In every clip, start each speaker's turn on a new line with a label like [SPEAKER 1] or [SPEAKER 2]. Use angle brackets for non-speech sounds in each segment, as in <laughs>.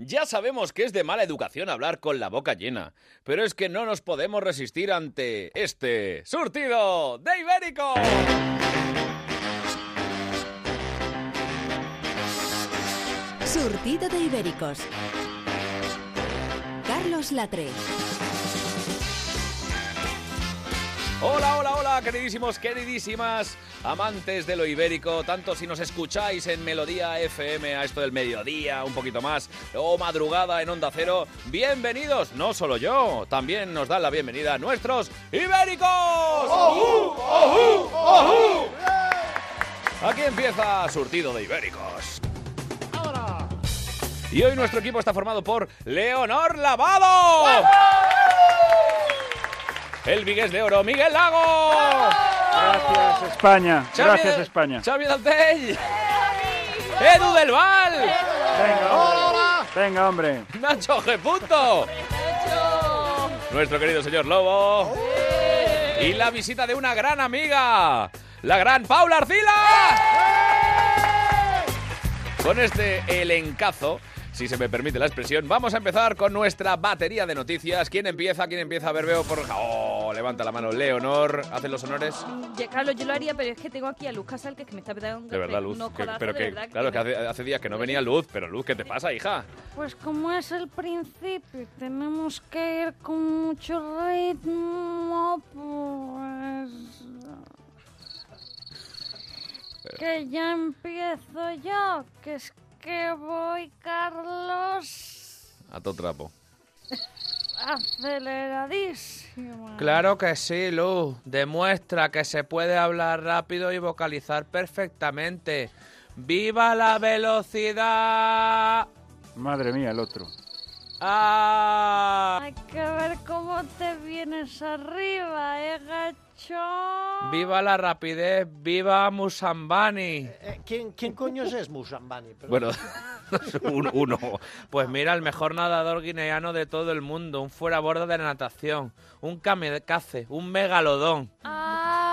[SPEAKER 1] Ya sabemos que es de mala educación hablar con la boca llena, pero es que no nos podemos resistir ante este surtido de Ibérico.
[SPEAKER 2] Surtido de Ibéricos. Carlos Latre.
[SPEAKER 1] Hola, hola, hola, queridísimos, queridísimas amantes de lo ibérico, tanto si nos escucháis en Melodía FM a esto del mediodía, un poquito más, o madrugada en Onda Cero, bienvenidos, no solo yo, también nos dan la bienvenida a nuestros ibéricos. Aquí empieza Surtido de Ibéricos. Y hoy nuestro equipo está formado por Leonor Lavado. El Vigués de Oro, Miguel Lago.
[SPEAKER 3] Gracias España,
[SPEAKER 1] Xavi
[SPEAKER 3] gracias
[SPEAKER 1] del-
[SPEAKER 3] España.
[SPEAKER 1] Xavi Daltell. Edu del Val.
[SPEAKER 3] Venga, hombre. Venga, hombre.
[SPEAKER 1] Nacho G. Punto. Nuestro querido señor Lobo. Y la visita de una gran amiga, la gran Paula Arcila. Con este elencazo, si se me permite la expresión, vamos a empezar con nuestra batería de noticias. ¿Quién empieza? ¿Quién empieza? A ver, veo por... Oh, levanta la mano. Leonor, ¿hacen los honores?
[SPEAKER 4] Ya, Carlos, yo lo haría, pero es que tengo aquí a Luz Casal, que es que me está pegando un
[SPEAKER 1] De verdad, Luz.
[SPEAKER 4] unos
[SPEAKER 1] que-
[SPEAKER 4] codazos,
[SPEAKER 1] pero
[SPEAKER 4] de
[SPEAKER 1] que,
[SPEAKER 4] verdad, que
[SPEAKER 1] claro, que
[SPEAKER 4] no.
[SPEAKER 1] hace, hace días que no venía Luz, pero Luz, ¿qué te pasa, hija?
[SPEAKER 5] Pues como es el principio, tenemos que ir con mucho ritmo, pues... Que ya empiezo yo, que es que voy, Carlos,
[SPEAKER 1] A todo trapo.
[SPEAKER 5] aceleradísimo.
[SPEAKER 6] Claro que sí, Luz. Demuestra que se puede hablar rápido y vocalizar perfectamente. ¡Viva la velocidad!
[SPEAKER 3] Madre mía, el otro.
[SPEAKER 6] ¡Ah!
[SPEAKER 5] Hay que ver cómo te vienes arriba, eh, gacho.
[SPEAKER 6] ¡Viva la rapidez! ¡Viva Musambani!
[SPEAKER 7] Eh, ¿quién, ¿Quién coño es Musambani? Perdón.
[SPEAKER 6] <laughs>
[SPEAKER 1] Bueno, un- uno.
[SPEAKER 6] Pues mira, el mejor nadador guineano de todo el mundo, un fueraborda de la natación, un kamikaze, un megalodón.
[SPEAKER 5] ¡Ay!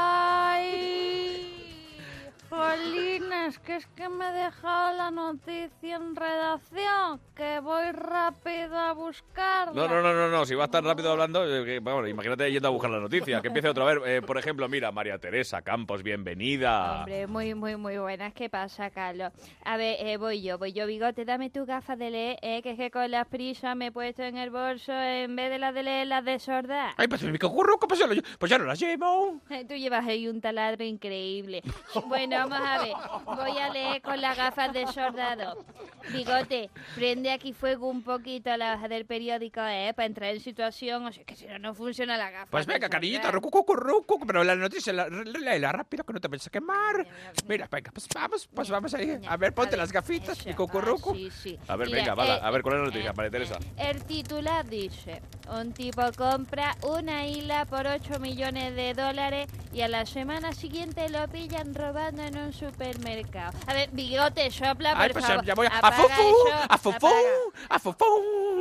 [SPEAKER 5] Jolines, que es que me he dejado la noticia en redacción, que voy rápido a buscarla.
[SPEAKER 1] No, no, no, no, no. Si vas tan rápido hablando, eh, que, vamos, imagínate yendo a buscar las noticias. Que empiece otra vez. Eh, por ejemplo, mira, María Teresa Campos, bienvenida.
[SPEAKER 4] Hombre, muy, muy, muy buenas. ¿Qué pasa, Carlos? A ver, eh, voy yo, voy yo, bigote, dame tu gafas de leer, eh, que es que con las prisas me he puesto en el bolso eh, en vez de las de leer, las de sorda.
[SPEAKER 6] ¡Ay, pues me ocurro! ¿Cómo se lo llevo? Pues ya no la llevo.
[SPEAKER 4] Eh, Tú llevas ahí un taladro
[SPEAKER 1] <laughs>
[SPEAKER 4] increíble. Bueno, vamos a ver. Voy a leer con las gafas de soldado. Bigote, prende aquí fuego un poquito a la hoja del periódico, ¿eh? Para entrar en situación. O sea, que si no, no funciona la gafa.
[SPEAKER 6] Pues
[SPEAKER 4] de
[SPEAKER 6] venga,
[SPEAKER 4] sordá.
[SPEAKER 6] cariñita, rucu, cucu, rucu, pero la noticia, la, la, la rápido, que no te pienses quemar. Mira, venga, pues vamos, pues vamos ahí. A ver, ponte las gafitas
[SPEAKER 4] Eso,
[SPEAKER 6] y cucurrucu.
[SPEAKER 4] ah, sí, sí.
[SPEAKER 1] A ver,
[SPEAKER 4] Mira,
[SPEAKER 1] venga, vala,
[SPEAKER 4] eh,
[SPEAKER 1] a ver, ¿cuál es la
[SPEAKER 4] eh,
[SPEAKER 1] noticia, María Teresa?
[SPEAKER 4] El titular dice, un tipo compra una isla por 8 millones de dólares y a la semana siguiente lo pillan robando en un supermercado. A ver, bigote, sopla,
[SPEAKER 6] Ay,
[SPEAKER 4] por
[SPEAKER 6] pues ya,
[SPEAKER 4] favor.
[SPEAKER 6] ya voy a, a
[SPEAKER 4] Apaga
[SPEAKER 6] fofú,
[SPEAKER 4] eso,
[SPEAKER 6] a fofú,
[SPEAKER 4] apaga.
[SPEAKER 6] a fofú.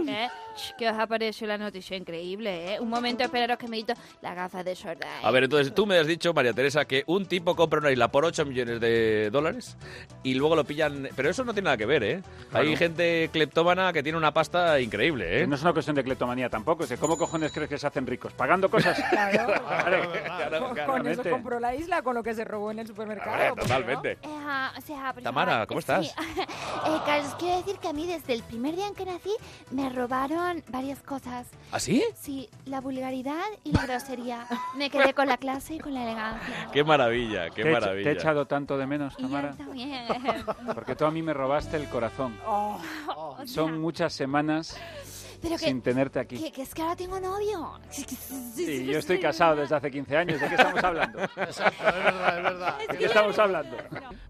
[SPEAKER 4] ¿Eh? Ch, Que os ha parecido la noticia increíble, ¿eh? Un momento, esperaros que me quito las gafas de sorda. ¿eh?
[SPEAKER 1] A ver, entonces tú me has dicho, María Teresa, que un tipo compra una isla por 8 millones de dólares y luego lo pillan. Pero eso no tiene nada que ver, ¿eh? Hay
[SPEAKER 3] Claro.
[SPEAKER 1] gente cleptómana que tiene una pasta increíble,
[SPEAKER 3] Que
[SPEAKER 1] ¿eh?
[SPEAKER 3] no es una cuestión de cleptomanía tampoco, es que ¿cómo cojones crees que se hacen ricos? ¿Pagando cosas?
[SPEAKER 8] <laughs>
[SPEAKER 1] Claro, claro.
[SPEAKER 8] Con eso
[SPEAKER 3] Claramente.
[SPEAKER 8] compró la isla, con lo que se robó en el supermercado.
[SPEAKER 1] Hombre,
[SPEAKER 8] ¿por qué no?
[SPEAKER 1] Totalmente.
[SPEAKER 9] Ejá, Eh, o sea, por
[SPEAKER 1] Tamara,
[SPEAKER 9] favor.
[SPEAKER 1] ¿cómo
[SPEAKER 9] Sí.
[SPEAKER 1] estás?
[SPEAKER 9] <laughs> Eh, Carlos, quiero decir que a mí desde el primer día en que nací me robaron varias cosas.
[SPEAKER 3] ¿Ah,
[SPEAKER 1] ¿Así?
[SPEAKER 9] Sí, la vulgaridad y
[SPEAKER 3] <laughs>
[SPEAKER 9] la grosería. Me quedé con la clase y con la elegancia.
[SPEAKER 1] <laughs> Qué maravilla, qué
[SPEAKER 3] Te he hecho- Te
[SPEAKER 1] maravilla.
[SPEAKER 3] he echado tanto de menos,
[SPEAKER 9] Y yo
[SPEAKER 3] Tamara, <laughs>
[SPEAKER 9] también.
[SPEAKER 3] porque tú a mí me robaste el corazón.
[SPEAKER 8] Oh,
[SPEAKER 9] <laughs> O sea,
[SPEAKER 3] Son muchas semanas
[SPEAKER 9] pero que,
[SPEAKER 3] sin tenerte aquí.
[SPEAKER 9] que, que es que ahora tengo novio. <laughs>
[SPEAKER 3] Y yo estoy casado desde hace 15 años, ¿de qué estamos hablando?
[SPEAKER 7] <laughs> Exacto, es verdad, es verdad.
[SPEAKER 3] ¿De qué estamos hablando?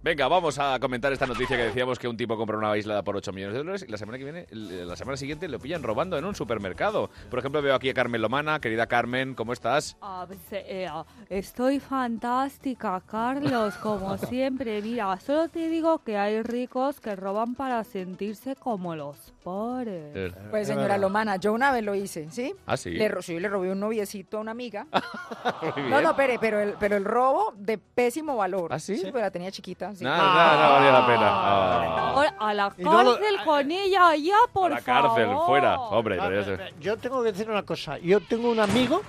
[SPEAKER 1] Venga, vamos a comentar esta noticia que decíamos que un tipo compra una isla por 8 millones de dólares y la semana que viene, eh, la semana siguiente lo pillan robando en un supermercado. Por ejemplo, veo aquí a Carmen Lomana, querida Carmen, ¿cómo estás?
[SPEAKER 8] ah, pues, eh, ah, estoy fantástica, Carlos,
[SPEAKER 5] <laughs>
[SPEAKER 8] como siempre. Mira, solo te digo que hay ricos que roban para sentirse como los pobres.
[SPEAKER 1] Eh,
[SPEAKER 8] Pues
[SPEAKER 7] Es
[SPEAKER 8] señora
[SPEAKER 6] <laughs>
[SPEAKER 8] Palomana. Yo una vez lo hice, ¿sí?
[SPEAKER 1] Ah, sí.
[SPEAKER 8] Le, ro- sí, le robé un noviecito a una amiga.
[SPEAKER 1] <laughs> Muy bien.
[SPEAKER 8] No, no, espere, pero el, pero el robo de pésimo valor.
[SPEAKER 1] ¿Ah, sí?
[SPEAKER 8] Sí, pero la tenía chiquita. sí.
[SPEAKER 1] Nada, nada, no valía la pena. Ah.
[SPEAKER 5] Ahora, A la
[SPEAKER 10] Y no lo-
[SPEAKER 5] cárcel con ella, allá, por
[SPEAKER 1] A la cárcel,
[SPEAKER 8] Oh.
[SPEAKER 5] favor.
[SPEAKER 1] fuera. Hombre,
[SPEAKER 10] Ah,
[SPEAKER 1] pero ya
[SPEAKER 10] pero,
[SPEAKER 1] sé.
[SPEAKER 10] pero, Yo tengo que decir una cosa. Yo tengo un amigo,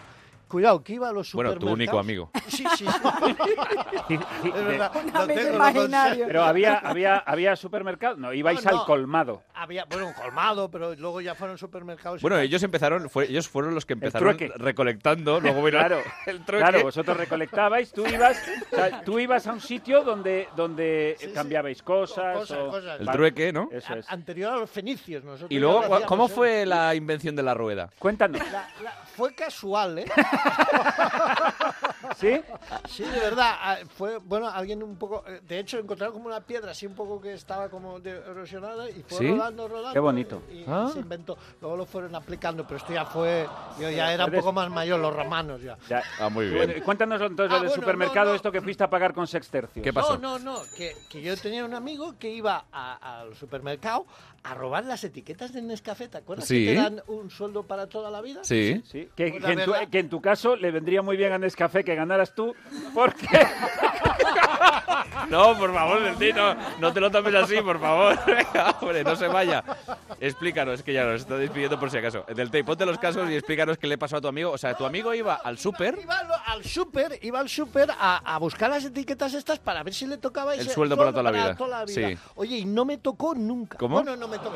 [SPEAKER 10] cuidado, que iba a los
[SPEAKER 1] Bueno,
[SPEAKER 10] supermercados.
[SPEAKER 1] tu único
[SPEAKER 10] <laughs>
[SPEAKER 1] amigo.
[SPEAKER 10] Sí, sí. sí.
[SPEAKER 3] Sí, sí,
[SPEAKER 10] es
[SPEAKER 3] de-
[SPEAKER 10] verdad.
[SPEAKER 8] Un
[SPEAKER 10] lo
[SPEAKER 8] amigo
[SPEAKER 10] tengo, lo
[SPEAKER 8] imaginario.
[SPEAKER 3] Pero había, había, había supermercado. No, ibais
[SPEAKER 10] No, no.
[SPEAKER 3] al colmado.
[SPEAKER 10] Había, bueno, un colmado, pero luego ya fueron supermercados. y
[SPEAKER 1] Bueno,
[SPEAKER 10] tal.
[SPEAKER 1] ellos empezaron, fue- ellos fueron los que empezaron
[SPEAKER 3] trueque.
[SPEAKER 1] recolectando, luego vino
[SPEAKER 3] Claro,
[SPEAKER 1] <laughs> el trueque.
[SPEAKER 3] claro, vosotros recolectabais, tú ibas, o sea, tú ibas a un sitio donde, donde eh,
[SPEAKER 10] Sí, sí.
[SPEAKER 3] cambiabais cosas.
[SPEAKER 10] Cosas,
[SPEAKER 3] o-
[SPEAKER 1] <laughs>
[SPEAKER 10] cosas.
[SPEAKER 1] El
[SPEAKER 3] Vale,
[SPEAKER 1] trueque, ¿no?
[SPEAKER 3] Eso
[SPEAKER 10] A-
[SPEAKER 3] es.
[SPEAKER 10] Anterior a los fenicios, nosotros.
[SPEAKER 1] Y
[SPEAKER 10] ya
[SPEAKER 1] luego,
[SPEAKER 10] lo
[SPEAKER 1] ¿cu-
[SPEAKER 10] hacíamos,
[SPEAKER 1] ¿cómo
[SPEAKER 10] ¿eh?
[SPEAKER 1] fue la invención de la rueda?
[SPEAKER 3] Cuéntanos,
[SPEAKER 10] La- la- fue casual, ¿eh?
[SPEAKER 3] ¿sí?
[SPEAKER 10] Sí, de verdad. ah, Fue, bueno, alguien un poco. eh, De hecho, encontraron como una piedra así un poco que estaba como de- erosionada y fue
[SPEAKER 1] ¿Sí?
[SPEAKER 10] rodando, rodando.
[SPEAKER 3] Qué bonito.
[SPEAKER 10] Y, y
[SPEAKER 1] Ah.
[SPEAKER 10] se inventó. Luego lo fueron aplicando, pero esto ya fue. Yo ya era un
[SPEAKER 3] Eres-
[SPEAKER 10] poco más mayor, los romanos ya.
[SPEAKER 3] Ya.
[SPEAKER 1] Ah, muy
[SPEAKER 3] Bueno,
[SPEAKER 1] bien.
[SPEAKER 3] cuéntanos entonces
[SPEAKER 10] Ah,
[SPEAKER 3] lo del
[SPEAKER 10] bueno,
[SPEAKER 3] supermercado,
[SPEAKER 10] no, no.
[SPEAKER 3] esto que fuiste a pagar con sextercios.
[SPEAKER 1] ¿Qué pasó?
[SPEAKER 10] No, no, no, que, que yo tenía un amigo que iba a- al supermercado a robar las etiquetas de Nescafé, ¿te acuerdas?
[SPEAKER 1] Sí.
[SPEAKER 10] Que te dan un sueldo para toda la vida.
[SPEAKER 1] Sí.
[SPEAKER 3] Sí, que,
[SPEAKER 10] Pues
[SPEAKER 3] que
[SPEAKER 10] la
[SPEAKER 3] en tu,
[SPEAKER 10] verdad-
[SPEAKER 3] que en tu caso le vendría muy bien a Nescafé que ganaras tú, porque
[SPEAKER 1] <laughs> No, por favor, Delty, no, no te lo tomes así, por favor. <laughs> Venga,
[SPEAKER 5] <laughs>
[SPEAKER 1] hombre, no se vaya. Explícanos, es que ya nos está despidiendo por si acaso. Delty, ponte los casos y explícanos qué le pasó a tu amigo. O sea, tu amigo iba al súper.
[SPEAKER 10] <laughs> Iba al- al súper, iba al súper a, a buscar las etiquetas estas para ver si le tocaba
[SPEAKER 1] El
[SPEAKER 10] ese
[SPEAKER 1] sueldo para toda la vida. Sí.
[SPEAKER 10] Oye, y no me tocó nunca.
[SPEAKER 1] ¿Cómo?
[SPEAKER 10] Bueno, no me tocó,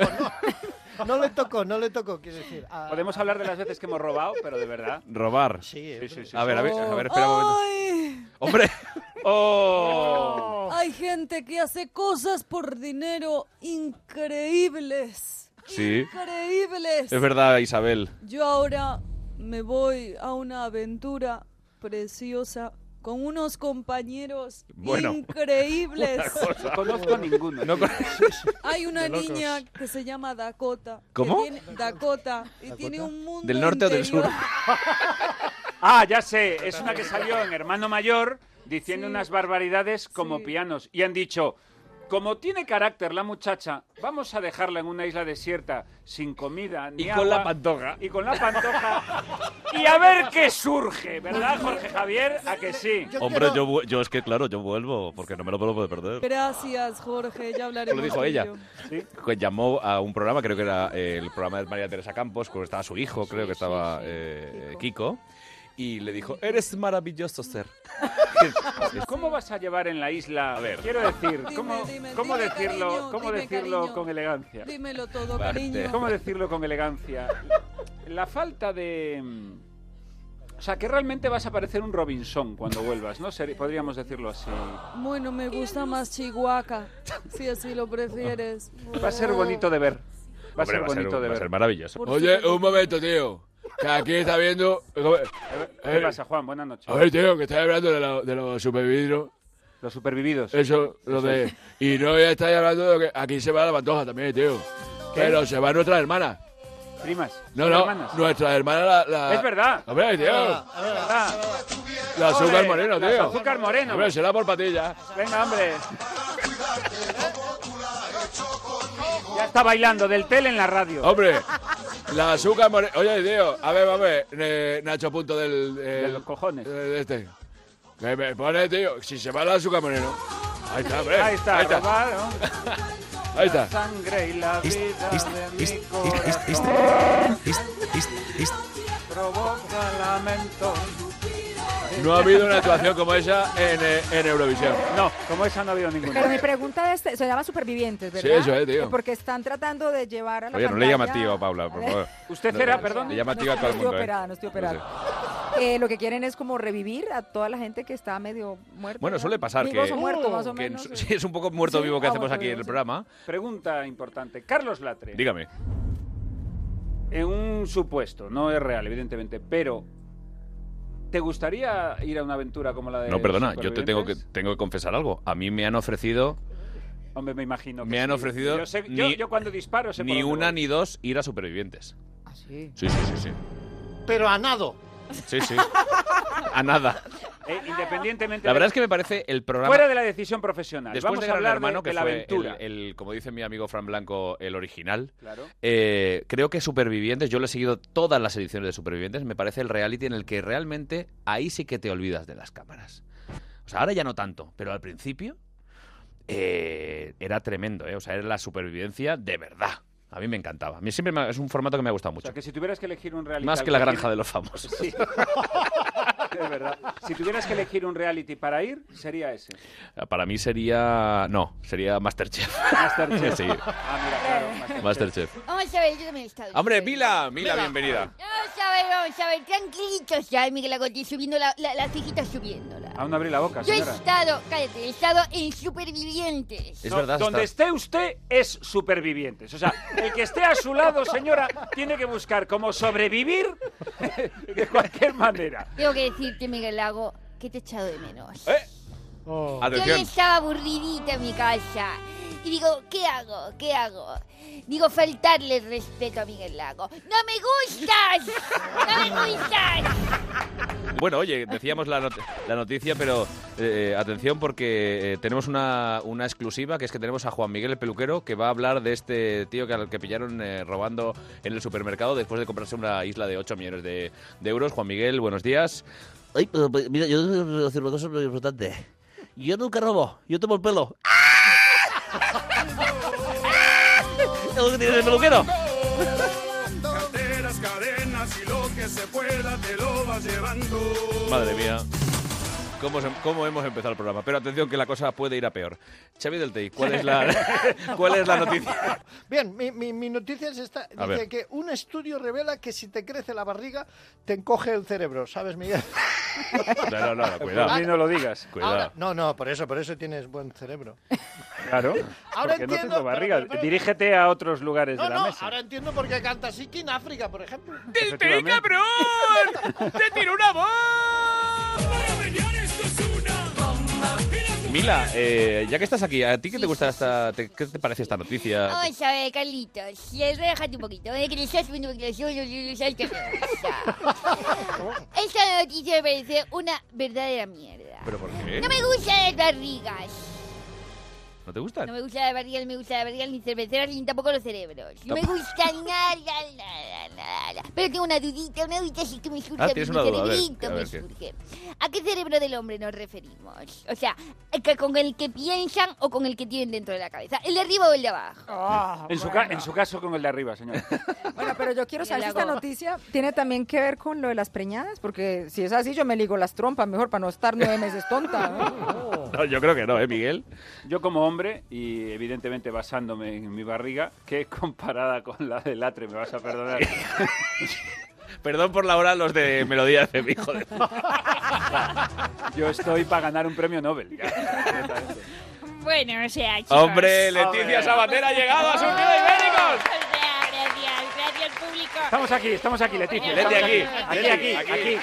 [SPEAKER 10] no. No le tocó, no le tocó, quiero decir. Ah,
[SPEAKER 3] podemos hablar de las veces que hemos robado, pero de verdad.
[SPEAKER 1] Robar.
[SPEAKER 10] Sí,
[SPEAKER 3] Sí,
[SPEAKER 10] eh,
[SPEAKER 3] sí, sí.
[SPEAKER 1] A ver, a ver, a ver, espera un momento.
[SPEAKER 5] Ay,
[SPEAKER 1] ¡Hombre! <laughs>
[SPEAKER 3] ¡Oh!
[SPEAKER 5] hay gente que hace cosas por dinero increíbles.
[SPEAKER 1] Sí.
[SPEAKER 5] Increíbles.
[SPEAKER 1] Es verdad, Isabel.
[SPEAKER 5] Yo ahora me voy a una aventura preciosa con unos compañeros
[SPEAKER 1] Bueno,
[SPEAKER 5] increíbles.
[SPEAKER 3] No conozco ninguno.
[SPEAKER 1] No con-
[SPEAKER 5] Hay una niña que se llama Dakota. que
[SPEAKER 1] ¿Cómo?
[SPEAKER 5] tiene- Dakota. Y tiene un mundo
[SPEAKER 1] ¿Del norte o del sur?
[SPEAKER 5] interior.
[SPEAKER 3] Ah, ya sé, es una que salió en Hermano Mayor diciendo
[SPEAKER 5] Sí.
[SPEAKER 3] unas barbaridades como
[SPEAKER 5] Sí.
[SPEAKER 3] pianos. Y han dicho, como tiene carácter la muchacha, vamos a dejarla en una isla desierta sin comida ni
[SPEAKER 1] Y con la
[SPEAKER 3] agua,
[SPEAKER 1] pantoja.
[SPEAKER 3] Y con la pantoja. y a ver qué surge, ¿verdad, Jorge Javier? ¿A que sí?
[SPEAKER 1] Hombre, yo, vu- yo es que, claro, yo vuelvo, porque no me lo puedo poder perder.
[SPEAKER 5] Gracias, Jorge. Ya hablaremos.
[SPEAKER 1] Lo dijo
[SPEAKER 5] tú y
[SPEAKER 1] ella.
[SPEAKER 5] yo.
[SPEAKER 1] Que Llamó a un programa, creo que era eh, el programa de María Teresa Campos, cuando estaba su hijo, creo que estaba eh, Kiko. y le dijo, eres maravilloso ser.
[SPEAKER 3] ¿Cómo vas a llevar en la isla?
[SPEAKER 1] A ver.
[SPEAKER 3] Quiero decir,
[SPEAKER 5] Dime,
[SPEAKER 3] ¿cómo,
[SPEAKER 5] dime,
[SPEAKER 3] cómo
[SPEAKER 5] dime,
[SPEAKER 3] decirlo,
[SPEAKER 5] cariño,
[SPEAKER 3] cómo
[SPEAKER 5] dime,
[SPEAKER 3] decirlo
[SPEAKER 5] cariño.
[SPEAKER 3] con elegancia?
[SPEAKER 5] Dímelo todo,
[SPEAKER 1] Varte.
[SPEAKER 5] cariño.
[SPEAKER 3] ¿Cómo decirlo con elegancia? La falta de... mm, O sea, que realmente vas a parecer un Robinson cuando vuelvas, ¿no? Seri- Podríamos decirlo así.
[SPEAKER 5] Bueno, me gusta más Chihuahua, si así lo prefieres.
[SPEAKER 3] Va a ser bonito de ver. Va a
[SPEAKER 1] Hombre,
[SPEAKER 3] ser bonito de
[SPEAKER 1] un- va a
[SPEAKER 3] ver.
[SPEAKER 1] ser maravilloso.
[SPEAKER 5] Ah. Por
[SPEAKER 7] Oye,
[SPEAKER 5] supuesto.
[SPEAKER 7] un momento, tío. Que aquí está viendo. eh,
[SPEAKER 3] ¿Qué pasa, Juan? Buenas noches.
[SPEAKER 7] A ver, tío, que está hablando de, lo- de los supervividos.
[SPEAKER 3] Los supervividos.
[SPEAKER 7] Eso, lo de. Y no ya estáis hablando de que aquí se va la pantoja también, tío. Pero se va nuestra hermana.
[SPEAKER 3] Primas.
[SPEAKER 7] No, no,
[SPEAKER 3] Hermanas.
[SPEAKER 7] nuestra hermana la. la-
[SPEAKER 3] Es verdad.
[SPEAKER 7] Hombre, tío.
[SPEAKER 3] Ah,
[SPEAKER 7] La azúcar
[SPEAKER 3] hombre,
[SPEAKER 7] moreno,
[SPEAKER 3] la
[SPEAKER 7] tío.
[SPEAKER 3] azúcar moreno.
[SPEAKER 7] Hombre, será por patilla.
[SPEAKER 3] Venga, hombre. Ya está bailando del tele en la radio.
[SPEAKER 7] Hombre,
[SPEAKER 3] <laughs>
[SPEAKER 7] la azúcar moreno. Oye, tío, a ver, a ver. eh, Nacho Punto del. eh,
[SPEAKER 3] De los cojones.
[SPEAKER 7] eh, de este. Que me pone, tío, si se va la azúcar moreno. Ahí está, hombre.
[SPEAKER 3] Ahí está,
[SPEAKER 7] Ahí está.
[SPEAKER 3] robar, ¿no?
[SPEAKER 7] Ahí está.
[SPEAKER 3] sangre y la
[SPEAKER 1] Ist-
[SPEAKER 3] vida
[SPEAKER 1] ist-
[SPEAKER 3] de mi
[SPEAKER 1] ist- ist-
[SPEAKER 3] corazón
[SPEAKER 1] ist- ist- ist- ist-
[SPEAKER 3] provoca lamento.
[SPEAKER 7] No ha habido una actuación como esa en, eh, en Eurovisión.
[SPEAKER 3] No, como esa no ha habido ninguna.
[SPEAKER 8] Pero mi pregunta es, se llama Supervivientes,
[SPEAKER 7] Sí,
[SPEAKER 8] ¿verdad?
[SPEAKER 7] eso es, tío.
[SPEAKER 8] Eh, Porque están tratando de llevar a la
[SPEAKER 1] Oye, no le llama
[SPEAKER 8] pantalla-
[SPEAKER 1] tío a oh, Paula,
[SPEAKER 8] <laughs>
[SPEAKER 1] por favor.
[SPEAKER 3] Usted
[SPEAKER 1] No,
[SPEAKER 3] era,
[SPEAKER 1] no,
[SPEAKER 3] perdón.
[SPEAKER 1] Le llama
[SPEAKER 8] No,
[SPEAKER 1] tío a todo el
[SPEAKER 8] No
[SPEAKER 1] mundo.
[SPEAKER 8] estoy
[SPEAKER 1] ¿eh?
[SPEAKER 8] operada, no estoy
[SPEAKER 1] No sé.
[SPEAKER 8] operada. Eh, lo que quieren es como revivir a toda la gente que está medio muerta.
[SPEAKER 1] Bueno,
[SPEAKER 8] ¿verdad?
[SPEAKER 1] suele pasar
[SPEAKER 8] Vivos
[SPEAKER 1] que-
[SPEAKER 8] o muertos, más o
[SPEAKER 1] Uh, Que en
[SPEAKER 8] menos.
[SPEAKER 1] su- <laughs>
[SPEAKER 8] eh.
[SPEAKER 1] sí, es un poco muerto
[SPEAKER 8] Sí,
[SPEAKER 1] vivo que
[SPEAKER 8] ah,
[SPEAKER 1] hacemos
[SPEAKER 8] muerto
[SPEAKER 1] aquí en
[SPEAKER 8] vivo,
[SPEAKER 1] el
[SPEAKER 8] sí.
[SPEAKER 1] programa.
[SPEAKER 3] <laughs> Pregunta importante. Carlos Latre.
[SPEAKER 1] Dígame.
[SPEAKER 3] En un supuesto, no es real, evidentemente, pero ¿te gustaría ir a una aventura como la de
[SPEAKER 1] No, perdona, yo te tengo que,
[SPEAKER 3] Supervivientes?
[SPEAKER 1] tengo que confesar algo. A mí me han ofrecido
[SPEAKER 3] Hombre, me imagino que
[SPEAKER 1] Me han
[SPEAKER 3] sí.
[SPEAKER 1] ofrecido
[SPEAKER 3] Yo, sé- yo-
[SPEAKER 1] ni-
[SPEAKER 3] yo cuando disparo sé por
[SPEAKER 1] ni
[SPEAKER 3] dónde
[SPEAKER 1] una
[SPEAKER 3] voy.
[SPEAKER 1] ni dos ir a supervivientes.
[SPEAKER 8] Ah, sí.
[SPEAKER 1] Sí, sí, sí, sí. <laughs>
[SPEAKER 10] Pero a nado.
[SPEAKER 8] <laughs>
[SPEAKER 1] Sí, sí. A nada.
[SPEAKER 3] Eh, independientemente
[SPEAKER 1] La
[SPEAKER 3] de-
[SPEAKER 1] verdad es que me parece el programa.
[SPEAKER 3] Fuera de la decisión profesional.
[SPEAKER 1] Después
[SPEAKER 3] Vamos
[SPEAKER 1] de
[SPEAKER 3] a
[SPEAKER 1] Gran
[SPEAKER 3] hablar de-
[SPEAKER 1] Hermano,
[SPEAKER 3] de,
[SPEAKER 1] que
[SPEAKER 3] la
[SPEAKER 1] fue
[SPEAKER 3] aventura.
[SPEAKER 1] El, el- como dice mi amigo Fran Blanco, el original.
[SPEAKER 3] Claro.
[SPEAKER 1] Eh, creo que Supervivientes, yo lo he seguido todas las ediciones de Supervivientes, me parece el reality en el que realmente ahí sí que te olvidas de las cámaras. O sea, ahora ya no tanto, pero al principio eh, era tremendo, ¿eh? O sea, era la supervivencia de verdad. A mí me encantaba. A mí siempre me ha- es un formato que me ha gustado
[SPEAKER 3] O
[SPEAKER 1] mucho.
[SPEAKER 3] sea, que si tuvieras que elegir un reality...
[SPEAKER 1] Más
[SPEAKER 3] al
[SPEAKER 1] que la granja de los famosos.
[SPEAKER 3] Sí. <laughs> es verdad. Si tuvieras que elegir un reality para ir, sería ese.
[SPEAKER 1] Ah, Para mí sería. No, sería Masterchef.
[SPEAKER 3] Masterchef.
[SPEAKER 1] <laughs> Sí.
[SPEAKER 3] Ah, mira, claro. Ah. Masterchef. <laughs>
[SPEAKER 1] Masterchef.
[SPEAKER 9] Vamos a ver, yo también he estado.
[SPEAKER 1] Hombre, Mila, Mila,
[SPEAKER 9] Mila.
[SPEAKER 1] bienvenida.
[SPEAKER 9] Vamos a ver, vamos a ver, tranquilitos ya, Miguel Agotti, subiendo la, la, la tijita subiéndola.
[SPEAKER 3] Aún no abrí la boca,
[SPEAKER 9] Yo he
[SPEAKER 3] señora.
[SPEAKER 9] estado, cállate, he estado en Supervivientes.
[SPEAKER 3] No, donde esté usted es supervivientes. O sea, el que esté a su lado, señora, tiene que buscar cómo sobrevivir <laughs> de cualquier manera.
[SPEAKER 9] Tengo que decirte, Miguel Lago, que te he echado de menos.
[SPEAKER 1] Eh.
[SPEAKER 10] Oh.
[SPEAKER 9] Yo ya
[SPEAKER 3] Atención.
[SPEAKER 9] estaba aburridita en mi casa. Y digo, ¿qué hago? ¿Qué hago? Digo, faltarle el respeto a Miguel Lago. ¡No me gustas! ¡No me gustas!
[SPEAKER 1] Bueno, oye, decíamos la, not- la noticia, pero eh, atención porque eh, tenemos una, una exclusiva, que es que tenemos a Juan Miguel el peluquero, que va a hablar de este tío que, al que pillaron eh, robando en el supermercado después de comprarse una isla de 8 millones de, de euros. Juan Miguel, buenos días.
[SPEAKER 6] Ay, pero, pero, mira, yo debo decir una cosa muy importante. Yo nunca robo, yo tomo el pelo. Es lo que tiene el peluquero.
[SPEAKER 11] Carteras, cadenas y lo que se pueda te lo vas llevando.
[SPEAKER 1] Madre mía. ¿Cómo, se- cómo hemos empezado el programa? Pero atención que la cosa puede ir a peor. Xavi del Tei, ¿cuál es la, <laughs> ¿cuál es la noticia?
[SPEAKER 10] Bien, mi, mi- mi noticia es esta.
[SPEAKER 1] A
[SPEAKER 10] Dice
[SPEAKER 1] ver.
[SPEAKER 10] que un estudio revela que si te crece la barriga, te encoge el cerebro. ¿Sabes, Miguel?
[SPEAKER 1] No, no, no,
[SPEAKER 3] Por
[SPEAKER 1] cuidado.
[SPEAKER 3] mí no lo digas.
[SPEAKER 1] Cuidado.
[SPEAKER 10] Ahora- <laughs> no, no, por eso, por eso tienes buen cerebro.
[SPEAKER 3] Claro.
[SPEAKER 10] Ahora
[SPEAKER 3] porque no
[SPEAKER 10] entiendo,
[SPEAKER 3] tengo barriga.
[SPEAKER 10] pero- pero-
[SPEAKER 3] Dirígete a otros lugares
[SPEAKER 10] No,
[SPEAKER 3] de la
[SPEAKER 10] no,
[SPEAKER 3] mesa.
[SPEAKER 10] ahora entiendo por qué canta Siki en África, por ejemplo.
[SPEAKER 3] Efectivamente.
[SPEAKER 11] cabrón! ¡Te tiró una
[SPEAKER 1] Mila, eh, ya que estás aquí, ¿a ti qué te gusta esta, te- qué te parece esta noticia?
[SPEAKER 9] Vamos a ver, Carlitos, si es- relájate un poquito. eh, que le estás poniendo presión, no le estás teniendo. Esta noticia me parece una verdadera mierda.
[SPEAKER 1] ¿Pero por qué?
[SPEAKER 9] No me gustan las barrigas.
[SPEAKER 1] ¿No te gustan?
[SPEAKER 9] No me gustan las barrigas, no me gustan las barrigas, ni cerveceras, ni tampoco los cerebros. No me gusta nada, nada, nada. Pero tengo una dudita, una dudita si tú me surge.
[SPEAKER 1] Ah, tienes
[SPEAKER 9] mi
[SPEAKER 1] una duda, a ver,
[SPEAKER 9] cerebrito
[SPEAKER 1] a ver
[SPEAKER 9] me
[SPEAKER 1] qué.
[SPEAKER 9] surge. ¿A qué cerebro del hombre nos referimos? O sea, ¿el que- ¿con el que piensan o con el que tienen dentro de la cabeza? ¿El de arriba o el de abajo?
[SPEAKER 4] Oh.
[SPEAKER 1] <laughs>
[SPEAKER 3] En
[SPEAKER 10] Ah,
[SPEAKER 3] su, ca- en su caso, con el de arriba, señora.
[SPEAKER 8] Bueno, pero yo quiero
[SPEAKER 9] Miguel
[SPEAKER 8] saber si esta
[SPEAKER 9] Lago.
[SPEAKER 8] noticia tiene también que ver con lo de las preñadas, porque si es así yo me ligo las trompas mejor para no estar nueve meses tonta. ¿no?
[SPEAKER 1] <laughs> No, yo creo que no, ¿eh, Miguel?
[SPEAKER 3] Yo como hombre, y evidentemente basándome en mi barriga, que comparada con la del atre, me vas a perdonar.
[SPEAKER 1] <laughs> Perdón por la hora los de Melodía de hijo de...
[SPEAKER 3] <laughs> Yo estoy para ganar un premio Nobel.
[SPEAKER 4] Bueno, o sea, chicos.
[SPEAKER 1] Hombre, Leticia
[SPEAKER 3] Hombre.
[SPEAKER 1] Sabater ha llegado a sus
[SPEAKER 4] Hombre.
[SPEAKER 1] Ibéricos.
[SPEAKER 4] O sea, Gracias, gracias público.
[SPEAKER 3] Estamos aquí, estamos aquí, Leticia.
[SPEAKER 1] Leti,
[SPEAKER 3] estamos
[SPEAKER 1] aquí,
[SPEAKER 3] Aquí, aquí,
[SPEAKER 1] Leti,
[SPEAKER 3] aquí.
[SPEAKER 1] aquí,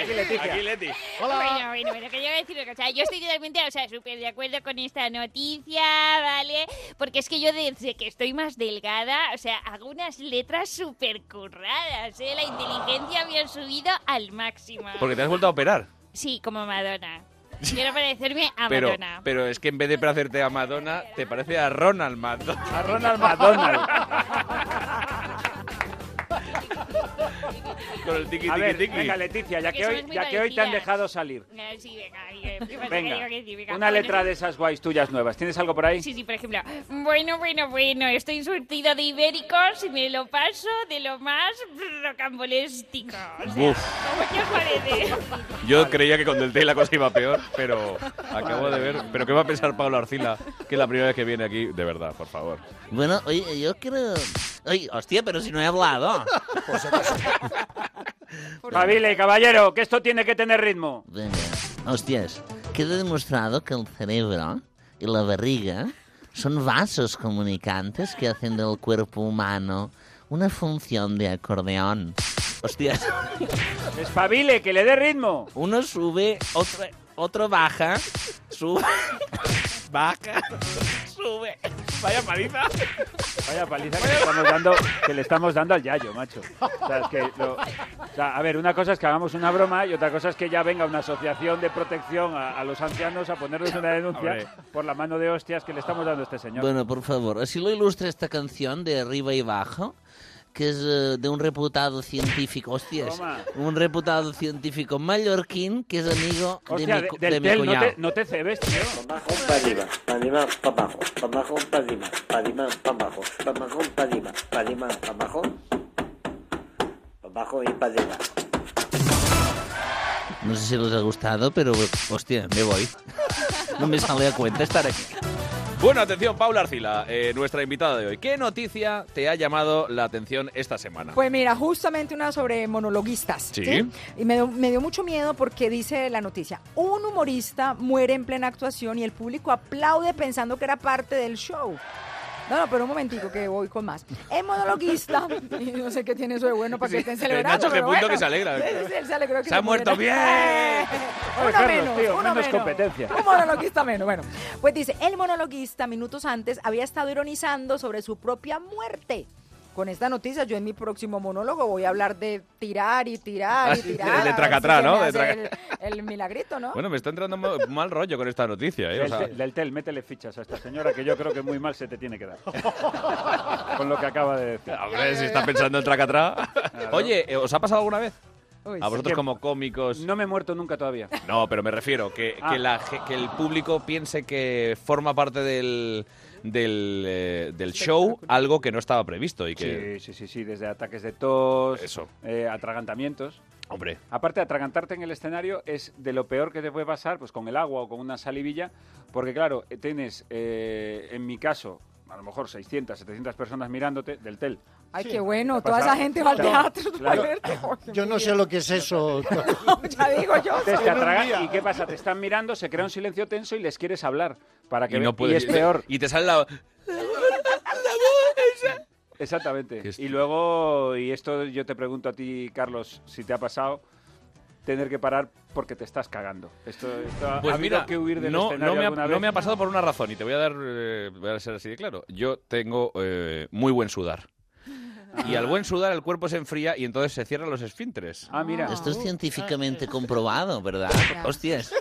[SPEAKER 3] Aquí, Leticia.
[SPEAKER 1] aquí, Leti.
[SPEAKER 4] Bueno, bueno, bueno, que yo voy a decir una cosa. Yo estoy totalmente, o sea, súper de acuerdo con esta noticia, ¿vale? Porque es que yo desde que estoy más delgada, o sea, hago unas letras súper curradas, ¿eh? La inteligencia me ha subido al máximo.
[SPEAKER 1] Porque te has vuelto a operar.
[SPEAKER 4] Sí, como Madonna. Quiero parecerme a
[SPEAKER 1] Pero,
[SPEAKER 4] Madonna.
[SPEAKER 1] pero es que en vez de parecerte a Madonna, te parece a Ronald McDonald.
[SPEAKER 3] A Ronald McDonald.
[SPEAKER 1] Con el tiki
[SPEAKER 3] A
[SPEAKER 1] tiki
[SPEAKER 3] ver,
[SPEAKER 1] tiki.
[SPEAKER 3] venga, Leticia, ya
[SPEAKER 4] Porque
[SPEAKER 3] que, hoy,
[SPEAKER 4] somos muy
[SPEAKER 3] ya que hoy te han
[SPEAKER 4] parecidas.
[SPEAKER 3] dejado salir.
[SPEAKER 4] Ah, Sí, venga, diga, ¿qué pasa?
[SPEAKER 3] Venga,
[SPEAKER 4] Digo que sí, venga.
[SPEAKER 3] una
[SPEAKER 4] Bueno,
[SPEAKER 3] letra de esas guays tuyas nuevas. ¿Tienes algo por ahí?
[SPEAKER 4] Sí, sí, por ejemplo. Bueno, bueno, bueno, estoy surtido de ibéricos y me lo paso de lo más rocambolístico. O sea,
[SPEAKER 1] Uf.
[SPEAKER 4] ¿Cómo que os parece?
[SPEAKER 1] Yo creía que con Del Tey la cosa iba peor, pero acabo de ver. ¿Pero qué va a pensar Pablo Arcila? Que es la primera vez que viene aquí, de verdad, por favor.
[SPEAKER 6] Bueno, oye, yo creo... Ay, hostia, pero si no he hablado.
[SPEAKER 3] Pabile, caballero, que esto tiene que tener ritmo.
[SPEAKER 6] Venga, hostias. Queda demostrado que el cerebro y la barriga son vasos comunicantes que hacen del cuerpo humano una función de acordeón. Hostias.
[SPEAKER 3] Espabile, que le dé ritmo.
[SPEAKER 6] Uno sube, otro, otro baja, sube, baja, sube.
[SPEAKER 1] Vaya paliza.
[SPEAKER 3] Vaya paliza que le estamos dando, que le estamos dando al Yayo, macho. O sea, es que lo- o sea, a ver, una cosa es que hagamos una broma y otra cosa es que ya venga una asociación de protección a, a los ancianos a ponerles una
[SPEAKER 1] Hombre.
[SPEAKER 3] denuncia por la mano de hostias que le estamos dando a este señor.
[SPEAKER 6] Bueno, por favor, así lo ilustra esta canción de Arriba y Abajo, que es eh, de un reputado científico, hostias,
[SPEAKER 3] Toma.
[SPEAKER 6] un reputado científico mallorquín que es amigo de
[SPEAKER 3] Hostia,
[SPEAKER 6] mi,
[SPEAKER 3] de-
[SPEAKER 6] cu-
[SPEAKER 3] del
[SPEAKER 6] de mi
[SPEAKER 3] tel, no
[SPEAKER 6] cuñado.
[SPEAKER 3] te, no te cebes, tío.
[SPEAKER 12] para arriba, para arriba, para abajo, para abajo, para arriba, para arriba, para abajo, para abajo, para arriba, para arriba, para abajo, para abajo y para arriba.
[SPEAKER 6] No sé si les ha gustado, pero hostia, me voy.
[SPEAKER 3] <laughs>
[SPEAKER 6] No me sale a cuenta estar aquí.
[SPEAKER 1] Bueno, atención, Paula Arcila, eh, nuestra invitada de hoy. ¿Qué noticia te ha llamado la atención esta semana?
[SPEAKER 8] Pues mira, justamente una sobre monologuistas.
[SPEAKER 1] Sí.
[SPEAKER 8] Y me dio, me dio mucho miedo porque dice la noticia, un humorista muere en plena actuación y el público aplaude pensando que era parte del show. No, no, pero un momentico que voy con más. El monologuista, <laughs> y no sé qué tiene eso de bueno para que
[SPEAKER 1] Sí,
[SPEAKER 8] estén celebrando.
[SPEAKER 1] Nacho, qué
[SPEAKER 8] pero
[SPEAKER 1] punto
[SPEAKER 8] bueno.
[SPEAKER 1] que se alegra.
[SPEAKER 8] Sí, sí, él se alegró que
[SPEAKER 1] Se ha muerto
[SPEAKER 8] muriera.
[SPEAKER 3] Joder,
[SPEAKER 8] <laughs> uno
[SPEAKER 3] Carlos,
[SPEAKER 8] menos,
[SPEAKER 3] tío,
[SPEAKER 8] uno
[SPEAKER 3] menos
[SPEAKER 8] menos.
[SPEAKER 3] competencia.
[SPEAKER 8] Un monologuista menos. Bueno, pues dice, el monologuista minutos antes había estado ironizando sobre su propia muerte. Con esta noticia, yo en mi próximo monólogo voy a hablar de tirar y tirar y
[SPEAKER 1] <laughs> Así,
[SPEAKER 8] tirar.
[SPEAKER 1] Ah, de- de
[SPEAKER 8] a ver
[SPEAKER 1] tracatrá,
[SPEAKER 8] si se
[SPEAKER 1] ¿no?
[SPEAKER 8] me
[SPEAKER 1] De
[SPEAKER 8] hace
[SPEAKER 1] traca-
[SPEAKER 8] el, el milagrito, ¿no?
[SPEAKER 1] Bueno, me está entrando mo- mal rollo con esta noticia, ¿eh? O
[SPEAKER 3] Del,
[SPEAKER 1] sea,
[SPEAKER 3] tel, del tel, métele fichas a esta señora que yo creo que muy mal se te tiene que
[SPEAKER 1] <laughs>
[SPEAKER 3] dar. Con lo que acaba de decir.
[SPEAKER 1] hombre, si está pensando en tracatrá. Oye, eh, ¿os ha pasado alguna vez?
[SPEAKER 3] Uy,
[SPEAKER 1] A
[SPEAKER 3] sí.
[SPEAKER 1] vosotros como cómicos.
[SPEAKER 3] No me he muerto nunca todavía.
[SPEAKER 1] No, pero me refiero que,
[SPEAKER 3] Ah.
[SPEAKER 1] que, la ge- que el público piense que forma parte del, del, eh, del show algo que no estaba previsto y que...
[SPEAKER 3] Sí, sí, sí, sí, desde ataques de tos, eh, atragantamientos.
[SPEAKER 1] Hombre.
[SPEAKER 3] Aparte, atragantarte en el escenario es de lo peor que te puede pasar, pues con el agua o con una salivilla, porque claro, eh, tienes, eh, en mi caso, a lo mejor 600, 700 personas mirándote del tel.
[SPEAKER 8] Ay,
[SPEAKER 3] Sí.
[SPEAKER 8] qué bueno,
[SPEAKER 3] ¿Te ha
[SPEAKER 8] toda esa
[SPEAKER 3] pasado?
[SPEAKER 8] gente va al
[SPEAKER 3] Claro,
[SPEAKER 8] teatro.
[SPEAKER 3] claro.
[SPEAKER 10] Yo no sé lo que es eso.
[SPEAKER 8] <laughs> ya digo yo.
[SPEAKER 3] Entonces te
[SPEAKER 8] En un
[SPEAKER 3] atragan-
[SPEAKER 8] día.
[SPEAKER 3] ¿Y qué pasa? Te están mirando, se crea un silencio tenso y les quieres hablar. Para que
[SPEAKER 1] Y,
[SPEAKER 3] ve-
[SPEAKER 1] no puedes-
[SPEAKER 3] es peor.
[SPEAKER 1] Y te sale la...
[SPEAKER 3] Exactamente.
[SPEAKER 1] <laughs>
[SPEAKER 3] Y luego, y esto yo te pregunto a ti, Carlos, si te ha pasado tener que parar porque te estás cagando. Esto, esto ha- ha
[SPEAKER 1] Pues
[SPEAKER 3] habido
[SPEAKER 1] mira,
[SPEAKER 3] que huir del
[SPEAKER 1] no,
[SPEAKER 3] escenario
[SPEAKER 1] no me ha,
[SPEAKER 3] alguna
[SPEAKER 1] no
[SPEAKER 3] vez.
[SPEAKER 1] me ha pasado por una razón y te voy a dar, eh, voy a ser así de claro. Yo tengo eh, muy buen sudar. Y al buen sudar el cuerpo se enfría y entonces se cierran los esfínteres.
[SPEAKER 3] Ah, mira.
[SPEAKER 6] Esto es científicamente comprobado, ¿verdad? Hostias.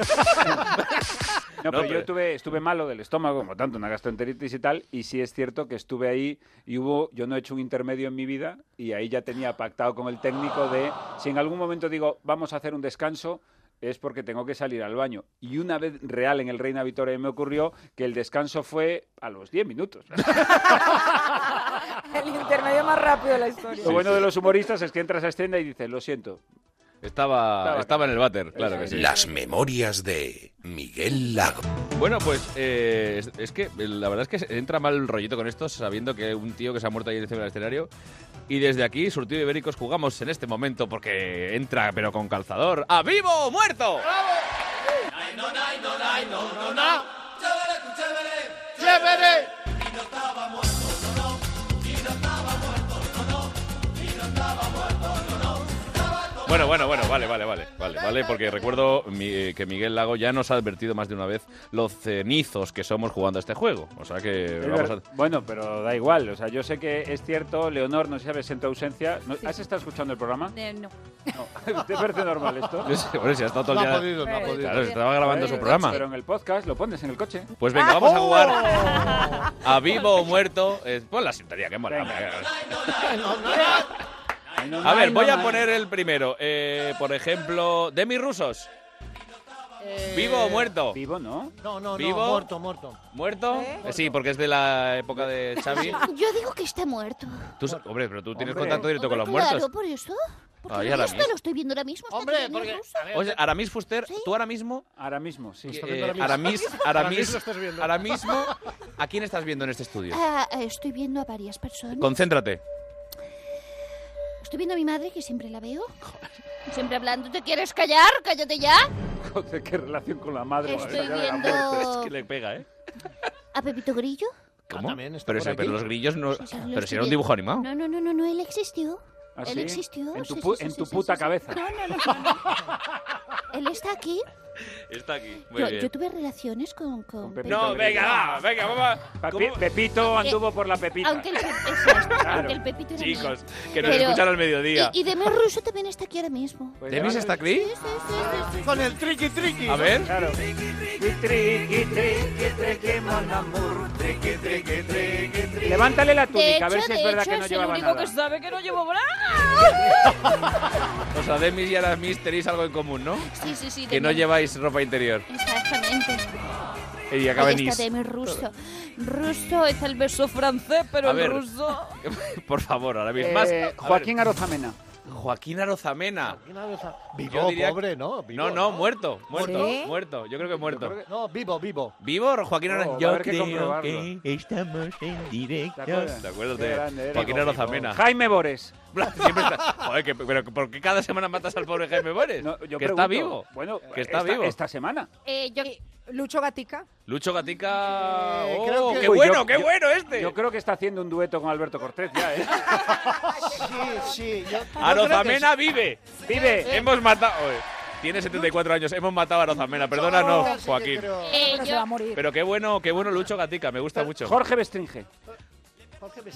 [SPEAKER 3] No,
[SPEAKER 1] No,
[SPEAKER 3] pero
[SPEAKER 1] pero-
[SPEAKER 3] yo tuve, estuve malo del estómago, como tanto, una gastroenteritis y tal, y sí es cierto que estuve ahí y hubo, yo no he hecho un intermedio en mi vida, y ahí ya tenía pactado con el técnico de, si en algún momento digo, vamos a hacer un descanso, es porque tengo que salir al baño. Y una vez real en el Reina Vitoria me ocurrió que el descanso fue a los 10 minutos.
[SPEAKER 8] El intermedio más rápido de la historia.
[SPEAKER 3] Lo bueno de los humoristas es que entras a escena y dices, lo siento.
[SPEAKER 1] Estaba,
[SPEAKER 3] Estaba-
[SPEAKER 1] estaba en el váter, claro que sí.
[SPEAKER 13] Las memorias de Miguel Lago.
[SPEAKER 1] Bueno, pues eh, es, es que eh, la verdad es que entra mal el rollito con esto, sabiendo que un tío que se ha muerto ayer encima del escenario. Y desde aquí, Surtido Ibéricos, jugamos en este momento porque entra, pero con calzador. ¡A vivo o muerto! Bueno, bueno, bueno, vale, vale, vale, vale, vale, porque recuerdo mi- eh, que Miguel Lago ya nos ha advertido más de una vez los cenizos que somos jugando a este juego. O sea que
[SPEAKER 3] Es
[SPEAKER 1] vamos a... <laughs>
[SPEAKER 3] ver- Bueno, pero da igual. O sea, yo sé que es cierto, Leonor, no sabes en tu ausencia. ¿no- ¿Has estado escuchando el programa?
[SPEAKER 7] Eh, no.
[SPEAKER 3] <laughs> ¿Te parece normal esto?
[SPEAKER 1] Yo sé, hombre, si ha estado todo el día- Claro, se estaba grabando
[SPEAKER 3] Joder,
[SPEAKER 1] su programa.
[SPEAKER 3] Pues, Pero en el podcast lo pones en el coche.
[SPEAKER 1] Pues venga, vamos a jugar a vivo o muerto. Eh, pon la sintonía, que mola. A ver, voy a poner el primero. Eh, por ejemplo, de mis rusos.
[SPEAKER 9] Eh,
[SPEAKER 1] ¿Vivo o muerto?
[SPEAKER 3] Vivo, ¿no?
[SPEAKER 10] No, no,
[SPEAKER 1] ¿Vivo?
[SPEAKER 10] no, muerto, muerto.
[SPEAKER 1] ¿Muerto? Eh, Sí, porque es de la época de Xavi.
[SPEAKER 9] Yo digo que está muerto.
[SPEAKER 1] Tú, sa- hombre, pero tú tienes
[SPEAKER 3] Hombre.
[SPEAKER 1] contacto directo con los
[SPEAKER 9] Claro,
[SPEAKER 1] muertos.
[SPEAKER 9] por eso.
[SPEAKER 1] Ah,
[SPEAKER 9] Porque
[SPEAKER 1] y ahora
[SPEAKER 9] esto
[SPEAKER 1] mismo.
[SPEAKER 9] lo estoy viendo ahora mismo. Hombre, porque...
[SPEAKER 1] Oye, Aramis Fuster, tú ahora mismo...
[SPEAKER 3] Ahora mismo, Ah, sí.
[SPEAKER 1] eh,
[SPEAKER 3] Está viendo ahora mismo.
[SPEAKER 1] Aramis,
[SPEAKER 3] <laughs> Ahora mismo
[SPEAKER 1] Aramis,
[SPEAKER 3] lo estás viendo.
[SPEAKER 1] ahora mismo, ¿a quién estás viendo en este estudio?
[SPEAKER 9] Eh, Ah, estoy viendo a varias personas.
[SPEAKER 1] Concéntrate.
[SPEAKER 9] Estoy viendo a mi madre, que siempre la veo. Siempre hablando. ¿Te quieres callar? Cállate ya.
[SPEAKER 3] Joder, qué relación con la madre.
[SPEAKER 9] Estoy
[SPEAKER 3] Joder, ya de la
[SPEAKER 9] viendo-
[SPEAKER 3] muerte.
[SPEAKER 1] Es que le pega, ¿eh?
[SPEAKER 9] ¿A Pepito Grillo?
[SPEAKER 3] Ah,
[SPEAKER 1] ¿Cómo?
[SPEAKER 10] también está
[SPEAKER 1] pero,
[SPEAKER 10] por
[SPEAKER 1] ese-
[SPEAKER 10] aquí.
[SPEAKER 1] pero los grillos no...
[SPEAKER 9] Sí, sí, lo
[SPEAKER 1] Pero
[SPEAKER 9] estoy
[SPEAKER 1] si era
[SPEAKER 9] viendo.
[SPEAKER 1] un dibujo animado.
[SPEAKER 9] No, no, no, no, no, él existió.
[SPEAKER 1] ¿Ah,
[SPEAKER 9] él
[SPEAKER 1] sí?
[SPEAKER 9] existió.
[SPEAKER 1] En tu
[SPEAKER 9] sí,
[SPEAKER 1] pu-
[SPEAKER 9] sí,
[SPEAKER 1] en
[SPEAKER 9] sí,
[SPEAKER 1] tu
[SPEAKER 9] sí,
[SPEAKER 1] puta
[SPEAKER 9] sí, sí.
[SPEAKER 1] cabeza. <laughs>
[SPEAKER 9] No, no, no, no, no. él está aquí
[SPEAKER 1] Está aquí. Muy
[SPEAKER 9] Yo,
[SPEAKER 1] bien.
[SPEAKER 9] yo tuve relaciones con... con
[SPEAKER 3] Pepito
[SPEAKER 1] No,
[SPEAKER 3] Grillo.
[SPEAKER 1] venga, va, venga, vamos a-
[SPEAKER 3] Papi-
[SPEAKER 1] ¿Cómo?
[SPEAKER 3] Pepito
[SPEAKER 9] Aunque-
[SPEAKER 3] anduvo por la Pepita.
[SPEAKER 9] Aunque el, pe- eso es,
[SPEAKER 3] Claro.
[SPEAKER 9] aunque el Pepito era
[SPEAKER 1] Chicos,
[SPEAKER 9] mío.
[SPEAKER 1] que nos escuchan al mediodía.
[SPEAKER 9] Y, y Demis Russo también está aquí Pues ahora mismo.
[SPEAKER 1] ¿Demis está aquí?
[SPEAKER 10] Con el triqui triqui.
[SPEAKER 1] A ver.
[SPEAKER 3] Claro. Levántale la túnica, a ver si es verdad que no llevaba nada.
[SPEAKER 5] <laughs>
[SPEAKER 14] sabe que no llevo braga.
[SPEAKER 1] O sea, Demis y Aramis tenéis algo en común, ¿no?
[SPEAKER 9] Sí, sí, sí.
[SPEAKER 1] Que no
[SPEAKER 9] Demis-
[SPEAKER 1] lleváis ropa interior.
[SPEAKER 9] Exactamente.
[SPEAKER 1] Y acá
[SPEAKER 9] Ahí está
[SPEAKER 1] venís.
[SPEAKER 9] Demis Russo. Russo es el beso francés, pero
[SPEAKER 1] A
[SPEAKER 9] el
[SPEAKER 1] ver.
[SPEAKER 9] ruso...
[SPEAKER 1] <laughs> Por favor, ahora mismo.
[SPEAKER 3] Eh,
[SPEAKER 1] Más, a ver,
[SPEAKER 3] Joaquín Arozamena.
[SPEAKER 1] Joaquín Arozamena.
[SPEAKER 10] Vivo, pobre, ¿no? Vivo,
[SPEAKER 1] no, no, muerto, muerto,
[SPEAKER 10] ¿Sí?
[SPEAKER 1] muerto. Yo creo que muerto.
[SPEAKER 10] No, vivo, vivo.
[SPEAKER 1] ¿Vivo Joaquín
[SPEAKER 3] No, Oh, va
[SPEAKER 1] Arozamena?
[SPEAKER 3] a
[SPEAKER 1] Yo
[SPEAKER 3] haber que
[SPEAKER 1] creo
[SPEAKER 3] comprobarlo.
[SPEAKER 1] que estamos en directo.
[SPEAKER 3] ¿Te acuerdas?
[SPEAKER 1] ¿Te acuerdas
[SPEAKER 3] Qué grande
[SPEAKER 1] de
[SPEAKER 3] era,
[SPEAKER 1] Joaquín
[SPEAKER 3] Joaquín.
[SPEAKER 1] Arozamena?
[SPEAKER 3] Jaime Bores.
[SPEAKER 1] <laughs> Siempre está- Joder, que- pero ¿por qué cada semana matas al pobre Jaime Bores?
[SPEAKER 3] No, yo
[SPEAKER 1] que
[SPEAKER 3] pregunto.
[SPEAKER 1] está vivo.
[SPEAKER 3] Bueno,
[SPEAKER 1] que está
[SPEAKER 3] esta-
[SPEAKER 1] vivo.
[SPEAKER 3] Esta semana.
[SPEAKER 8] Lucho Gatica.
[SPEAKER 1] Lucho Gatica.
[SPEAKER 8] Eh,
[SPEAKER 1] oh,
[SPEAKER 8] creo que-
[SPEAKER 1] ¡Qué
[SPEAKER 3] Uy,
[SPEAKER 1] bueno,
[SPEAKER 3] yo-
[SPEAKER 1] qué
[SPEAKER 3] yo-
[SPEAKER 1] bueno este!
[SPEAKER 3] Yo creo que está haciendo un dueto con Alberto Cortés ya,
[SPEAKER 1] <laughs>
[SPEAKER 3] ¿eh?
[SPEAKER 10] Sí, sí. Yo, yo
[SPEAKER 3] Ah,
[SPEAKER 1] Arozamena vive.
[SPEAKER 3] Vive.
[SPEAKER 1] Hemos matado. oye, tiene 74 años. Hemos matado a Arozamena. Perdona, no, Joaquín.
[SPEAKER 15] Eh,
[SPEAKER 8] pero se va a morir.
[SPEAKER 1] Pero qué bueno, qué bueno Lucho Gatica. Me gusta mucho.
[SPEAKER 3] Jorge Bestringe.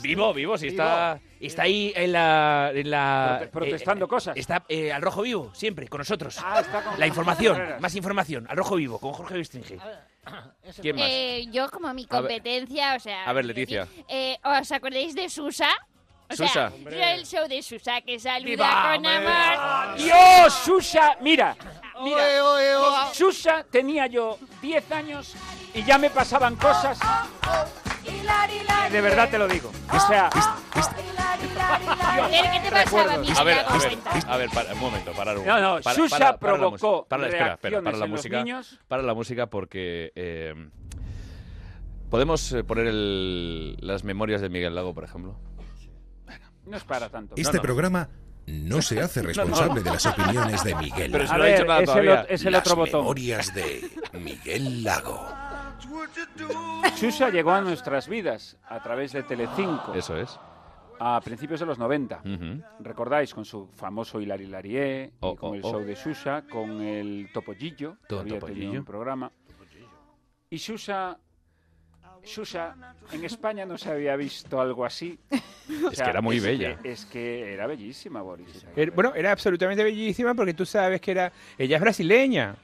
[SPEAKER 1] Vivo, vivo, si está. Está ahí en la. en la-
[SPEAKER 3] Prote- protestando cosas.
[SPEAKER 1] Está eh, al rojo vivo, siempre, con nosotros.
[SPEAKER 3] Ah, está con-
[SPEAKER 1] La
[SPEAKER 10] <coughs>
[SPEAKER 1] información,
[SPEAKER 3] Carreras.
[SPEAKER 1] más información, al rojo vivo, con Jorge Bestringe. ¿Quién más?
[SPEAKER 7] Eh, yo como mi
[SPEAKER 1] A ver.
[SPEAKER 7] competencia, o sea...
[SPEAKER 1] A ver, Leticia.
[SPEAKER 7] eh, ¿Os acordáis de Susa? O
[SPEAKER 1] Susa.
[SPEAKER 7] Sea, yo el show de Susa que saluda
[SPEAKER 3] ¡Viva,
[SPEAKER 7] con amor.
[SPEAKER 3] Dios, Susha, oh, mira. Mira,
[SPEAKER 10] Oe, oe, oa.
[SPEAKER 3] Susha tenía yo 10 años y ya me pasaban cosas. De verdad te lo digo. O sea,
[SPEAKER 7] A ver, ¿qué te pasaba,
[SPEAKER 3] Recuerdos.
[SPEAKER 7] mi
[SPEAKER 1] A ver, a ver, a ver, para, un momento, parar un
[SPEAKER 3] No, no,
[SPEAKER 1] para-
[SPEAKER 3] Xuxa
[SPEAKER 1] para- para la
[SPEAKER 3] provocó
[SPEAKER 1] música. Para, espera, espera,
[SPEAKER 3] reacciones
[SPEAKER 1] para la
[SPEAKER 3] en los
[SPEAKER 1] música.
[SPEAKER 3] niños.
[SPEAKER 1] Para la música porque eh, podemos eh, poner el- las memorias de Miguel Lago, por ejemplo.
[SPEAKER 3] no es para tanto.
[SPEAKER 13] Este programa no se
[SPEAKER 1] <laughs>
[SPEAKER 13] hace responsable de las opiniones de Miguel
[SPEAKER 1] Pero
[SPEAKER 13] Lago.
[SPEAKER 1] si no A ha dicho ver, nada es el todavía. ot- es el
[SPEAKER 13] Las
[SPEAKER 1] otro botón.
[SPEAKER 13] memorias de Miguel Lago.
[SPEAKER 3] Xuxa llegó a nuestras vidas a través de Telecinco.
[SPEAKER 1] Eso es.
[SPEAKER 3] A principios de los 90.
[SPEAKER 1] Ujú.
[SPEAKER 3] ¿Recordáis? Con su famoso Hilari Larié,
[SPEAKER 1] Oh,
[SPEAKER 3] y con
[SPEAKER 1] oh,
[SPEAKER 3] el
[SPEAKER 1] oh.
[SPEAKER 3] show de Susha, con el Topollillo, que
[SPEAKER 1] Todo
[SPEAKER 3] había tenido
[SPEAKER 1] Topollillo.
[SPEAKER 3] un programa. Y Susha, Susha, en España no se había visto algo así. O
[SPEAKER 1] <laughs> Es que era muy
[SPEAKER 3] es
[SPEAKER 1] bella.
[SPEAKER 3] que- es que era bellísima, Boris.
[SPEAKER 16] Era- Er, bueno, era absolutamente bellísima porque tú sabes que era. Ella es brasileña.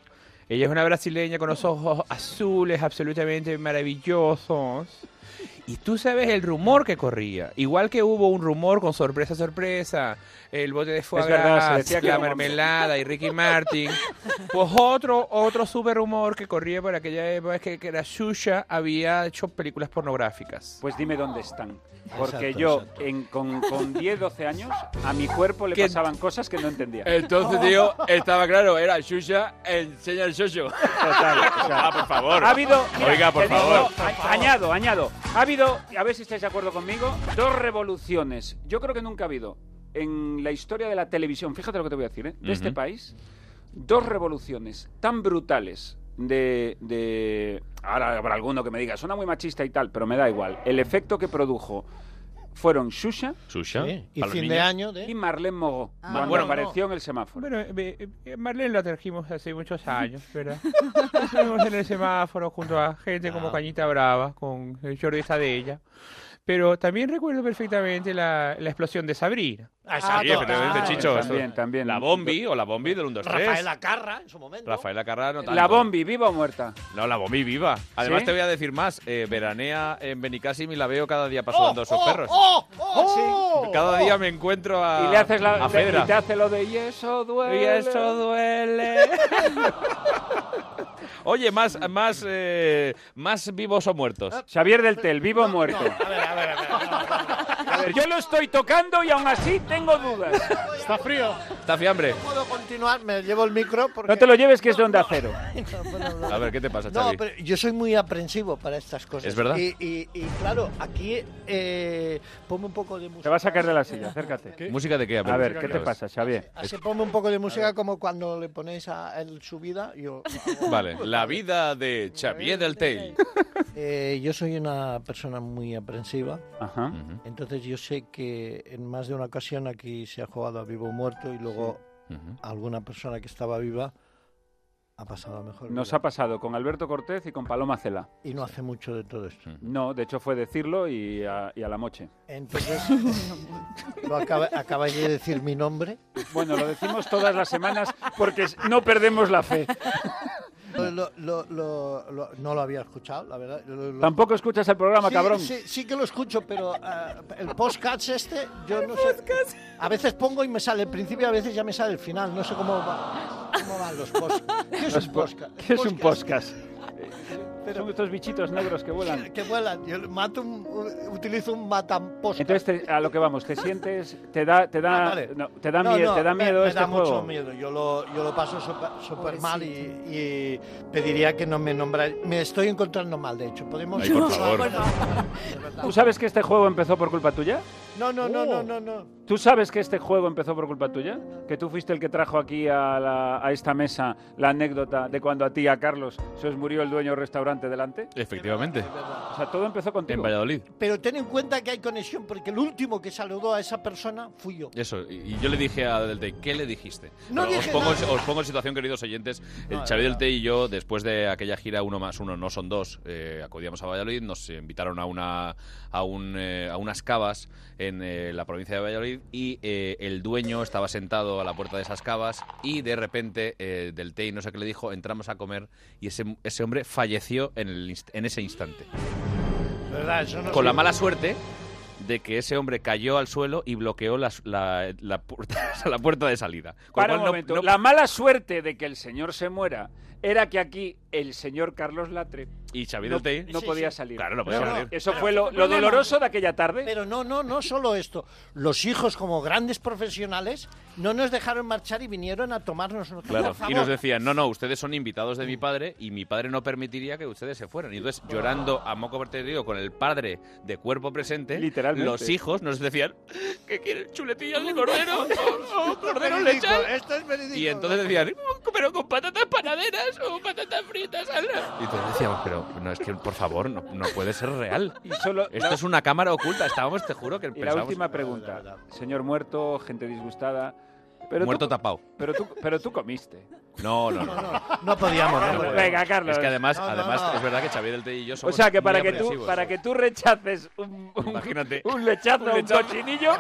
[SPEAKER 16] Ella es una brasileña con los ojos azules, absolutamente maravillosos. Y tú sabes el rumor que corría. Igual que hubo un rumor con sorpresa, sorpresa, el bote de foie
[SPEAKER 3] Es verdad, se
[SPEAKER 16] gras,
[SPEAKER 3] decía que
[SPEAKER 16] la
[SPEAKER 3] era un-
[SPEAKER 16] mermelada y Ricky Martin. Pues otro, otro super rumor que corría por aquella época es que, que la Xuxa había hecho películas pornográficas.
[SPEAKER 3] Pues dime dónde están. Porque
[SPEAKER 16] Exacto,
[SPEAKER 3] yo, en- con, con 10, 12 años, a mi cuerpo le
[SPEAKER 16] ¿Qué-
[SPEAKER 3] pasaban cosas que no entendía.
[SPEAKER 11] Entonces, tío, estaba claro, era Xuxa enseña el socio.
[SPEAKER 3] Total, o sea,
[SPEAKER 1] Ah, por favor.
[SPEAKER 3] Ha habido. mira,
[SPEAKER 1] Oiga, por
[SPEAKER 3] te digo,
[SPEAKER 1] favor.
[SPEAKER 3] a- añado, añado. Ha habido, a ver si estáis de acuerdo conmigo, dos revoluciones. Yo creo que nunca ha habido en la historia de la televisión, fíjate lo que te voy a decir, ¿eh? de
[SPEAKER 1] Ujú.
[SPEAKER 3] este país, dos revoluciones tan brutales de, de- Ahora habrá alguno que me diga, suena muy machista y tal, pero me da igual. El efecto que produjo fueron Xuxa
[SPEAKER 1] Susha.
[SPEAKER 10] Y fin de año de...
[SPEAKER 3] y Marlene Mogó, cuando
[SPEAKER 1] bueno.
[SPEAKER 3] apareció en el semáforo.
[SPEAKER 16] Bueno, eh, eh, Marlene la trajimos hace muchos años, ¿verdad? Estuvimos en el semáforo junto a gente
[SPEAKER 1] Ah.
[SPEAKER 16] como Cañita Brava, con el Jordi Sadella. Pero también recuerdo perfectamente la, la explosión de Sabrina.
[SPEAKER 10] Ah,
[SPEAKER 1] Sí,
[SPEAKER 10] total.
[SPEAKER 1] efectivamente, Chicho.
[SPEAKER 3] También,
[SPEAKER 1] eso-
[SPEAKER 3] también.
[SPEAKER 1] La Bombi o la Bombi del 1, 2, 3.
[SPEAKER 10] Rafael Acarra, en su momento.
[SPEAKER 1] Rafaela Carrano.
[SPEAKER 3] La Bombi, viva o muerta.
[SPEAKER 1] No, la Bombi viva. Además,
[SPEAKER 3] ¿Sí?
[SPEAKER 1] te voy a decir más. eh, veranea en Benicassim y la veo cada día pasando a esos perros.
[SPEAKER 10] ¡Oh! ¡Oh! sí.
[SPEAKER 1] Cada día me encuentro a.
[SPEAKER 3] Y le haces la,
[SPEAKER 1] A
[SPEAKER 3] le-
[SPEAKER 1] Fedra.
[SPEAKER 3] y te hace lo de y eso duele.
[SPEAKER 16] Y eso
[SPEAKER 3] <laughs>
[SPEAKER 16] duele.
[SPEAKER 1] Oye, más, más, eh, más vivos o muertos.
[SPEAKER 3] Ah, Xavier del Tel, vivo o muerto.
[SPEAKER 10] A ver, a ver, a ver.
[SPEAKER 3] A ver, yo lo estoy tocando y aún así tengo dudas.
[SPEAKER 10] Está frío.
[SPEAKER 1] Está fiambre.
[SPEAKER 10] Puedo continuar, me llevo el micro porque... pues
[SPEAKER 3] No
[SPEAKER 10] <laughs>
[SPEAKER 3] te lo lleves que es de onda cero.
[SPEAKER 1] A ver, ¿qué te pasa,
[SPEAKER 10] No,
[SPEAKER 1] Xavi?
[SPEAKER 10] pero yo soy muy aprensivo para estas cosas.
[SPEAKER 1] Es verdad.
[SPEAKER 10] Y, y- y, claro, aquí eh, ponme un poco de música.
[SPEAKER 3] Te vas a caer de la silla, acércate.
[SPEAKER 1] ¿Música de qué?
[SPEAKER 3] A ver,
[SPEAKER 1] música
[SPEAKER 3] ¿qué
[SPEAKER 1] de
[SPEAKER 3] te pasa, Xavier?
[SPEAKER 10] Así ponme un poco de música como cuando le ponéis a él su vida. Yo,
[SPEAKER 1] <laughs> Vale, la vida de Xavier del Tell.
[SPEAKER 10] Eh, yo soy una persona muy aprensiva,
[SPEAKER 3] Ajá.
[SPEAKER 1] Ujú,
[SPEAKER 10] entonces yo sé que en más de una ocasión aquí se ha jugado a vivo o muerto y luego
[SPEAKER 1] ujú.
[SPEAKER 10] alguna persona que estaba viva Ha pasado a mejor.
[SPEAKER 3] Nos
[SPEAKER 10] vida.
[SPEAKER 3] ha pasado con Alberto Cortés y con Paloma Cela.
[SPEAKER 10] Y no hace
[SPEAKER 3] <laughs>
[SPEAKER 10] mucho de todo esto.
[SPEAKER 3] No, de hecho fue decirlo y a, y a la moche.
[SPEAKER 10] Entonces, ¿lo acaba- acabáis
[SPEAKER 3] <laughs>
[SPEAKER 10] de decir mi nombre?
[SPEAKER 3] Bueno, lo decimos todas las semanas porque s- no perdemos la fe.
[SPEAKER 10] Lo- lo- lo- lo- no lo había escuchado, la verdad. Lo- lo-
[SPEAKER 3] Tampoco escuchas el programa,
[SPEAKER 10] Sí,
[SPEAKER 3] cabrón.
[SPEAKER 10] Sí, sí que lo escucho, pero ah, el podcast este, yo no sé. A veces pongo y me sale el principio, a veces ya me sale el final. No sé cómo, va- cómo van los podcasts. ¿Qué es
[SPEAKER 3] Los
[SPEAKER 10] un
[SPEAKER 3] po-
[SPEAKER 10] podcast?
[SPEAKER 3] ¿Qué es un podcast?
[SPEAKER 10] Pero-
[SPEAKER 3] Son estos bichitos negros que vuelan.
[SPEAKER 10] <laughs> Que vuelan. Yo mato un- utilizo un matamposta.
[SPEAKER 3] Entonces, te- a lo que vamos, te sientes, te da, te da,
[SPEAKER 10] Ah, vale.
[SPEAKER 3] no, te da
[SPEAKER 10] No,
[SPEAKER 3] miedo,
[SPEAKER 10] no,
[SPEAKER 3] te da
[SPEAKER 10] me-
[SPEAKER 3] miedo
[SPEAKER 10] me
[SPEAKER 3] este
[SPEAKER 10] da
[SPEAKER 3] juego.
[SPEAKER 10] mucho miedo. Yo lo, yo lo paso súper mal y, y pediría que no me nombráis. Me estoy encontrando mal, de hecho. ¿Podemos
[SPEAKER 3] Ay, por favor. ¿Tú sabes que este juego empezó por culpa tuya?
[SPEAKER 10] No, no, no, no, no, no.
[SPEAKER 3] ¿Tú sabes que este juego empezó por culpa tuya? ¿Que tú fuiste el que trajo aquí a, la- a esta mesa la anécdota de cuando a ti y a Carlos se os murió el dueño del restaurante delante?
[SPEAKER 16] Efectivamente.
[SPEAKER 3] O sea, todo empezó contigo.
[SPEAKER 16] En Valladolid.
[SPEAKER 10] Pero ten en cuenta que hay conexión porque el último que saludó a esa persona fui yo.
[SPEAKER 1] Eso, y y yo le dije a Delte, ¿qué le dijiste?
[SPEAKER 10] No
[SPEAKER 1] Pero os,
[SPEAKER 10] dije
[SPEAKER 1] pongo,
[SPEAKER 10] nada.
[SPEAKER 1] os pongo en situación, queridos oyentes. Eh, El
[SPEAKER 10] No,
[SPEAKER 1] Xavi
[SPEAKER 10] no.
[SPEAKER 1] Delte y yo, después de aquella gira Uno más Uno, no son dos, eh, acudíamos a Valladolid, nos invitaron a, una, a, un, eh, a unas cavas en eh, la provincia de Valladolid y eh, el dueño estaba sentado a la puerta de esas cavas y de repente eh, Delte y no sé qué le dijo, entramos a comer y ese, ese hombre falleció en, el inst- en ese instante
[SPEAKER 10] ¿Verdad? Eso no
[SPEAKER 1] con la
[SPEAKER 10] sé.
[SPEAKER 1] mala suerte de que ese hombre cayó al suelo y bloqueó las- la, la puerta, <laughs> la puerta de salida. Con lo
[SPEAKER 3] Para un
[SPEAKER 1] cual no-
[SPEAKER 3] momento.
[SPEAKER 1] no-
[SPEAKER 3] La mala suerte de que el señor se muera era que aquí el señor Carlos Latre
[SPEAKER 1] y Xavi
[SPEAKER 3] no,
[SPEAKER 1] Deltey-
[SPEAKER 3] no
[SPEAKER 1] Sí,
[SPEAKER 3] podía
[SPEAKER 1] sí.
[SPEAKER 3] salir.
[SPEAKER 1] Claro, no podía
[SPEAKER 3] Pero
[SPEAKER 1] salir.
[SPEAKER 3] Eso
[SPEAKER 10] Pero
[SPEAKER 3] fue lo,
[SPEAKER 10] fue
[SPEAKER 3] lo
[SPEAKER 10] problema.
[SPEAKER 3] doloroso de aquella tarde.
[SPEAKER 10] Pero no, no, no solo esto. Los hijos, como grandes profesionales, no nos dejaron marchar y vinieron a tomarnos nota.
[SPEAKER 1] Claro,
[SPEAKER 10] Por favor.
[SPEAKER 1] y nos decían, no, no, ustedes son invitados de mi padre y mi padre no permitiría que ustedes se fueran. Y entonces, llorando a moco vertedero con el padre de cuerpo presente,
[SPEAKER 3] Literalmente.
[SPEAKER 1] los hijos nos decían, ¿qué quieren? ¿Chuletillas de
[SPEAKER 3] <laughs>
[SPEAKER 1] cordero?
[SPEAKER 7] <laughs>
[SPEAKER 1] ¿O cordero
[SPEAKER 10] Verídico,
[SPEAKER 1] lechal?
[SPEAKER 10] Esto es verídico.
[SPEAKER 1] Y entonces decían,
[SPEAKER 15] Pero con patatas panaderas o patatas fritas.
[SPEAKER 1] y entonces decíamos, pero no, es que por favor, no, no puede ser real.
[SPEAKER 3] Y solo-
[SPEAKER 1] Esto
[SPEAKER 3] la-
[SPEAKER 1] es una cámara oculta, estábamos, te juro que
[SPEAKER 3] Y la
[SPEAKER 1] pensábamos...
[SPEAKER 3] última pregunta. Señor muerto, gente disgustada. Pero
[SPEAKER 1] Muerto
[SPEAKER 3] tú,
[SPEAKER 1] tapado.
[SPEAKER 3] Pero tú, pero tú comiste.
[SPEAKER 1] No, no, no.
[SPEAKER 10] No podíamos.
[SPEAKER 1] No,
[SPEAKER 10] no
[SPEAKER 1] no, no.
[SPEAKER 10] podíamos.
[SPEAKER 3] Venga, Carlos.
[SPEAKER 1] Es que además,
[SPEAKER 3] No, no,
[SPEAKER 1] además
[SPEAKER 3] no.
[SPEAKER 1] es verdad que Xavier del Tell y yo
[SPEAKER 3] O
[SPEAKER 1] somos
[SPEAKER 3] sea que para
[SPEAKER 1] muy
[SPEAKER 3] que tú,
[SPEAKER 1] aprensivos.
[SPEAKER 3] para que tú rechaces un, un- <laughs>
[SPEAKER 1] Imagínate.
[SPEAKER 3] un lechazo,
[SPEAKER 1] Un
[SPEAKER 3] un,
[SPEAKER 1] lechazo.
[SPEAKER 3] cochinillo,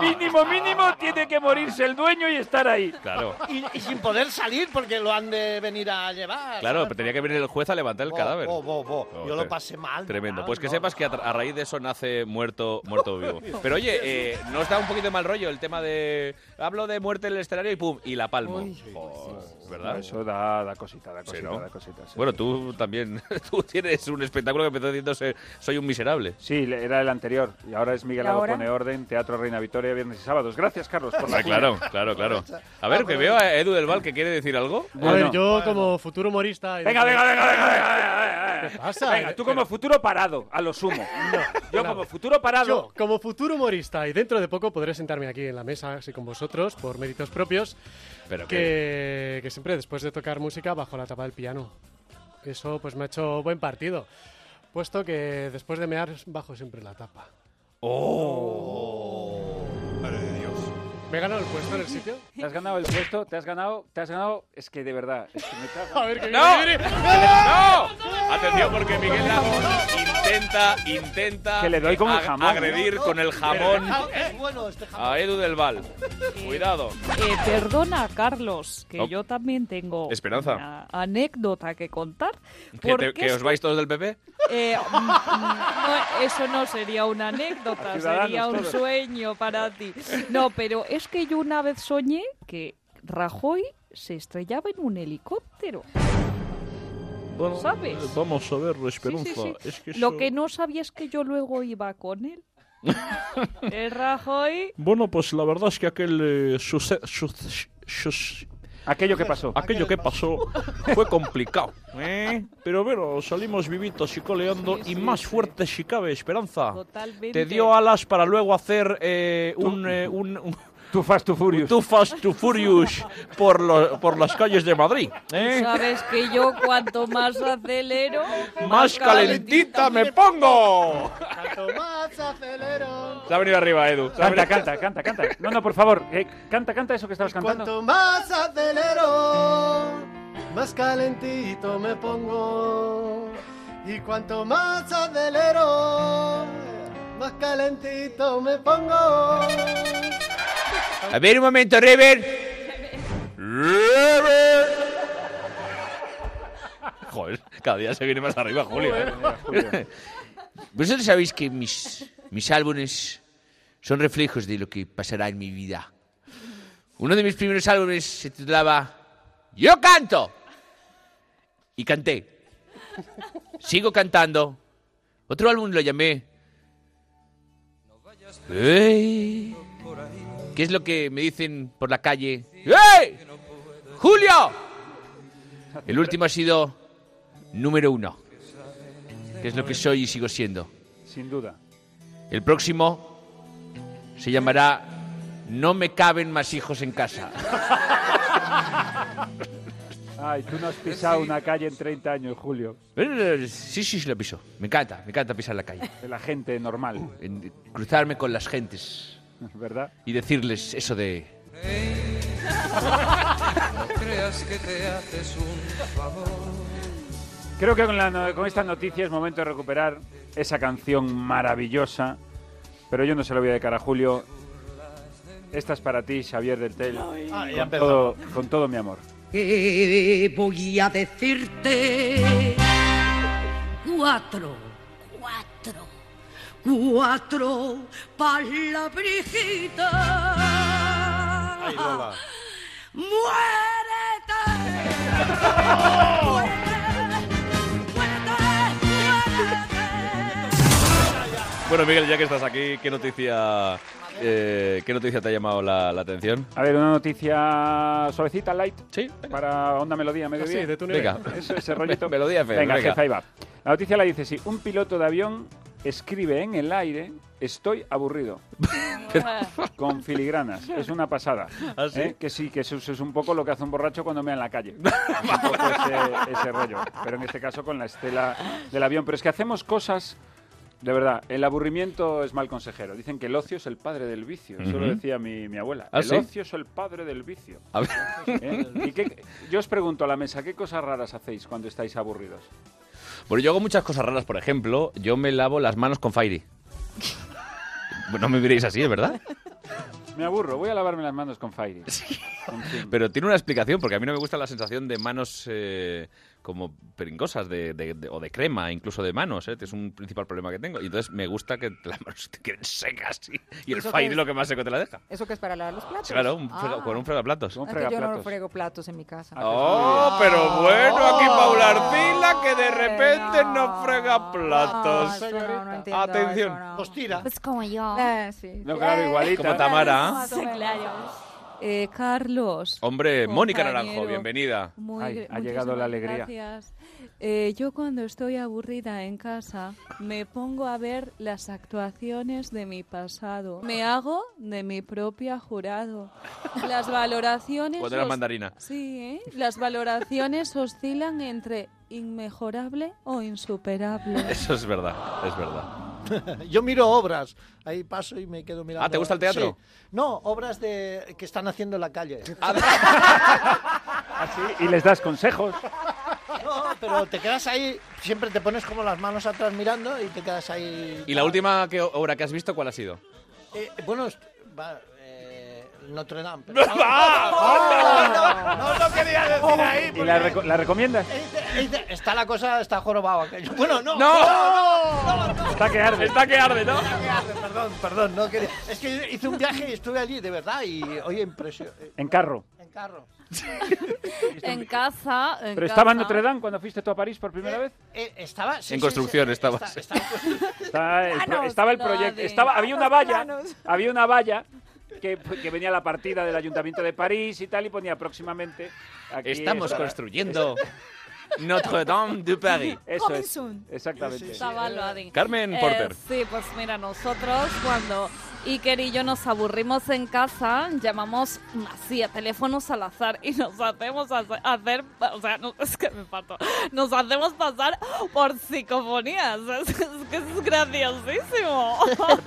[SPEAKER 3] mínimo, mínimo tiene que morirse el dueño y estar ahí.
[SPEAKER 1] Claro,
[SPEAKER 10] Y, y sin poder salir porque lo han de venir a llevar.
[SPEAKER 1] claro, pero tenía que venir el juez a levantar el
[SPEAKER 10] Bo,
[SPEAKER 1] cadáver.
[SPEAKER 10] bo, bo, bo.
[SPEAKER 1] Oh,
[SPEAKER 10] Yo lo
[SPEAKER 1] tre-
[SPEAKER 10] pasé mal.
[SPEAKER 1] Tremendo.
[SPEAKER 10] mal,
[SPEAKER 1] Pues que
[SPEAKER 10] no.
[SPEAKER 1] sepas que a, tra- a raíz de eso nace muerto, muerto vivo. Pero oye, eh, nos da un poquito de mal rollo el tema de. Hablo de muerte en el escenario y pum, y la palmo. Jo, ¿Verdad?
[SPEAKER 3] No, Eso da, da cosita, da cosita,
[SPEAKER 1] ¿no?
[SPEAKER 3] da cosita. sí.
[SPEAKER 1] Bueno, tú también. <laughs> Tú tienes un espectáculo que empezó diciéndose Soy un miserable.
[SPEAKER 3] Sí, le- era el anterior y ahora es Miguel
[SPEAKER 1] ¿Y
[SPEAKER 3] Lago
[SPEAKER 1] ahora?
[SPEAKER 3] Pone Orden, Teatro Reina Victoria, viernes y sábados. Gracias, Carlos, por la
[SPEAKER 1] Ah,
[SPEAKER 3] cuña.
[SPEAKER 1] claro, claro,
[SPEAKER 3] <laughs>
[SPEAKER 1] claro. A
[SPEAKER 3] Ah,
[SPEAKER 1] ver, que veo a Edu del Val que quiere decir algo.
[SPEAKER 17] A ver, yo como futuro humorista... y-
[SPEAKER 3] Venga, venga, venga, venga, venga, venga, venga.
[SPEAKER 17] ¿Qué pasa?
[SPEAKER 3] Venga, tú como futuro parado, a lo sumo. Yo como futuro parado.
[SPEAKER 17] Yo, como futuro humorista, y dentro de poco podré sentarme aquí en la mesa, así con vosotros, por méritos propios,
[SPEAKER 1] Pero
[SPEAKER 17] que, que siempre después de tocar música bajo la tapa del piano. Eso pues me ha hecho buen partido, puesto que después de mear bajo siempre la tapa.
[SPEAKER 1] ¡Oh! Madre de Dios.
[SPEAKER 17] ¿Me he ganado el puesto en el sitio?
[SPEAKER 3] <laughs> Te has ganado el puesto, te has ganado, te has ganado. Es que de verdad, es que me
[SPEAKER 11] <laughs>
[SPEAKER 3] cago.
[SPEAKER 17] A ver, que
[SPEAKER 1] ¡No!
[SPEAKER 17] viene, viene.
[SPEAKER 3] <laughs>
[SPEAKER 1] ¡No! Atención porque Miguel Lago intenta, intenta
[SPEAKER 3] Que le doy con el
[SPEAKER 1] ag-
[SPEAKER 3] jamón.
[SPEAKER 1] agredir con el jamón
[SPEAKER 10] Ah, es bueno este jamón.
[SPEAKER 1] a Edu del Val. Cuidado.
[SPEAKER 5] Eh, perdona, Carlos, que
[SPEAKER 1] Oh.
[SPEAKER 5] yo también tengo
[SPEAKER 1] Esperanza.
[SPEAKER 5] una anécdota que contar.
[SPEAKER 1] ¿Que,
[SPEAKER 5] porque
[SPEAKER 1] te- que os vais todos del PP?
[SPEAKER 5] eh, mm, mm, no, eso no sería una anécdota,
[SPEAKER 1] Ciudadanos
[SPEAKER 5] sería un
[SPEAKER 1] todos.
[SPEAKER 5] sueño para ti. No, pero es que yo una vez soñé que Rajoy se estrellaba en un helicóptero.
[SPEAKER 18] Bueno,
[SPEAKER 5] ¿Sabes?
[SPEAKER 18] eh, Vamos a ver,
[SPEAKER 5] Sí,
[SPEAKER 18] Esperanza.
[SPEAKER 5] sí, sí.
[SPEAKER 18] Es que
[SPEAKER 5] Lo
[SPEAKER 18] eso-
[SPEAKER 5] que no sabía es que yo luego iba
[SPEAKER 18] <laughs>
[SPEAKER 5] con él. El Rajoy
[SPEAKER 18] Bueno, pues la verdad es que aquel eh, suce- suce- suce-
[SPEAKER 3] Aquello que pasó.
[SPEAKER 18] Aquello que pasó fue complicado. ¿eh? Pero bueno, salimos vivitos y coleando y más fuertes si cabe, Esperanza.
[SPEAKER 5] totalmente...
[SPEAKER 18] Te dio alas para luego hacer eh, un, eh, un, un-
[SPEAKER 3] Too Fast to Furious.
[SPEAKER 18] Too Fast to Furious por, lo- por las calles de Madrid. ¿eh?
[SPEAKER 5] Sabes que yo cuanto más acelero,
[SPEAKER 18] Más calentita me pongo.
[SPEAKER 10] Más acelero.
[SPEAKER 3] Se ha venido arriba, Edu.
[SPEAKER 10] Se ha
[SPEAKER 3] Canta,
[SPEAKER 10] venido-
[SPEAKER 3] canta, canta, canta. No, no, por favor. eh, canta, canta eso que estabas cantando.
[SPEAKER 10] Cuanto más acelero, más calentito me pongo. Y cuanto más acelero,
[SPEAKER 1] Ah.
[SPEAKER 10] más calentito me pongo. <laughs>
[SPEAKER 16] A ver, un momento, River.
[SPEAKER 1] Joder, cada día se viene más arriba, Julio. ¿eh?
[SPEAKER 19] <laughs> Vosotros sabéis que mis, mis álbumes son reflejos de lo que pasará en mi vida. Uno de mis primeros álbumes se titulaba Yo canto. Y canté. Sigo cantando. Otro álbum lo llamé... "Ey". ¿Qué es lo que me dicen por la calle? ¡Ey! ¡Julio! El último ha sido número uno. Que es lo que soy y sigo siendo.
[SPEAKER 3] Sin duda.
[SPEAKER 19] El próximo se llamará No me caben más hijos en casa.
[SPEAKER 3] Ay, tú no has pisado una calle en 30 años, Julio.
[SPEAKER 19] Sí, sí, sí, lo piso. Me encanta, me encanta pisar la calle. Uh,
[SPEAKER 3] De la gente normal.
[SPEAKER 19] En- cruzarme con las gentes
[SPEAKER 3] <laughs> ¿Verdad?
[SPEAKER 19] y decirles eso de...
[SPEAKER 15] No creas que te haces un favor.
[SPEAKER 3] Creo que con, la no- con esta noticia es momento de recuperar esa canción maravillosa. Pero yo no se la voy a dedicar a Julio. Esta es para ti, Xavier del Tel.
[SPEAKER 10] Ah, ya
[SPEAKER 3] con,
[SPEAKER 10] empezamos.
[SPEAKER 3] todo, con todo mi amor.
[SPEAKER 20] ¿Qué voy a decirte? Cuatro, cuatro, cuatro palabrijitas.
[SPEAKER 1] Bueno, Miguel, ya que estás aquí, ¿qué noticia, eh, ¿qué noticia te ha llamado la, la atención?
[SPEAKER 3] A ver, una noticia suavecita, light. Sí. Para Onda Melodía, mediodía.
[SPEAKER 1] Ah, sí, de tu nivel. Venga.
[SPEAKER 3] Eso, <laughs> ese rollito.
[SPEAKER 1] Melodía FM,
[SPEAKER 3] Venga,
[SPEAKER 1] <laughs> venga.
[SPEAKER 3] jefe, ahí va. La noticia la dice así. Un piloto de avión escribe en el aire, estoy
[SPEAKER 1] <laughs>
[SPEAKER 3] aburrido. Con filigranas. Es una pasada.
[SPEAKER 1] ¿Ah, sí?
[SPEAKER 3] ¿Eh? Que sí, que eso, eso es un poco lo que hace un borracho cuando mea en la
[SPEAKER 1] <laughs>
[SPEAKER 3] calle. Es un poco ese, ese rollo. Pero en este caso con la estela del avión. Pero es que hacemos cosas... De verdad, el aburrimiento es mal consejero. Dicen que el ocio es el padre del vicio. Eso lo
[SPEAKER 1] Ujú.
[SPEAKER 3] decía mi, mi abuela.
[SPEAKER 1] ¿Ah,
[SPEAKER 3] el
[SPEAKER 1] sí?
[SPEAKER 3] ocio es el padre del vicio.
[SPEAKER 1] A ver.
[SPEAKER 3] ¿Eh? ¿Y qué- yo os pregunto a la mesa, ¿qué cosas raras hacéis cuando estáis aburridos?
[SPEAKER 1] Bueno, yo hago muchas cosas raras, por ejemplo, yo me lavo las manos con Fairy. No me miréis así, es verdad.
[SPEAKER 3] Me aburro, voy a lavarme las manos con
[SPEAKER 1] <laughs>
[SPEAKER 3] Fairy. En fin.
[SPEAKER 1] Pero tiene una explicación, porque a mí no me gusta la sensación de manos eh, como peringosas de, de- de- o de crema, incluso de manos. ¿eh? Es un principal problema que tengo. Y entonces me gusta que las manos <laughs> te queden secas y, y el
[SPEAKER 8] ¿Eso qué
[SPEAKER 1] Fairy
[SPEAKER 8] es?
[SPEAKER 1] lo que más seco te la deja.
[SPEAKER 8] ¿Eso que es para lavar los platos?
[SPEAKER 1] Claro, un frega-
[SPEAKER 8] Ah.
[SPEAKER 1] con un fregaplatos.
[SPEAKER 8] Ah, que yo no frego platos en mi
[SPEAKER 3] Ah,
[SPEAKER 8] casa. Oh.
[SPEAKER 1] Oh, pero bueno, aquí
[SPEAKER 8] Ah.
[SPEAKER 1] Paula Arcila que de repente no frega platos. Ah, Atención.
[SPEAKER 10] Os tira.
[SPEAKER 8] Pues como yo. sí.
[SPEAKER 1] No, claro, igualita. Como
[SPEAKER 9] <laughs>
[SPEAKER 1] Tamara.
[SPEAKER 8] Más o menos.
[SPEAKER 5] Eh, Carlos.
[SPEAKER 1] Hombre, Mónica
[SPEAKER 5] compañero,
[SPEAKER 1] Naranjo, bienvenida.
[SPEAKER 5] muy
[SPEAKER 3] Ay,
[SPEAKER 5] gr-
[SPEAKER 3] ha llegado
[SPEAKER 5] muchísimas
[SPEAKER 3] la alegría.
[SPEAKER 5] Gracias. Eh, yo cuando estoy aburrida en casa me pongo a ver las actuaciones de mi pasado. Me hago de mi propia jurado. Las valoraciones...
[SPEAKER 1] Cuando era
[SPEAKER 5] os-
[SPEAKER 1] mandarina.
[SPEAKER 5] Sí, ¿eh? Las valoraciones oscilan entre inmejorable o insuperable.
[SPEAKER 1] Eso es verdad, es verdad.
[SPEAKER 10] Yo miro obras. Ahí paso y me quedo mirando.
[SPEAKER 1] Ah, ¿te gusta el teatro? Ah,
[SPEAKER 10] Sí. No, obras de que están haciendo en
[SPEAKER 1] <laughs>
[SPEAKER 10] la calle.
[SPEAKER 3] Así, Ah, y les das consejos.
[SPEAKER 10] <laughs> No, pero te quedas ahí, siempre te pones como las manos atrás mirando y te quedas ahí.
[SPEAKER 1] ¿Y la última que- obra que has visto cuál ha sido?
[SPEAKER 10] Eh, bueno, est- va, eh, Notre Dame.
[SPEAKER 3] <laughs>
[SPEAKER 10] pero-
[SPEAKER 15] va!
[SPEAKER 10] No, no, no, no quería decir ahí.
[SPEAKER 3] Ah, Oh, ¿Y la, reco- la recomiendas?
[SPEAKER 1] Eh.
[SPEAKER 10] porque- Está la cosa, está jorobado aquello. Bueno, no.
[SPEAKER 15] No.
[SPEAKER 10] no, no, no.
[SPEAKER 3] Está que arde.
[SPEAKER 1] Está que arde, ¿no?
[SPEAKER 10] Está que arde, Perdón, perdón, no quería. Es que hice un viaje y estuve allí, de verdad, y eh, oye, impresión.
[SPEAKER 3] En carro.
[SPEAKER 10] En
[SPEAKER 14] <laughs>
[SPEAKER 10] carro.
[SPEAKER 21] En casa. En
[SPEAKER 3] ¿Pero estaba en
[SPEAKER 21] casa.
[SPEAKER 3] Notre Dame cuando fuiste tú a París por primera vez?
[SPEAKER 10] Eh, estaba. sí,
[SPEAKER 1] en
[SPEAKER 10] sí,
[SPEAKER 1] construcción
[SPEAKER 10] sí,
[SPEAKER 1] estabas.
[SPEAKER 10] está-
[SPEAKER 3] Estaba el, pro-
[SPEAKER 10] Planos,
[SPEAKER 3] estaba el
[SPEAKER 10] lo
[SPEAKER 3] proyecto.
[SPEAKER 10] de-
[SPEAKER 3] Estaba, había una
[SPEAKER 10] planos,
[SPEAKER 3] valla.
[SPEAKER 10] planos.
[SPEAKER 3] Había una valla que, que venía la partida del Ayuntamiento de París y tal, y ponía próximamente. aquí
[SPEAKER 19] Estamos
[SPEAKER 3] estará.
[SPEAKER 19] construyendo Notre Dame de Paris.
[SPEAKER 3] <laughs> Eso es. Exactamente.
[SPEAKER 5] Estaba lo de-
[SPEAKER 19] Carmen
[SPEAKER 5] Eh,
[SPEAKER 19] Porter.
[SPEAKER 5] sí, pues mira, nosotros cuando
[SPEAKER 14] Iker y yo nos aburrimos en casa, llamamos así a teléfonos al azar y nos hacemos hace- hacer, o sea, no, es que me pato, nos hacemos pasar por psicofonías, <laughs> es, es que es graciosísimo. <laughs>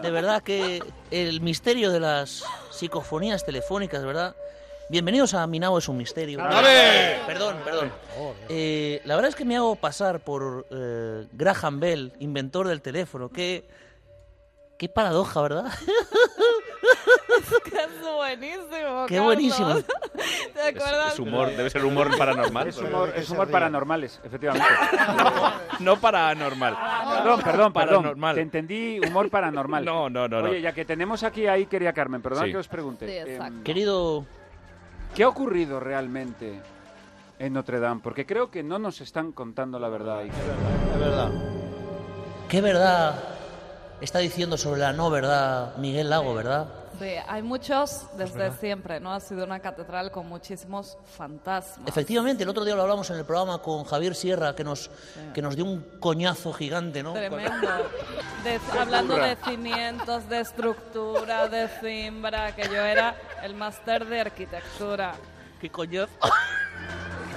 [SPEAKER 6] De verdad que el misterio de las psicofonías telefónicas, de verdad. Bienvenidos a Minao es un misterio.
[SPEAKER 20] ¡Ale!
[SPEAKER 6] Perdón, perdón. Eh, la verdad es que me hago pasar por eh, Graham Bell, inventor del teléfono. Qué, qué paradoja, ¿verdad?
[SPEAKER 14] Que es buenísimo.
[SPEAKER 6] Qué
[SPEAKER 14] Carlos.
[SPEAKER 6] buenísimo.
[SPEAKER 14] ¿Te acuerdas?
[SPEAKER 1] Es humor, debe ser humor paranormal.
[SPEAKER 3] Es humor, es humor paranormales,
[SPEAKER 1] <laughs>
[SPEAKER 3] efectivamente.
[SPEAKER 16] No paranormal.
[SPEAKER 3] Perdón, perdón, perdón.
[SPEAKER 16] Paranormal.
[SPEAKER 3] Te entendí humor paranormal.
[SPEAKER 16] No, no, no, no.
[SPEAKER 1] <laughs>
[SPEAKER 3] Oye, ya que tenemos aquí a Iker y a Carmen, perdón
[SPEAKER 16] Sí.
[SPEAKER 3] que os pregunte. em,
[SPEAKER 16] Sí, exacto.
[SPEAKER 6] Querido...
[SPEAKER 3] ¿Qué ha ocurrido realmente en Notre Dame? Porque creo que no nos están contando la verdad, Iker.
[SPEAKER 10] Es verdad.
[SPEAKER 6] Qué verdad está diciendo sobre la no verdad Miguel Lago, ¿verdad?
[SPEAKER 5] Sí, hay muchos desde
[SPEAKER 6] verdad.
[SPEAKER 5] siempre, ¿no? Ha sido una catedral con muchísimos fantasmas.
[SPEAKER 6] Efectivamente, el otro día lo hablamos en el programa con Javier Sierra, que nos, que nos dio un coñazo gigante, ¿no?
[SPEAKER 5] Tremendo.
[SPEAKER 6] <laughs>
[SPEAKER 5] De-
[SPEAKER 6] Qué
[SPEAKER 5] hablando
[SPEAKER 6] burra.
[SPEAKER 5] de cimientos, de estructura, de cimbra, que yo era el máster de arquitectura.
[SPEAKER 6] Qué coñazo.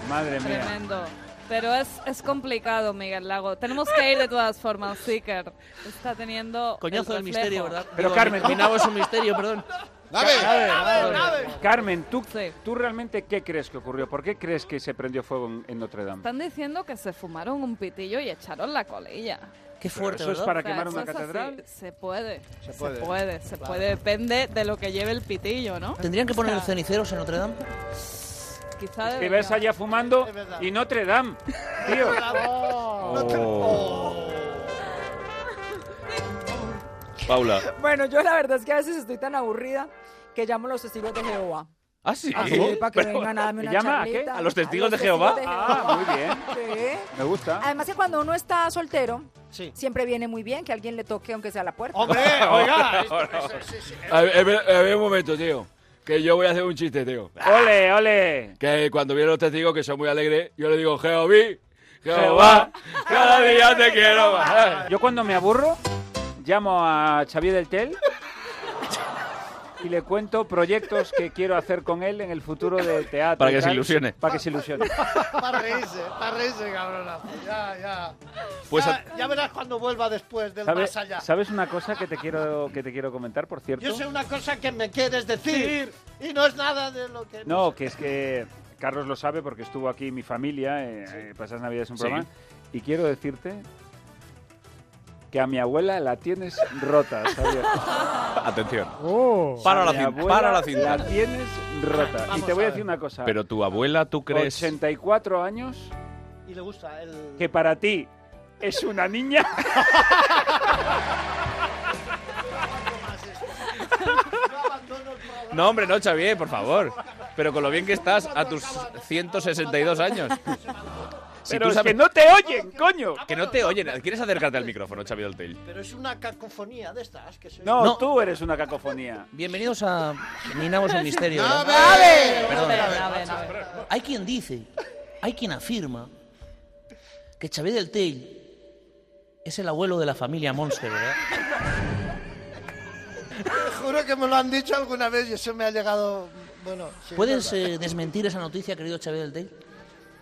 [SPEAKER 3] Madre mía.
[SPEAKER 5] Tremendo. Pero es, es complicado, Miguel Lago. Tenemos que ir de todas formas, Seeker. Está teniendo.
[SPEAKER 6] Coñazo
[SPEAKER 5] el
[SPEAKER 6] del misterio,
[SPEAKER 5] reflejo.
[SPEAKER 6] ¿verdad?
[SPEAKER 3] Pero
[SPEAKER 6] Digo,
[SPEAKER 3] Carmen,
[SPEAKER 6] mi- mi nabo es un misterio, perdón.
[SPEAKER 3] Dame,
[SPEAKER 6] Perdón.
[SPEAKER 3] Carmen, ¿tú, ¿tú realmente qué crees que ocurrió? ¿Por qué crees que se prendió fuego en, en Notre Dame?
[SPEAKER 5] Están diciendo que se fumaron un pitillo y echaron la colilla.
[SPEAKER 6] Qué
[SPEAKER 3] fuerte, ¿Eso es ¿verdad? para quemar una
[SPEAKER 5] eso es así.
[SPEAKER 3] catedral?
[SPEAKER 5] Se puede. Se puede.
[SPEAKER 3] puede.
[SPEAKER 5] Se puede, se
[SPEAKER 6] Claro.
[SPEAKER 5] puede. Depende de lo que lleve el pitillo, ¿no?
[SPEAKER 6] ¿Tendrían que poner
[SPEAKER 5] O
[SPEAKER 6] el
[SPEAKER 5] sea,
[SPEAKER 6] ceniceros en Notre Dame?
[SPEAKER 5] Quizá
[SPEAKER 3] Que
[SPEAKER 5] debería.
[SPEAKER 3] ves allá fumando
[SPEAKER 5] Es verdad.
[SPEAKER 3] y Notre Dame, tío. Oh.
[SPEAKER 1] Paula.
[SPEAKER 8] Bueno, yo la verdad es que a veces estoy tan aburrida que llamo a los testigos de Jehová.
[SPEAKER 1] ¿Ah, sí?
[SPEAKER 8] para que
[SPEAKER 1] Pero-
[SPEAKER 8] vengan a darme una
[SPEAKER 1] ¿Llama a qué?
[SPEAKER 8] charlita.
[SPEAKER 1] ¿A los testigos de
[SPEAKER 8] testigos
[SPEAKER 1] Jehová?
[SPEAKER 3] Ah, muy bien.
[SPEAKER 8] <laughs> Sí.
[SPEAKER 3] Me gusta.
[SPEAKER 8] Además que cuando uno está soltero, siempre viene muy bien que alguien le toque aunque sea la puerta. <laughs>
[SPEAKER 11] oiga. A ver, a ver, a ver un momento, tío. Que yo voy a hacer un chiste, tío.
[SPEAKER 3] ¡Ole, ole!
[SPEAKER 11] Que cuando vienen los testigos, que son muy alegres, yo le digo, Jehoví, Jehová, cada día te quiero más.
[SPEAKER 3] Yo cuando me aburro, llamo a Xavier del Tel y le cuento proyectos que quiero hacer con él en el futuro del teatro.
[SPEAKER 1] Para
[SPEAKER 3] y
[SPEAKER 1] que se
[SPEAKER 3] tal,
[SPEAKER 1] ilusione.
[SPEAKER 3] Para que se ilusione.
[SPEAKER 10] Para reírse, para reírse, cabronazo. Ya, ya.
[SPEAKER 3] Pues
[SPEAKER 10] ya, ya verás cuando vuelva después <laughs> del
[SPEAKER 3] ¿Sabe-
[SPEAKER 10] más allá.
[SPEAKER 3] ¿Sabes una cosa que te quiero que te quiero comentar, por cierto?
[SPEAKER 10] Yo sé una cosa que me quieres decir y no es nada de lo que...
[SPEAKER 3] No, que es que Carlos lo sabe porque estuvo aquí mi familia, eh, eh, Pasas Navidades un
[SPEAKER 1] Sí.
[SPEAKER 3] programa, y quiero decirte que a mi abuela la tienes rota,
[SPEAKER 10] <laughs>
[SPEAKER 3] ¿sabes?
[SPEAKER 1] Atención.
[SPEAKER 3] A
[SPEAKER 1] para, la
[SPEAKER 3] mi
[SPEAKER 1] cinta,
[SPEAKER 3] abuela
[SPEAKER 1] para la cinta.
[SPEAKER 3] La tienes rota. y te voy a decir una cosa.
[SPEAKER 1] Pero tu abuela, ¿tú crees?
[SPEAKER 3] 84 años
[SPEAKER 10] Y le gusta el...
[SPEAKER 3] que para ti es una niña.
[SPEAKER 1] No, hombre, no, Xavier, por favor. Pero con lo bien que estás a tus 162 años. <laughs> Si
[SPEAKER 3] Pero
[SPEAKER 1] tú
[SPEAKER 3] es
[SPEAKER 1] sabes-
[SPEAKER 3] que no te oyen, coño.
[SPEAKER 1] Que no te oyen. ¿Quieres acercarte al micrófono, Xavier del Tell?
[SPEAKER 10] Pero es una cacofonía de estas que soy...
[SPEAKER 3] No, tú eres una cacofonía.
[SPEAKER 6] Bienvenidos a Minamos
[SPEAKER 3] <laughs>
[SPEAKER 6] un misterio. ¿verdad?
[SPEAKER 10] ¡Nave! ¡Nave!
[SPEAKER 6] Perdón.
[SPEAKER 10] ¡Nave, nave, nave!
[SPEAKER 6] Hay quien dice, hay quien afirma que Xavier del Tell es el abuelo de la familia Monster, ¿verdad?
[SPEAKER 10] Te juro que me lo han dicho alguna vez y eso me ha llegado... Bueno, sí,
[SPEAKER 6] ¿Puedes
[SPEAKER 10] verdad.
[SPEAKER 6] eh, desmentir esa noticia, querido Xavier del Tell?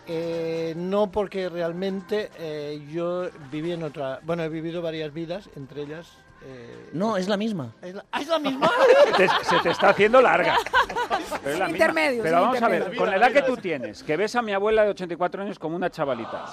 [SPEAKER 10] Eh, no, porque realmente eh, yo viví en otra... Bueno, he vivido varias vidas, entre ellas... eh,
[SPEAKER 6] No, es la misma.
[SPEAKER 10] ¿Es la, ah, ¿es la misma?
[SPEAKER 3] Te- se te está haciendo larga. Pero es la misma.
[SPEAKER 10] Intermedio,
[SPEAKER 3] Pero
[SPEAKER 10] sí,
[SPEAKER 3] vamos a ver,
[SPEAKER 10] intermedio.
[SPEAKER 3] con la
[SPEAKER 10] Vida,
[SPEAKER 3] edad que
[SPEAKER 10] vida.
[SPEAKER 3] tú tienes, que ves a mi abuela de 84 años como una chavalita.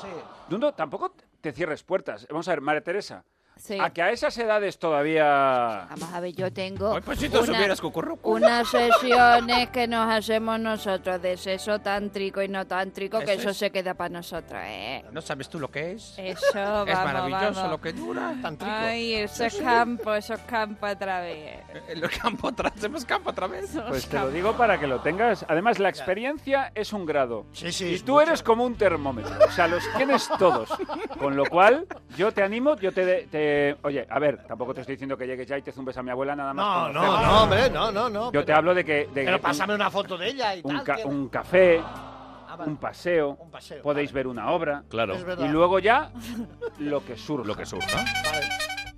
[SPEAKER 3] Dundo, tampoco te cierres puertas. Vamos a ver, María Teresa.
[SPEAKER 4] Sí.
[SPEAKER 3] A que a esas edades todavía.
[SPEAKER 4] Vamos a ver, yo tengo
[SPEAKER 3] pues si tú supieras, Cucurrucu.
[SPEAKER 4] unas sesiones que nos hacemos nosotros de sexo tántrico y no tántrico, que
[SPEAKER 16] Eso
[SPEAKER 4] eso
[SPEAKER 16] es.
[SPEAKER 4] se queda para nosotros, ¿eh?
[SPEAKER 16] ¿No sabes tú lo que es?
[SPEAKER 4] Eso, vamos,
[SPEAKER 16] Es maravilloso
[SPEAKER 4] vamos.
[SPEAKER 16] lo que dura.
[SPEAKER 5] Ay, eso es campo, eso es campo otra vez.
[SPEAKER 16] El campo atrás, hemos campo otra vez.
[SPEAKER 3] Pues te lo digo para que lo tengas. Además, la experiencia es un grado. y tú eres como un termómetro. O sea, los tienes todos. Con lo cual, yo te animo, yo te, de- te- Oye, a ver, tampoco te estoy diciendo que llegues ya y te zumbes a mi abuela nada más.
[SPEAKER 10] No,
[SPEAKER 3] conocerla.
[SPEAKER 10] no, no, hombre, no, no, no.
[SPEAKER 3] Yo te hablo de que... de
[SPEAKER 10] Pero
[SPEAKER 3] que-
[SPEAKER 10] pásame una foto de ella y
[SPEAKER 3] un,
[SPEAKER 10] tal.
[SPEAKER 3] ca-
[SPEAKER 10] que-
[SPEAKER 3] un café,
[SPEAKER 10] Ah, vale.
[SPEAKER 3] un paseo,
[SPEAKER 10] paseo,
[SPEAKER 3] podéis ver una obra.
[SPEAKER 1] Claro.
[SPEAKER 10] Es verdad.
[SPEAKER 3] Y luego ya lo que surja. Lo que
[SPEAKER 1] surja.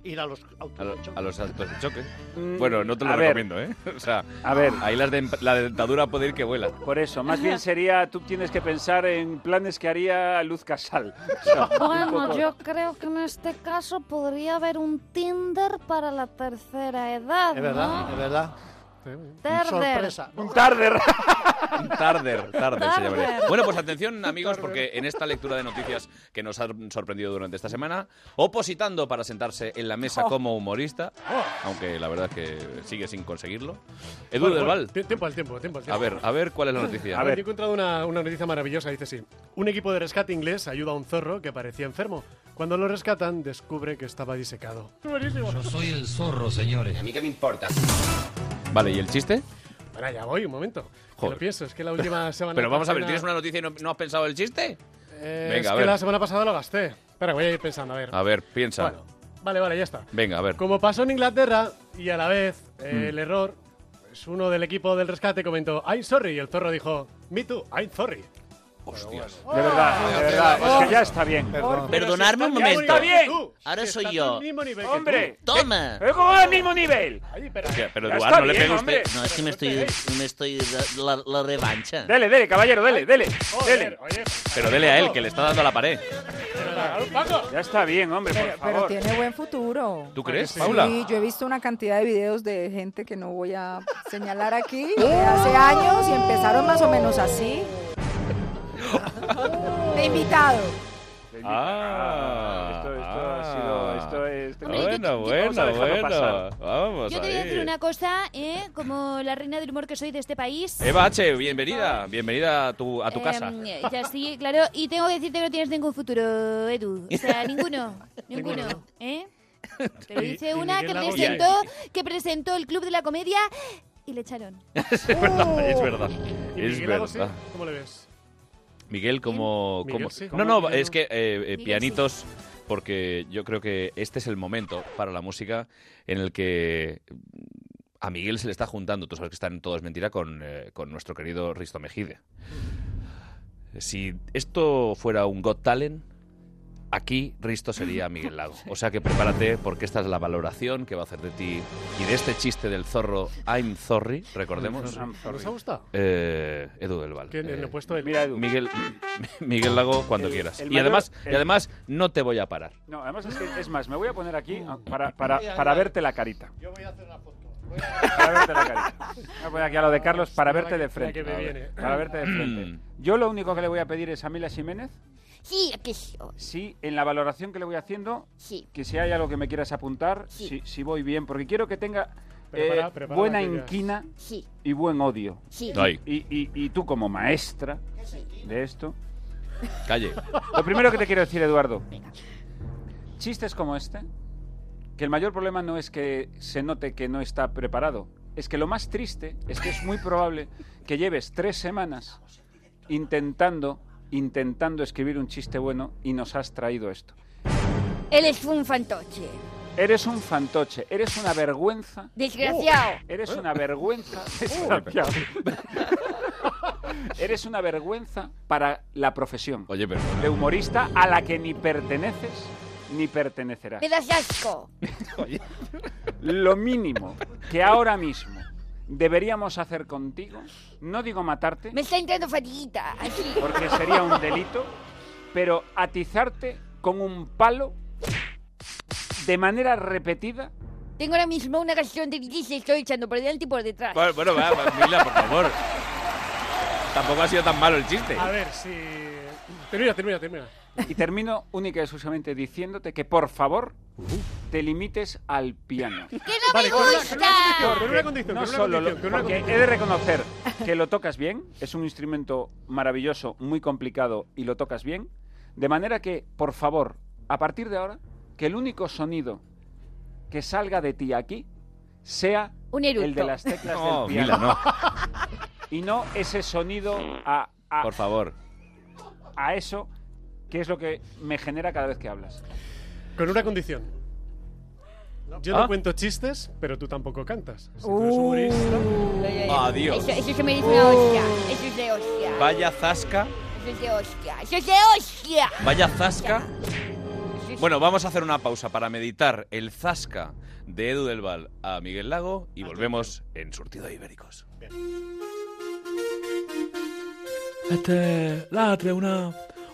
[SPEAKER 10] ir a los
[SPEAKER 1] A,
[SPEAKER 10] autos.
[SPEAKER 1] lo- a los saltos de choque.
[SPEAKER 3] Mm,
[SPEAKER 1] Bueno, no te lo
[SPEAKER 3] a ver.
[SPEAKER 1] recomiendo, ¿eh? <laughs> O sea,
[SPEAKER 3] A ver.
[SPEAKER 1] ahí las de- la dentadura puede ir que vuela.
[SPEAKER 3] Por eso,
[SPEAKER 4] <laughs>
[SPEAKER 3] más bien sería, tú tienes que pensar en planes que haría Luz Casal. <laughs> O sea, un
[SPEAKER 21] Bueno,
[SPEAKER 3] poco-
[SPEAKER 21] yo creo que en este caso podría haber un Tinder para la tercera edad,
[SPEAKER 4] Ah,
[SPEAKER 10] Es verdad,
[SPEAKER 21] ¿no?
[SPEAKER 10] es verdad.
[SPEAKER 21] Terder.
[SPEAKER 10] Sorpresa.
[SPEAKER 3] Un tarder.
[SPEAKER 1] Tarder, tarder se
[SPEAKER 21] Tarder.
[SPEAKER 1] llamaría. Bueno, pues atención, amigos, porque en esta lectura de noticias que nos han sorprendido durante esta semana, opositando para sentarse en la mesa
[SPEAKER 17] Oh.
[SPEAKER 1] como humorista,
[SPEAKER 17] Oh.
[SPEAKER 1] aunque la verdad es que sigue sin conseguirlo. Edu
[SPEAKER 17] Bueno,
[SPEAKER 1] del
[SPEAKER 17] bueno,
[SPEAKER 1] Val,
[SPEAKER 17] tie- tiempo al tiempo, tiempo al tiempo.
[SPEAKER 1] a ver, a ver cuál es la noticia.
[SPEAKER 17] Yo he encontrado una, una noticia maravillosa, dice así. Un equipo de rescate inglés ayuda a un zorro que parecía enfermo. Cuando lo rescatan, descubre que estaba disecado.
[SPEAKER 15] Yo soy el zorro, señores. A mí que me importa.
[SPEAKER 1] Vale, ¿y el chiste?
[SPEAKER 17] Bueno, ya voy, un momento. Que
[SPEAKER 1] Joder.
[SPEAKER 17] Lo pienso, es que la última semana...
[SPEAKER 1] Pero vamos a ver,
[SPEAKER 17] pasada-
[SPEAKER 1] ¿tienes una noticia y no, no has pensado el chiste?
[SPEAKER 17] Eh,
[SPEAKER 1] Venga,
[SPEAKER 17] es
[SPEAKER 1] a
[SPEAKER 17] que
[SPEAKER 1] ver.
[SPEAKER 17] la semana pasada lo gasté. Espera, voy a ir pensando, a ver.
[SPEAKER 1] A ver, piensa.
[SPEAKER 17] Vale, vale, ya está.
[SPEAKER 1] Venga, a ver.
[SPEAKER 17] Como pasó en Inglaterra, y a la vez, eh,
[SPEAKER 1] Mm.
[SPEAKER 17] el error, pues uno del equipo del rescate comentó, I'm sorry, y el zorro dijo, me too, I'm sorry. Ah, Oh.
[SPEAKER 1] Hostias.
[SPEAKER 3] De verdad, de verdad. Es que ya está bien.
[SPEAKER 17] Perdón.
[SPEAKER 6] Perdonadme
[SPEAKER 3] Pero
[SPEAKER 6] un
[SPEAKER 3] si
[SPEAKER 6] momento.
[SPEAKER 3] está bien.
[SPEAKER 6] Ahora
[SPEAKER 3] Si
[SPEAKER 6] soy
[SPEAKER 3] está
[SPEAKER 6] yo.
[SPEAKER 3] al mismo nivel que tú. Hombre.
[SPEAKER 6] Toma.
[SPEAKER 3] ¡Es como al mismo nivel!
[SPEAKER 1] Hostia, pero
[SPEAKER 3] Ya
[SPEAKER 1] Eduardo,
[SPEAKER 3] está
[SPEAKER 1] no le
[SPEAKER 3] bien,
[SPEAKER 1] pegue usted.
[SPEAKER 6] No, es que me estoy. Me estoy la, la revancha.
[SPEAKER 3] Dele, dele, caballero, dele, dele. Dele.
[SPEAKER 1] Pero dele a él, que le está dando a la pared.
[SPEAKER 3] Ya está bien, hombre, por
[SPEAKER 8] Pero
[SPEAKER 3] favor.
[SPEAKER 8] tiene buen futuro.
[SPEAKER 1] ¿Tú crees,
[SPEAKER 8] Sí,
[SPEAKER 1] Paula?
[SPEAKER 8] yo he visto una cantidad de videos de gente que no voy a señalar aquí
[SPEAKER 1] <laughs>
[SPEAKER 8] de hace años y empezaron más o menos así. De invitado.
[SPEAKER 1] Ah,
[SPEAKER 3] Esto, esto ha sido. Esto es.
[SPEAKER 1] Hombre, yo- Ah, Bueno, yo-
[SPEAKER 3] Vamos a
[SPEAKER 1] bueno,
[SPEAKER 3] dejarlo
[SPEAKER 1] bueno.
[SPEAKER 3] pasar.
[SPEAKER 1] Vamos
[SPEAKER 9] Yo te voy a decir
[SPEAKER 1] ahí.
[SPEAKER 9] una cosa, ¿eh? Como la reina del humor que soy de este país.
[SPEAKER 1] Eva H, bienvenida, bienvenida a tu, a tu
[SPEAKER 9] Em,
[SPEAKER 1] casa.
[SPEAKER 9] ya sí, claro. Y tengo que decirte que no tienes ningún futuro, Edu. O
[SPEAKER 1] <laughs>
[SPEAKER 9] sea, ninguno. ninguno. ¿Eh? Te lo
[SPEAKER 20] Y-
[SPEAKER 9] dice
[SPEAKER 20] y
[SPEAKER 9] una
[SPEAKER 20] Miguel
[SPEAKER 9] que
[SPEAKER 20] Lago-
[SPEAKER 9] presentó, que presentó el Club de la Comedia y le echaron.
[SPEAKER 1] <laughs> es verdad, es verdad.
[SPEAKER 17] ¿Y
[SPEAKER 1] Es
[SPEAKER 17] Miguel Lago, sí?
[SPEAKER 1] verdad.
[SPEAKER 17] ¿Cómo le ves?
[SPEAKER 1] Miguel, como.
[SPEAKER 17] Miguel,
[SPEAKER 1] como-
[SPEAKER 17] sí.
[SPEAKER 1] No, no,
[SPEAKER 17] ¿Cómo que
[SPEAKER 1] es que eh, eh,
[SPEAKER 17] Miguel, sí.
[SPEAKER 1] pianitos, porque yo creo que este es el momento para la música en el que a Miguel se le está juntando, tú sabes que están todos mentira, con, eh, con nuestro querido Risto Mejide. Si esto fuera un Got Talent, aquí Risto
[SPEAKER 17] <laughs>
[SPEAKER 1] sería Miguel Lago. O sea que prepárate, porque esta es la valoración que va a hacer de ti y de este chiste del zorro I'm sorry, recordemos.
[SPEAKER 17] I'm sorry. ¿Nos ha gustado?
[SPEAKER 1] Eh, Edu del Val.
[SPEAKER 17] Que en
[SPEAKER 1] eh,
[SPEAKER 17] el puesto del...
[SPEAKER 1] Miguel, <laughs> Miguel Lago, cuando
[SPEAKER 3] El-
[SPEAKER 1] quieras.
[SPEAKER 3] el
[SPEAKER 1] y,
[SPEAKER 3] mayor-
[SPEAKER 1] además, y
[SPEAKER 3] el-
[SPEAKER 1] además, no te voy a parar.
[SPEAKER 3] No, además es que, es más, me voy a poner aquí a- para, para, para verte la carita. Yo voy a hacer una foto. Para verte la carita. Me voy a poner aquí a lo de Carlos para
[SPEAKER 17] Mira
[SPEAKER 3] verte
[SPEAKER 17] que-
[SPEAKER 3] de
[SPEAKER 17] mira
[SPEAKER 3] frente.
[SPEAKER 17] que me
[SPEAKER 3] A ver,
[SPEAKER 17] viene.
[SPEAKER 3] Para verte de frente. Yo lo único que le voy a pedir es a Mila Jiménez,
[SPEAKER 9] Sí, aquí sí.
[SPEAKER 3] si en la valoración que le voy haciendo,
[SPEAKER 9] Sí.
[SPEAKER 3] que si hay algo que me quieras apuntar,
[SPEAKER 9] Sí.
[SPEAKER 3] si, si voy bien, porque quiero que tenga
[SPEAKER 17] Prepara-
[SPEAKER 3] eh,
[SPEAKER 17] prepara
[SPEAKER 3] buena
[SPEAKER 17] aquella.
[SPEAKER 3] inquina
[SPEAKER 9] Sí.
[SPEAKER 3] y buen odio.
[SPEAKER 9] Sí.
[SPEAKER 1] Ay.
[SPEAKER 3] Y, y- y tú como maestra de esto,
[SPEAKER 1] Calle.
[SPEAKER 3] lo primero que te quiero decir, Eduardo, chistes como este, que el mayor problema no es que se note que no está preparado, es que lo más triste es que es muy probable que lleves tres semanas intentando, intentando escribir un chiste bueno y nos has traído esto.
[SPEAKER 9] Él es un fantoche.
[SPEAKER 3] Eres un fantoche, eres una vergüenza.
[SPEAKER 9] Desgraciado.
[SPEAKER 3] Oh, Eres una vergüenza. desgraciado. eres una vergüenza para la profesión.
[SPEAKER 1] Oye, pero.
[SPEAKER 3] De humorista a la que ni perteneces ni pertenecerás.
[SPEAKER 9] Me das asco.
[SPEAKER 3] Lo mínimo que ahora mismo deberíamos hacer contigo, no digo matarte,
[SPEAKER 9] Me está entrando fatiguita. Así.
[SPEAKER 3] porque sería un delito, pero atizarte con un palo de manera repetida
[SPEAKER 9] Tengo ahora mismo una gastroenteritis y estoy echando por delante y por detrás.
[SPEAKER 1] Bueno, bueno, va, va, Mila, por favor. Tampoco ha sido tan malo el chiste.
[SPEAKER 17] A ver, si... Termina, termina, termina.
[SPEAKER 3] Y termino única y exclusivamente diciéndote que por favor te limites al piano.
[SPEAKER 9] ¡Que no me gusta!
[SPEAKER 17] Con una condición,
[SPEAKER 3] No
[SPEAKER 17] con una
[SPEAKER 3] solo lo-
[SPEAKER 17] condición, con una
[SPEAKER 3] porque
[SPEAKER 17] condición.
[SPEAKER 3] he de reconocer que lo tocas bien, es un instrumento maravilloso, muy complicado y lo tocas bien, de manera que por favor, a partir de ahora, que el único sonido que salga de ti aquí sea
[SPEAKER 9] Un eructo.
[SPEAKER 3] el de las teclas
[SPEAKER 1] No,
[SPEAKER 11] Oh,
[SPEAKER 3] del piano
[SPEAKER 1] Mila, Oh,
[SPEAKER 3] <laughs>
[SPEAKER 1] no.
[SPEAKER 3] y no ese sonido a, a-
[SPEAKER 1] Por favor.
[SPEAKER 3] a eso que es lo que me genera cada vez que hablas.
[SPEAKER 17] Con una condición. Yo
[SPEAKER 3] ¿Ah? Uh.
[SPEAKER 17] no cuento chistes, pero tú tampoco cantas. Si tú eres humorista...
[SPEAKER 1] Adiós.
[SPEAKER 9] Eso, eso se merece una hostia. Eso es de hostia.
[SPEAKER 1] Vaya zasca,
[SPEAKER 9] Eso es de hostia. Eso es de hostia.
[SPEAKER 1] vaya zasca.
[SPEAKER 9] Eso es
[SPEAKER 1] Bueno, vamos a hacer una pausa para meditar el zasca de Edu del Val a Miguel Lago y volvemos en Surtido de Ibéricos.
[SPEAKER 22] Este, Latre, una,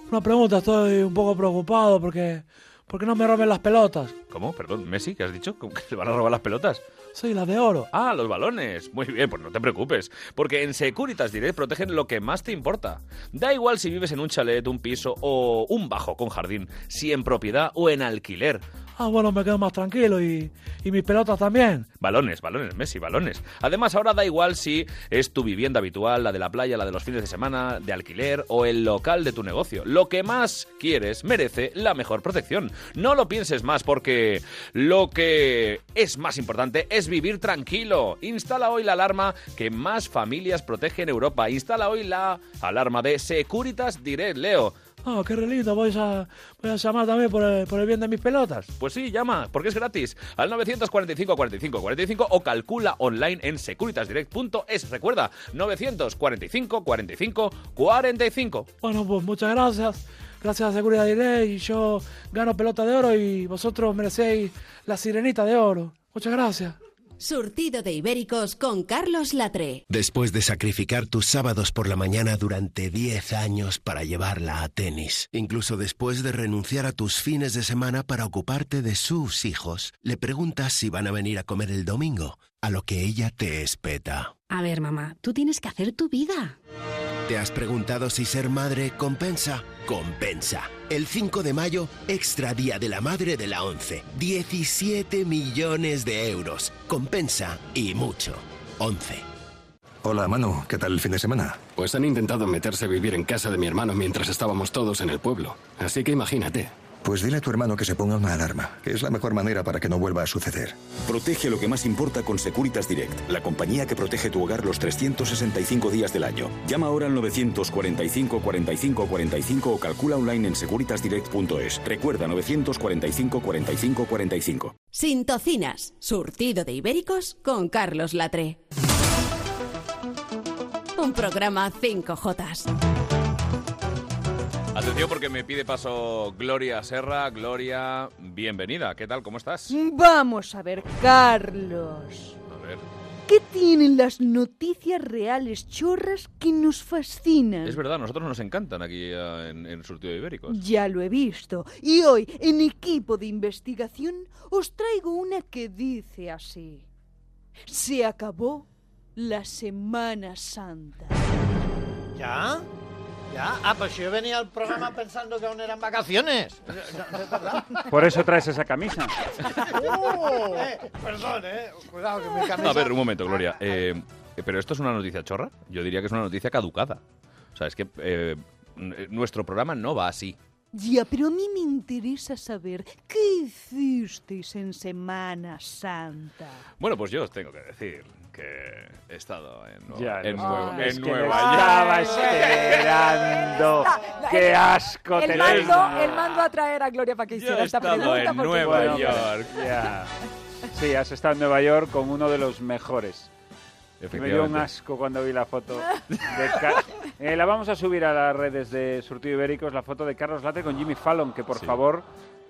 [SPEAKER 22] una pregunta. Estoy un poco preocupado porque, porque no me roben las pelotas.
[SPEAKER 1] ¿Cómo? Perdón, Messi, ¿qué has dicho? ¿Cómo que le van a robar las pelotas?
[SPEAKER 22] Sí, las de oro.
[SPEAKER 1] Ah, los balones. Muy bien, pues no te preocupes, porque en Securitas Direct protegen lo que más te importa. Da igual si vives en un chalet, un piso o un bajo con jardín, si en propiedad o en alquiler.
[SPEAKER 22] Ah, bueno, me quedo más tranquilo y, y mis pelotas también.
[SPEAKER 1] Balones, balones, Messi, balones. Además, ahora da igual si es tu vivienda habitual, la de la playa, la de los fines de semana, de alquiler o el local de tu negocio. Lo que más quieres merece la mejor protección. No lo pienses más porque lo que es más importante es vivir tranquilo. Instala hoy la alarma que más familias protege en Europa. Instala hoy la alarma de Securitas Direct, Leo.
[SPEAKER 22] Ah, qué relito. Voy a, voy a llamar también por el, por el bien de mis pelotas.
[SPEAKER 1] Pues sí, llama, porque es gratis. Al 945 45 45 o calcula online en securitasdirect.es. Recuerda, 945 45 45.
[SPEAKER 22] Bueno, pues muchas gracias. Gracias a Seguridad Direct y yo gano pelota de oro y vosotros merecéis la sirenita de oro. Muchas gracias.
[SPEAKER 2] Surtido de Ibéricos con Carlos Latre.
[SPEAKER 23] Después de sacrificar tus sábados por la mañana durante 10 años para llevarla a tenis, incluso después de renunciar a tus fines de semana para ocuparte de sus hijos, le preguntas si van a venir a comer el domingo, a lo que ella te espeta.
[SPEAKER 2] A ver, mamá, tú tienes que hacer tu vida.
[SPEAKER 23] ¿Te has preguntado si ser madre compensa? Compensa. El 5 de mayo, extra día de la madre de la 11. 17 millones de euros. Compensa y mucho. 11.
[SPEAKER 24] Hola Manu, ¿qué tal el fin de semana?
[SPEAKER 25] Pues han intentado meterse a vivir en casa de mi hermano mientras estábamos todos en el pueblo. Así que imagínate.
[SPEAKER 24] Pues dile a tu hermano que se ponga una alarma, que es la mejor manera para que no vuelva a suceder.
[SPEAKER 26] Protege lo que más importa con Securitas Direct, la compañía que protege tu hogar los 365 días del año. Llama ahora al 945 45 45 o calcula online en securitasdirect.es. Recuerda 945 45 45.
[SPEAKER 2] Sin tocinas. Surtido de Ibéricos con Carlos Latre. Un programa 5J.
[SPEAKER 1] Atención porque me pide paso Gloria Serra. Gloria, bienvenida. ¿Qué tal? ¿Cómo estás?
[SPEAKER 27] <laughs>
[SPEAKER 5] Mm.
[SPEAKER 27] Vamos a ver, Carlos.
[SPEAKER 1] A ver.
[SPEAKER 27] ¿Qué tienen las noticias reales chorras que nos fascinan?
[SPEAKER 1] Es verdad, a nosotros nos encantan aquí eh, en, en Surtido de Ibéricos.
[SPEAKER 27] Ya lo he visto. Y hoy, en equipo de investigación, os traigo una que dice así. Se acabó la Semana Santa.
[SPEAKER 10] ¿Ya? ¿Ya? Ah, pues yo venía al programa pensando que aún
[SPEAKER 1] <laughs>
[SPEAKER 10] eran vacaciones. No, ¿Es verdad?
[SPEAKER 3] Por eso traes esa camisa.
[SPEAKER 10] ¡Oh! Eh, perdón, eh. Cuidado que mi camisa...
[SPEAKER 1] A ver, un momento, Gloria. Eh, pero esto es una noticia chorra. Yo diría que es una noticia caducada. O sea, es que eh, n- nuestro programa no va así.
[SPEAKER 27] Ya, pero a mí me interesa saber qué hicisteis en Semana Santa.
[SPEAKER 1] Bueno, pues yo os tengo que decir que he estado en Nueva,
[SPEAKER 3] Ya,
[SPEAKER 1] en
[SPEAKER 3] lo
[SPEAKER 1] Nueva-
[SPEAKER 3] sé. Es
[SPEAKER 1] en
[SPEAKER 3] que
[SPEAKER 1] Nueva
[SPEAKER 3] lo
[SPEAKER 1] York.
[SPEAKER 3] estaba esperando. ¡Qué asco
[SPEAKER 8] Él
[SPEAKER 3] tenéis!
[SPEAKER 8] mandó, él mandó a traer a Gloria para que
[SPEAKER 3] Yo
[SPEAKER 8] hiciera esta pregunta. porque-
[SPEAKER 1] Nueva York.
[SPEAKER 3] ya. Sí, has estado en Nueva York con uno de los mejores. Me dio un
[SPEAKER 1] Efectivamente.
[SPEAKER 3] asco cuando vi la foto de Ca- Eh, la vamos a subir a las redes de Surtido Ibéricos, la foto de Carlos Latre con Jimmy Fallon, que por favor,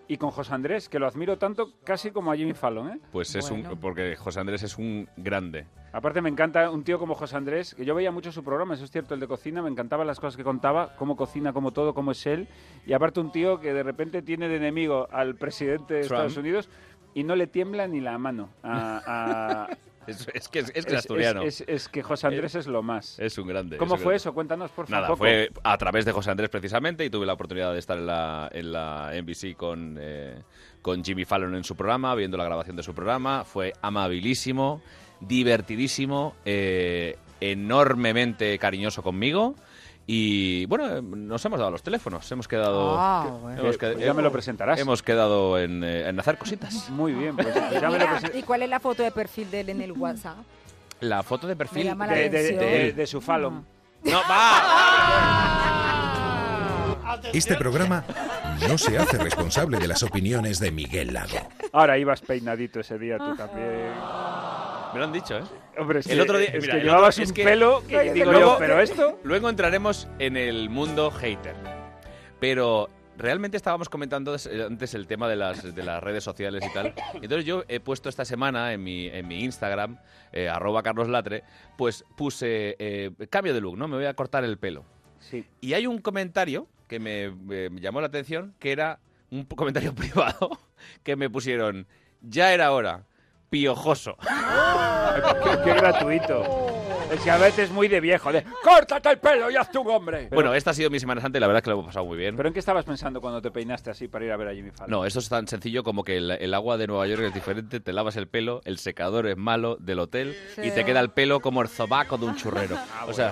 [SPEAKER 3] y con José Andrés, que lo admiro tanto casi como a Jimmy Fallon, ¿eh?
[SPEAKER 1] Pues es un. Porque José Andrés es un grande.
[SPEAKER 3] Aparte me encanta un tío como José Andrés, que yo veía mucho su programa, eso es cierto, el de cocina, me encantaban las cosas que contaba, cómo cocina, cómo todo, cómo es él. Y aparte un tío que de repente tiene de enemigo al presidente de
[SPEAKER 1] Trump.
[SPEAKER 3] Estados Unidos y no le tiembla ni la mano. a- a-
[SPEAKER 1] <laughs> Es, es que es, Eh, es que es asturiano.
[SPEAKER 3] Es, es que José Andrés es lo más.
[SPEAKER 1] Es un grande.
[SPEAKER 3] ¿Cómo
[SPEAKER 1] es un
[SPEAKER 3] fue
[SPEAKER 1] grande.
[SPEAKER 3] eso? Cuéntanos, por favor.
[SPEAKER 1] Nada, fue a través de José Andrés precisamente y tuve la oportunidad de estar en la, en la NBC con, eh, con Jimmy Fallon en su programa, viendo la grabación de su programa. Fue amabilísimo, divertidísimo, eh, enormemente cariñoso conmigo. Y bueno, eh, nos hemos dado los teléfonos, hemos quedado...
[SPEAKER 3] Ah, bueno.
[SPEAKER 1] hemos
[SPEAKER 3] Pues ya me lo presentarás.
[SPEAKER 1] Hemos quedado en, eh, en hacer cositas.
[SPEAKER 3] Muy bien, pues
[SPEAKER 8] Y mira, ¿y cuál es la foto de perfil de él en el WhatsApp?
[SPEAKER 1] La foto de perfil
[SPEAKER 8] llama la
[SPEAKER 3] de, de-
[SPEAKER 8] atención.
[SPEAKER 3] de- de su Fallon.
[SPEAKER 1] No,
[SPEAKER 13] Este programa no se hace responsable de las opiniones de Miguel Lago.
[SPEAKER 3] Ahora ibas peinadito ese día tú también.
[SPEAKER 1] Me lo han dicho, ¿eh?
[SPEAKER 3] Hombre, es
[SPEAKER 1] Ah. el
[SPEAKER 3] que-
[SPEAKER 1] otro día,
[SPEAKER 3] es que
[SPEAKER 1] mira, el
[SPEAKER 3] llevabas
[SPEAKER 1] otro-
[SPEAKER 3] un pelo que
[SPEAKER 1] eh,
[SPEAKER 3] digo yo, pero esto-
[SPEAKER 1] Luego entraremos en el mundo hater. Pero realmente estábamos comentando es- eh, antes el tema de las, de las redes sociales y tal. <coughs> Y Entonces yo he puesto esta semana en mi, en mi Instagram, eh, arroba Carlos Latre, pues puse eh, cambio de look, ¿no? Me voy a cortar el pelo. Y hay un comentario que me, eh, me llamó la atención, que era un p- comentario <laughs> privado, que me pusieron, ya era hora, piojoso.
[SPEAKER 3] qué, qué gratuito. Es que a veces es muy de viejo, de córtate el pelo y hazte un hombre.
[SPEAKER 1] bueno, esta ha sido mi Semana Santa y la verdad es que lo hemos pasado muy bien.
[SPEAKER 3] ¿Pero en qué estabas pensando cuando te peinaste así para ir a ver a Jimmy Fallon?
[SPEAKER 1] No, eso es tan sencillo como que el, el agua de Nueva York es diferente, te lavas el pelo, el secador es malo del hotel
[SPEAKER 8] Sí.
[SPEAKER 1] y te queda el pelo como el zobaco de un churrero. O sea,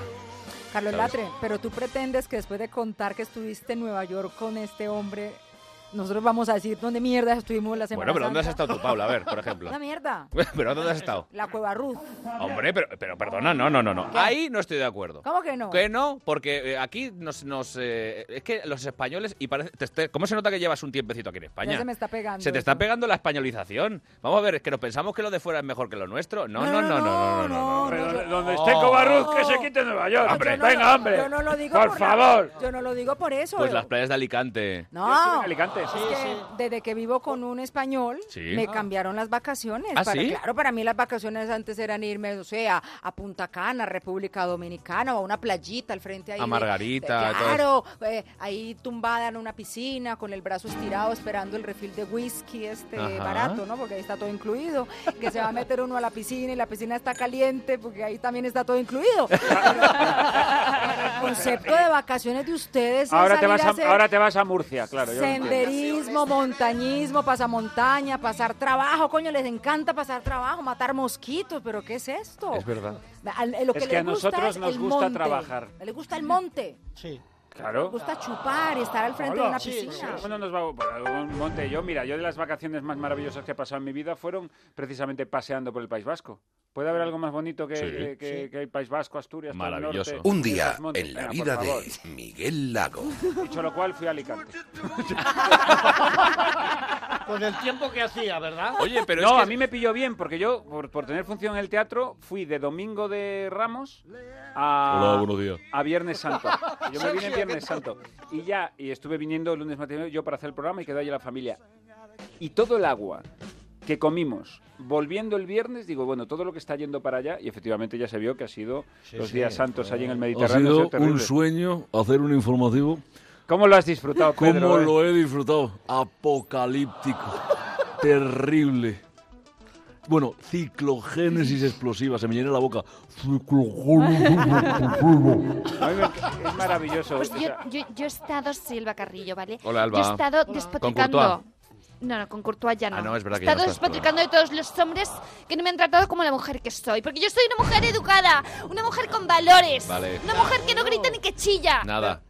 [SPEAKER 8] Carlos
[SPEAKER 1] ¿Sabes?
[SPEAKER 8] Latre, pero tú pretendes que después de contar que estuviste en Nueva York con este hombre, nosotros vamos a decir dónde mierda estuvimos la semana
[SPEAKER 1] bueno, pero ¿dónde has
[SPEAKER 8] Santa?
[SPEAKER 1] estado tú, Paula? A ver,
[SPEAKER 8] <laughs>
[SPEAKER 1] por ejemplo.
[SPEAKER 8] Una mierda.
[SPEAKER 1] ¿Pero dónde has estado?
[SPEAKER 8] La Cueva Ruth.
[SPEAKER 1] Hombre, pero, pero perdona, no, no, no, no. Ahí no estoy de acuerdo.
[SPEAKER 8] ¿Cómo que no?
[SPEAKER 1] Que no, porque eh, aquí nos... nos eh, es que los españoles... y parece, te- te- ¿Cómo se nota que llevas un tiempecito aquí en España?
[SPEAKER 8] Ya se me está pegando.
[SPEAKER 1] Se te está pegando la españolización. Vamos a ver, es que nos pensamos que lo de fuera es mejor que lo nuestro. No, no, no, no, no, no. no,
[SPEAKER 3] Pero
[SPEAKER 1] no.
[SPEAKER 3] donde esté Covarruth, que se quite Nueva York.
[SPEAKER 1] Hombre.
[SPEAKER 8] Yo no
[SPEAKER 3] Venga,
[SPEAKER 8] lo-
[SPEAKER 3] hombre.
[SPEAKER 8] Yo no lo digo
[SPEAKER 3] Por
[SPEAKER 8] la-
[SPEAKER 3] favor.
[SPEAKER 8] yo no lo digo por eso. eh.
[SPEAKER 1] Pues las playas de Alicante.
[SPEAKER 3] Yo estuve
[SPEAKER 8] No.
[SPEAKER 3] en Alicante.
[SPEAKER 8] Es
[SPEAKER 3] Sí,
[SPEAKER 8] que
[SPEAKER 3] sí.
[SPEAKER 8] Desde que vivo con un español,
[SPEAKER 1] Sí.
[SPEAKER 8] me
[SPEAKER 1] Ah.
[SPEAKER 8] cambiaron las vacaciones.
[SPEAKER 1] ¿Ah,
[SPEAKER 8] Para-
[SPEAKER 1] sí?
[SPEAKER 8] Claro, para mí las vacaciones antes eran irme, o sea, a Punta Cana, República Dominicana, o a una playita al frente ahí.
[SPEAKER 1] A
[SPEAKER 8] de-
[SPEAKER 1] Margarita,
[SPEAKER 8] de- claro, eh, ahí tumbada en una piscina, con el brazo estirado, esperando el refil de whisky este
[SPEAKER 1] Ajá.
[SPEAKER 8] barato, ¿no? Porque ahí está todo incluido. Que se va a meter uno a la piscina y la piscina está caliente, porque ahí también está todo
[SPEAKER 3] <laughs>
[SPEAKER 8] incluido. El concepto de vacaciones de ustedes es
[SPEAKER 3] Ahora te,
[SPEAKER 8] salir
[SPEAKER 3] vas
[SPEAKER 8] hacer
[SPEAKER 3] a, ahora te vas a Murcia, claro. Yo lo entiendo.
[SPEAKER 8] senderismo, montañismo, pasamontaña, pasar trabajo, coño, les encanta pasar trabajo, matar mosquitos, pero ¿qué es esto?
[SPEAKER 3] Es verdad.
[SPEAKER 8] Al- eh, lo que
[SPEAKER 3] Es que
[SPEAKER 8] les
[SPEAKER 3] a
[SPEAKER 8] gusta
[SPEAKER 3] nosotros
[SPEAKER 8] es
[SPEAKER 3] nos
[SPEAKER 8] el
[SPEAKER 3] gusta
[SPEAKER 8] monte.
[SPEAKER 3] trabajar.
[SPEAKER 8] Les gusta el monte,
[SPEAKER 3] Sí.
[SPEAKER 8] les
[SPEAKER 3] Claro.
[SPEAKER 8] gusta chupar, estar al frente de
[SPEAKER 3] Hola.
[SPEAKER 8] una
[SPEAKER 3] Sí,
[SPEAKER 8] piscina.
[SPEAKER 3] sí. Bueno, nos va por un monte. Yo, mira, yo de las vacaciones más maravillosas que he pasado en mi vida fueron precisamente paseando por el País Vasco. ¿Puede haber algo más bonito que,
[SPEAKER 13] Sí.
[SPEAKER 3] que- que- que el País Vasco, Asturias, todo el
[SPEAKER 13] Maravilloso.
[SPEAKER 3] norte,
[SPEAKER 13] Un día
[SPEAKER 3] esos montes?
[SPEAKER 13] en la
[SPEAKER 3] Venga,
[SPEAKER 13] vida
[SPEAKER 3] por favor.
[SPEAKER 13] de Miguel Lago.
[SPEAKER 3] Dicho lo cual, fui a Alicante.
[SPEAKER 10] Con el tiempo que hacía, ¿verdad?
[SPEAKER 3] no, a mí me pilló bien porque yo, por, por tener función en el teatro, fui de Domingo de Ramos a,
[SPEAKER 1] Hola, buenos días.
[SPEAKER 3] a Viernes Santo. Yo me vine en Viernes Santo. Y ya, y estuve viniendo el lunes mañana yo para hacer el programa y quedó allí la familia. Y todo el agua que comimos volviendo el viernes, digo, bueno, todo lo que está yendo para allá, y efectivamente ya se vio que ha sido los
[SPEAKER 7] sí,
[SPEAKER 3] días santos allí en el
[SPEAKER 7] Ha
[SPEAKER 3] Mediterráneo.
[SPEAKER 7] sido
[SPEAKER 3] terrible.
[SPEAKER 7] un sueño hacer un informativo.
[SPEAKER 3] ¿Cómo lo has disfrutado, Pedro?
[SPEAKER 7] ¿Cómo
[SPEAKER 3] eh?
[SPEAKER 7] lo he disfrutado? Apocalíptico.
[SPEAKER 3] <laughs>
[SPEAKER 7] terrible. Bueno, ciclogénesis explosiva. Se me llena
[SPEAKER 3] <laughs>
[SPEAKER 7] la boca.
[SPEAKER 3] A
[SPEAKER 7] Ciclogénesis explosiva.
[SPEAKER 3] mí me- es maravilloso.
[SPEAKER 9] Pues
[SPEAKER 3] o
[SPEAKER 9] yo,
[SPEAKER 3] sea,
[SPEAKER 9] yo, yo he estado Silva Carrillo, ¿vale?
[SPEAKER 1] Hola, Alba.
[SPEAKER 9] Yo he estado
[SPEAKER 1] Hola.
[SPEAKER 9] despotricando. No, no, con Courtois ya no.
[SPEAKER 1] Ah, no, es verdad
[SPEAKER 9] he
[SPEAKER 1] que ya
[SPEAKER 9] estado
[SPEAKER 1] no estás,
[SPEAKER 9] despotricando de todos los hombres que no me han tratado como la mujer que soy. Porque yo soy una mujer educada, una mujer con valores,
[SPEAKER 1] Vale.
[SPEAKER 9] una mujer que no grita ni que chilla.
[SPEAKER 1] Nada.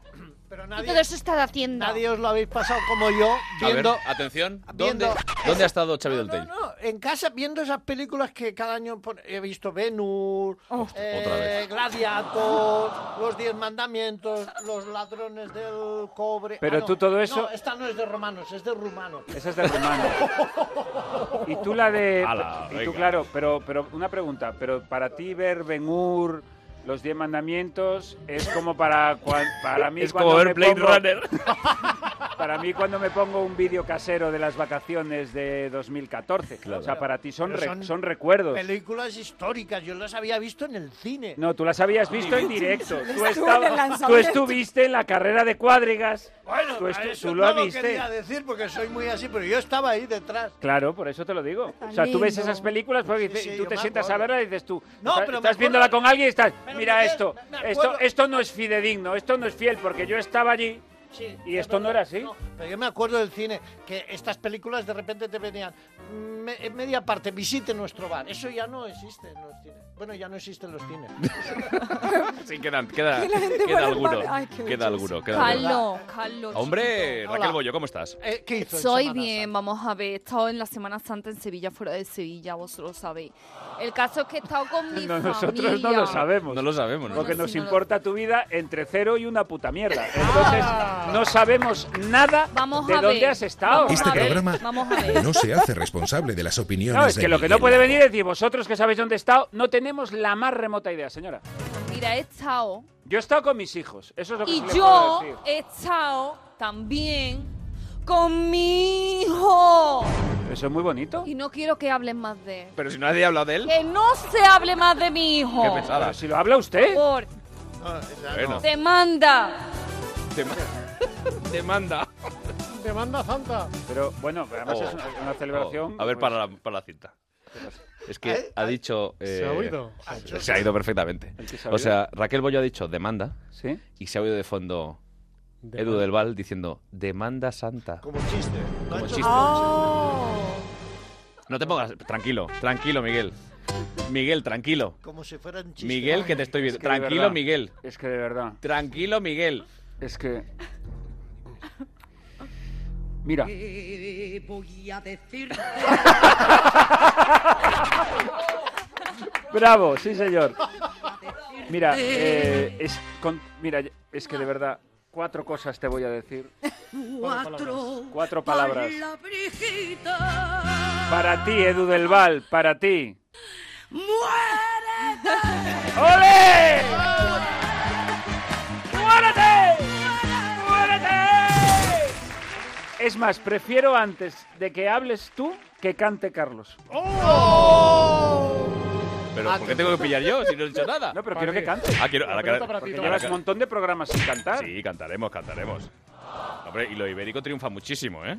[SPEAKER 9] y todo eso he estado haciendo.
[SPEAKER 10] Nadie os lo habéis pasado como yo,
[SPEAKER 1] A ver,
[SPEAKER 10] viendo
[SPEAKER 1] atención. ¿Dónde,
[SPEAKER 10] viendo-
[SPEAKER 1] ¿dónde ha estado Xavi del Tell?
[SPEAKER 10] No, en casa viendo esas películas que cada año pon- he visto Venus,
[SPEAKER 1] Oh.
[SPEAKER 10] eh,
[SPEAKER 1] otra vez.
[SPEAKER 10] Gladiator, Los Diez Mandamientos, Los Ladrones del Cobre. Ah,
[SPEAKER 3] Pero
[SPEAKER 10] no,
[SPEAKER 3] tú todo eso-
[SPEAKER 10] No, esta no es de romanos, es de rumanos.
[SPEAKER 3] Esa es de Rumano. Y tú la de.
[SPEAKER 1] <laughs> Ala,
[SPEAKER 3] y tú,
[SPEAKER 1] venga.
[SPEAKER 3] claro, pero, pero una pregunta. Pero para ti, ver Ben Hur, los Diez Mandamientos, es como para, cua- para mí.
[SPEAKER 1] Es
[SPEAKER 3] cuando
[SPEAKER 1] como ver
[SPEAKER 3] me
[SPEAKER 1] Blade
[SPEAKER 3] pongo-
[SPEAKER 1] Runner.
[SPEAKER 3] Para mí, cuando me pongo un vídeo casero de las vacaciones de 2014. O sea, para ti son,
[SPEAKER 10] Pero
[SPEAKER 3] re-
[SPEAKER 10] son
[SPEAKER 3] son, recuerdos.
[SPEAKER 10] Películas históricas, yo las había visto en el cine. Ah.
[SPEAKER 3] No, tú las habías visto en directo. Tú,
[SPEAKER 10] Estuvo en el
[SPEAKER 3] estabas- tú
[SPEAKER 10] lanzamiento.
[SPEAKER 3] estuviste en la carrera de cuadrigas.
[SPEAKER 10] Bueno,
[SPEAKER 3] tú, estu-
[SPEAKER 10] eso
[SPEAKER 3] tú
[SPEAKER 10] no
[SPEAKER 3] lo
[SPEAKER 10] lo
[SPEAKER 3] viste.
[SPEAKER 10] quería decir porque soy muy así, pero yo estaba ahí detrás.
[SPEAKER 3] Claro, por eso te lo digo.
[SPEAKER 10] Tan
[SPEAKER 3] o sea, tú ves
[SPEAKER 10] lindo.
[SPEAKER 3] esas películas pues, dices-
[SPEAKER 10] sí,
[SPEAKER 3] y tú
[SPEAKER 10] yo
[SPEAKER 3] te
[SPEAKER 10] me
[SPEAKER 3] sientas a
[SPEAKER 10] acuerdo.
[SPEAKER 3] verla y dices tú,
[SPEAKER 10] No,
[SPEAKER 3] está-
[SPEAKER 10] pero
[SPEAKER 3] estás
[SPEAKER 10] me acuerdo-
[SPEAKER 3] viéndola con alguien y estás,
[SPEAKER 10] Pero
[SPEAKER 3] mira
[SPEAKER 10] me ves,
[SPEAKER 3] esto,
[SPEAKER 10] me acuerdo.
[SPEAKER 3] esto, esto no es fidedigno, esto no es fiel, porque yo estaba allí
[SPEAKER 10] Sí,
[SPEAKER 3] y
[SPEAKER 10] es
[SPEAKER 3] esto no era
[SPEAKER 10] verdad,
[SPEAKER 3] así.
[SPEAKER 10] Pero yo me acuerdo del cine, que estas películas de repente te venían "Me- en media parte, visite nuestro bar. Eso ya no existe en los cines. Bueno, ya no existen los
[SPEAKER 3] <laughs>
[SPEAKER 10] cines.
[SPEAKER 1] Sí, quedan, queda,
[SPEAKER 10] Y la gente
[SPEAKER 1] queda
[SPEAKER 10] vuelve
[SPEAKER 1] alguno.
[SPEAKER 10] para- Ay, qué
[SPEAKER 1] Queda alguno, queda alguno. Eh,
[SPEAKER 5] Calo, calo.
[SPEAKER 1] Hombre,
[SPEAKER 5] chiquito.
[SPEAKER 1] Raquel Bollo, ¿cómo estás?
[SPEAKER 3] Eh,
[SPEAKER 5] Soy bien, vamos a ver. He estado en la Semana Santa en Sevilla, fuera de Sevilla, vosotros lo sabéis. El caso es que he estado
[SPEAKER 3] <laughs>
[SPEAKER 5] con mi
[SPEAKER 3] No,
[SPEAKER 5] familia.
[SPEAKER 3] nosotros no lo sabemos.
[SPEAKER 1] No lo sabemos.
[SPEAKER 3] Porque
[SPEAKER 5] Bueno,
[SPEAKER 3] nos
[SPEAKER 5] sí, no lo-
[SPEAKER 3] importa tu vida entre cero y una puta mierda. Entonces, no sabemos nada
[SPEAKER 5] Ah. Vamos
[SPEAKER 3] de
[SPEAKER 5] a
[SPEAKER 3] dónde
[SPEAKER 5] ver.
[SPEAKER 3] has estado.
[SPEAKER 5] Vamos
[SPEAKER 13] Este
[SPEAKER 5] a ver,
[SPEAKER 13] programa
[SPEAKER 5] Oh, Vamos a ver.
[SPEAKER 13] No se hace responsable de las opiniones
[SPEAKER 3] No, es
[SPEAKER 13] de
[SPEAKER 3] que lo que no
[SPEAKER 13] Miguel
[SPEAKER 3] puede
[SPEAKER 13] Lago.
[SPEAKER 3] venir es decir, vosotros que sabéis dónde he estado, no tenemos la más remota idea, señora.
[SPEAKER 5] Mira, he estado
[SPEAKER 3] Yo he estado con mis hijos, eso es lo que
[SPEAKER 5] y
[SPEAKER 3] sí le puedo
[SPEAKER 5] yo
[SPEAKER 3] decir.
[SPEAKER 5] he estado también con mi hijo.
[SPEAKER 3] Eso es muy bonito.
[SPEAKER 5] Y no quiero que hablen más de él.
[SPEAKER 1] Pero si nadie ha hablado de él.
[SPEAKER 5] Que no se hable más de mi hijo.
[SPEAKER 1] Qué pesada.
[SPEAKER 3] si lo habla usted.
[SPEAKER 5] Por
[SPEAKER 1] Bueno,
[SPEAKER 5] demanda.
[SPEAKER 1] <laughs> dem- demanda.
[SPEAKER 17] Demanda santa.
[SPEAKER 3] Pero bueno, además es una, una celebración. pues
[SPEAKER 1] Oh, A ver, para la, para la cinta. Es que Eh, ha dicho.
[SPEAKER 3] ¿Se ha oído?
[SPEAKER 1] Se ha ido perfectamente.
[SPEAKER 3] El que se ha
[SPEAKER 1] O
[SPEAKER 3] oído.
[SPEAKER 1] sea, Raquel Bollo ha dicho demanda.
[SPEAKER 3] Sí.
[SPEAKER 1] Y se ha oído de fondo Edu
[SPEAKER 10] Demanda.
[SPEAKER 1] del Val diciendo demanda santa.
[SPEAKER 10] Como chiste. Lo ha
[SPEAKER 1] Como
[SPEAKER 10] hecho
[SPEAKER 1] chiste.
[SPEAKER 2] Oh.
[SPEAKER 1] No te pongas. Tranquilo, tranquilo, Miguel. Miguel, tranquilo.
[SPEAKER 10] Como si fuera un chiste.
[SPEAKER 1] Miguel, que te estoy viendo.
[SPEAKER 3] Es que de
[SPEAKER 1] Tranquilo,
[SPEAKER 3] verdad.
[SPEAKER 1] Miguel.
[SPEAKER 3] Es que de verdad.
[SPEAKER 1] Tranquilo, Miguel.
[SPEAKER 3] Es que. Mira.
[SPEAKER 20] ¿Qué voy a decirte?
[SPEAKER 3] Bravo, sí, señor. Mira, eh, es, con- mira, es que de verdad, cuatro cosas te voy a decir.
[SPEAKER 20] Cuatro.
[SPEAKER 3] Cuatro palabras.
[SPEAKER 20] Palabrijitas.
[SPEAKER 3] Para ti, Edu del Val, para ti.
[SPEAKER 20] ¡Ole!
[SPEAKER 3] ¡Muérete! ¡Muérete! Es más, prefiero antes de que hables tú que cante Carlos. ¡Oh!
[SPEAKER 1] Pero ¿por qué tengo que pillar yo si no he hecho nada?
[SPEAKER 3] Ah, No, pero quiero que cante.
[SPEAKER 1] Ah, quiero. ahora que-
[SPEAKER 3] Porque
[SPEAKER 1] ahora
[SPEAKER 3] llevas
[SPEAKER 1] que-
[SPEAKER 3] un montón de programas sin cantar.
[SPEAKER 1] Sí, cantaremos, cantaremos. Hombre, y lo ibérico triunfa muchísimo, ¿eh?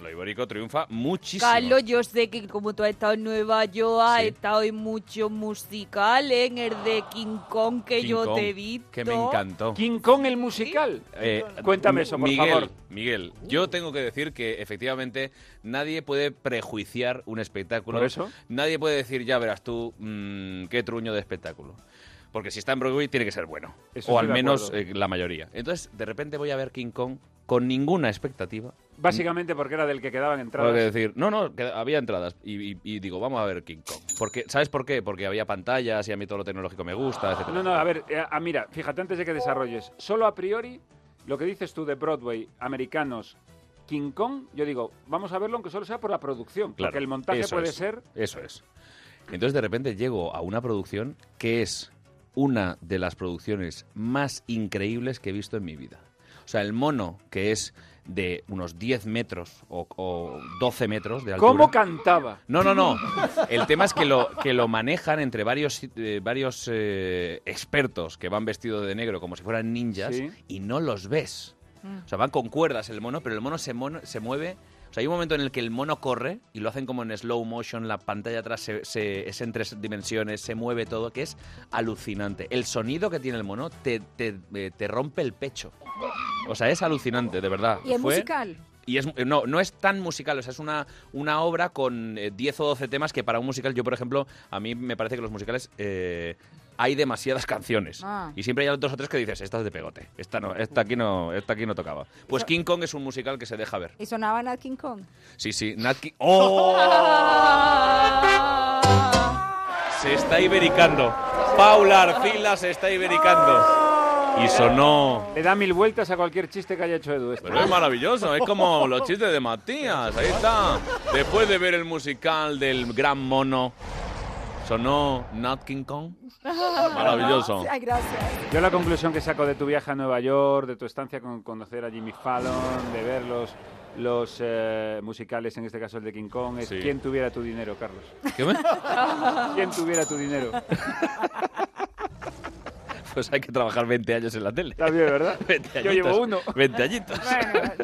[SPEAKER 1] Lo ibérico triunfa muchísimo.
[SPEAKER 5] Carlos, yo sé que como tú has estado en Nueva York, has estado en muchos musicales, en el de King Kong que
[SPEAKER 1] King
[SPEAKER 5] yo
[SPEAKER 1] Kong,
[SPEAKER 5] te he visto.
[SPEAKER 1] Que me encantó.
[SPEAKER 3] King Kong el musical.
[SPEAKER 1] Eh,
[SPEAKER 3] Cuéntame
[SPEAKER 1] M-
[SPEAKER 3] eso, por
[SPEAKER 1] Miguel,
[SPEAKER 3] favor.
[SPEAKER 1] Miguel, yo tengo que decir que efectivamente nadie puede prejuiciar un espectáculo.
[SPEAKER 3] ¿Por eso?
[SPEAKER 1] Nadie puede decir, ya verás tú, mm, qué truño de espectáculo. Porque si está en Broadway tiene que ser bueno.
[SPEAKER 3] Eso estoy
[SPEAKER 1] o al
[SPEAKER 3] de
[SPEAKER 1] menos
[SPEAKER 3] acuerdo.
[SPEAKER 1] eh, la mayoría. Entonces, de repente voy a ver King Kong con ninguna expectativa. Mm,
[SPEAKER 3] Básicamente porque era del que quedaban entradas.
[SPEAKER 1] Tengo que decir, no, no, que había entradas. Y, y- y digo, vamos a ver King Kong. Porque, ¿Sabes por qué? Porque había pantallas y a mí todo lo tecnológico me gusta, etc.
[SPEAKER 3] No, no, a ver, eh, ah, mira, fíjate antes de que desarrolles. Solo a priori, lo que dices tú de Broadway, americanos, King Kong, yo digo, vamos a verlo aunque solo sea por la producción. porque el montaje
[SPEAKER 1] eso
[SPEAKER 3] puede
[SPEAKER 1] es,
[SPEAKER 3] ser.
[SPEAKER 1] Eso es. Entonces de repente llego a una producción que es una de las producciones más increíbles que he visto en mi vida. O sea, el mono que es de unos 10 metros o, o 12 metros de altura.
[SPEAKER 3] ¿Cómo cantaba?
[SPEAKER 1] No, no, no. El tema es que lo, que lo manejan entre varios, eh, varios eh, expertos que van vestidos de negro como si fueran ninjas
[SPEAKER 3] Sí.
[SPEAKER 1] y no los ves. O sea, van con cuerdas el mono, pero el mono se, mono- se mueve. O sea, hay un momento en el que el mono corre y lo hacen como en slow motion, la pantalla atrás se, se- es en tres dimensiones, se mueve todo, que es alucinante. El sonido que tiene el mono te, te- eh, te rompe el pecho. O sea, es alucinante, de verdad.
[SPEAKER 8] Y es
[SPEAKER 1] Fue-
[SPEAKER 8] musical.
[SPEAKER 1] y es, eh, no, no es tan musical, o sea, es una, una obra con eh, 10 o 12 temas que para un musical, yo por ejemplo, a mí me parece que los musicales eh, hay demasiadas <laughs> canciones.
[SPEAKER 8] Ah.
[SPEAKER 1] Y siempre hay dos o tres que dices, esta es de pegote, esta, no, esta, aquí, no, esta aquí no tocaba. Pues
[SPEAKER 8] Eso-
[SPEAKER 1] King Kong es un musical que se deja ver.
[SPEAKER 8] Y sonaban a King Kong.
[SPEAKER 1] Sí, sí, Nat Ki- ¡Oh! Se está ibericando. Paula Arcila se está ibericando. Y sonó...
[SPEAKER 3] Le da mil vueltas a cualquier chiste que haya hecho Edu. este.
[SPEAKER 1] Pero es maravilloso, es
[SPEAKER 3] <laughs>
[SPEAKER 1] como los chistes de Matías, ahí está. Después de ver el musical del gran mono, sonó Nat King Kong. <laughs> Maravilloso.
[SPEAKER 8] Ay, gracias.
[SPEAKER 3] Yo la conclusión que saco de tu viaje a Nueva York, de tu estancia con conocer a Jimmy Fallon, de ver los, los eh, musicales, en este caso el de King Kong, es
[SPEAKER 1] Sí.
[SPEAKER 3] quién tuviera tu dinero, Carlos.
[SPEAKER 1] ¿Qué me-
[SPEAKER 3] <laughs> ¿Quién tuviera tu dinero?
[SPEAKER 1] Pues hay que trabajar 20 años en la tele.
[SPEAKER 3] También,
[SPEAKER 1] <laughs>
[SPEAKER 3] ¿verdad?
[SPEAKER 1] 20
[SPEAKER 3] Yo
[SPEAKER 1] añitos.
[SPEAKER 3] llevo uno.
[SPEAKER 1] 20 añitos.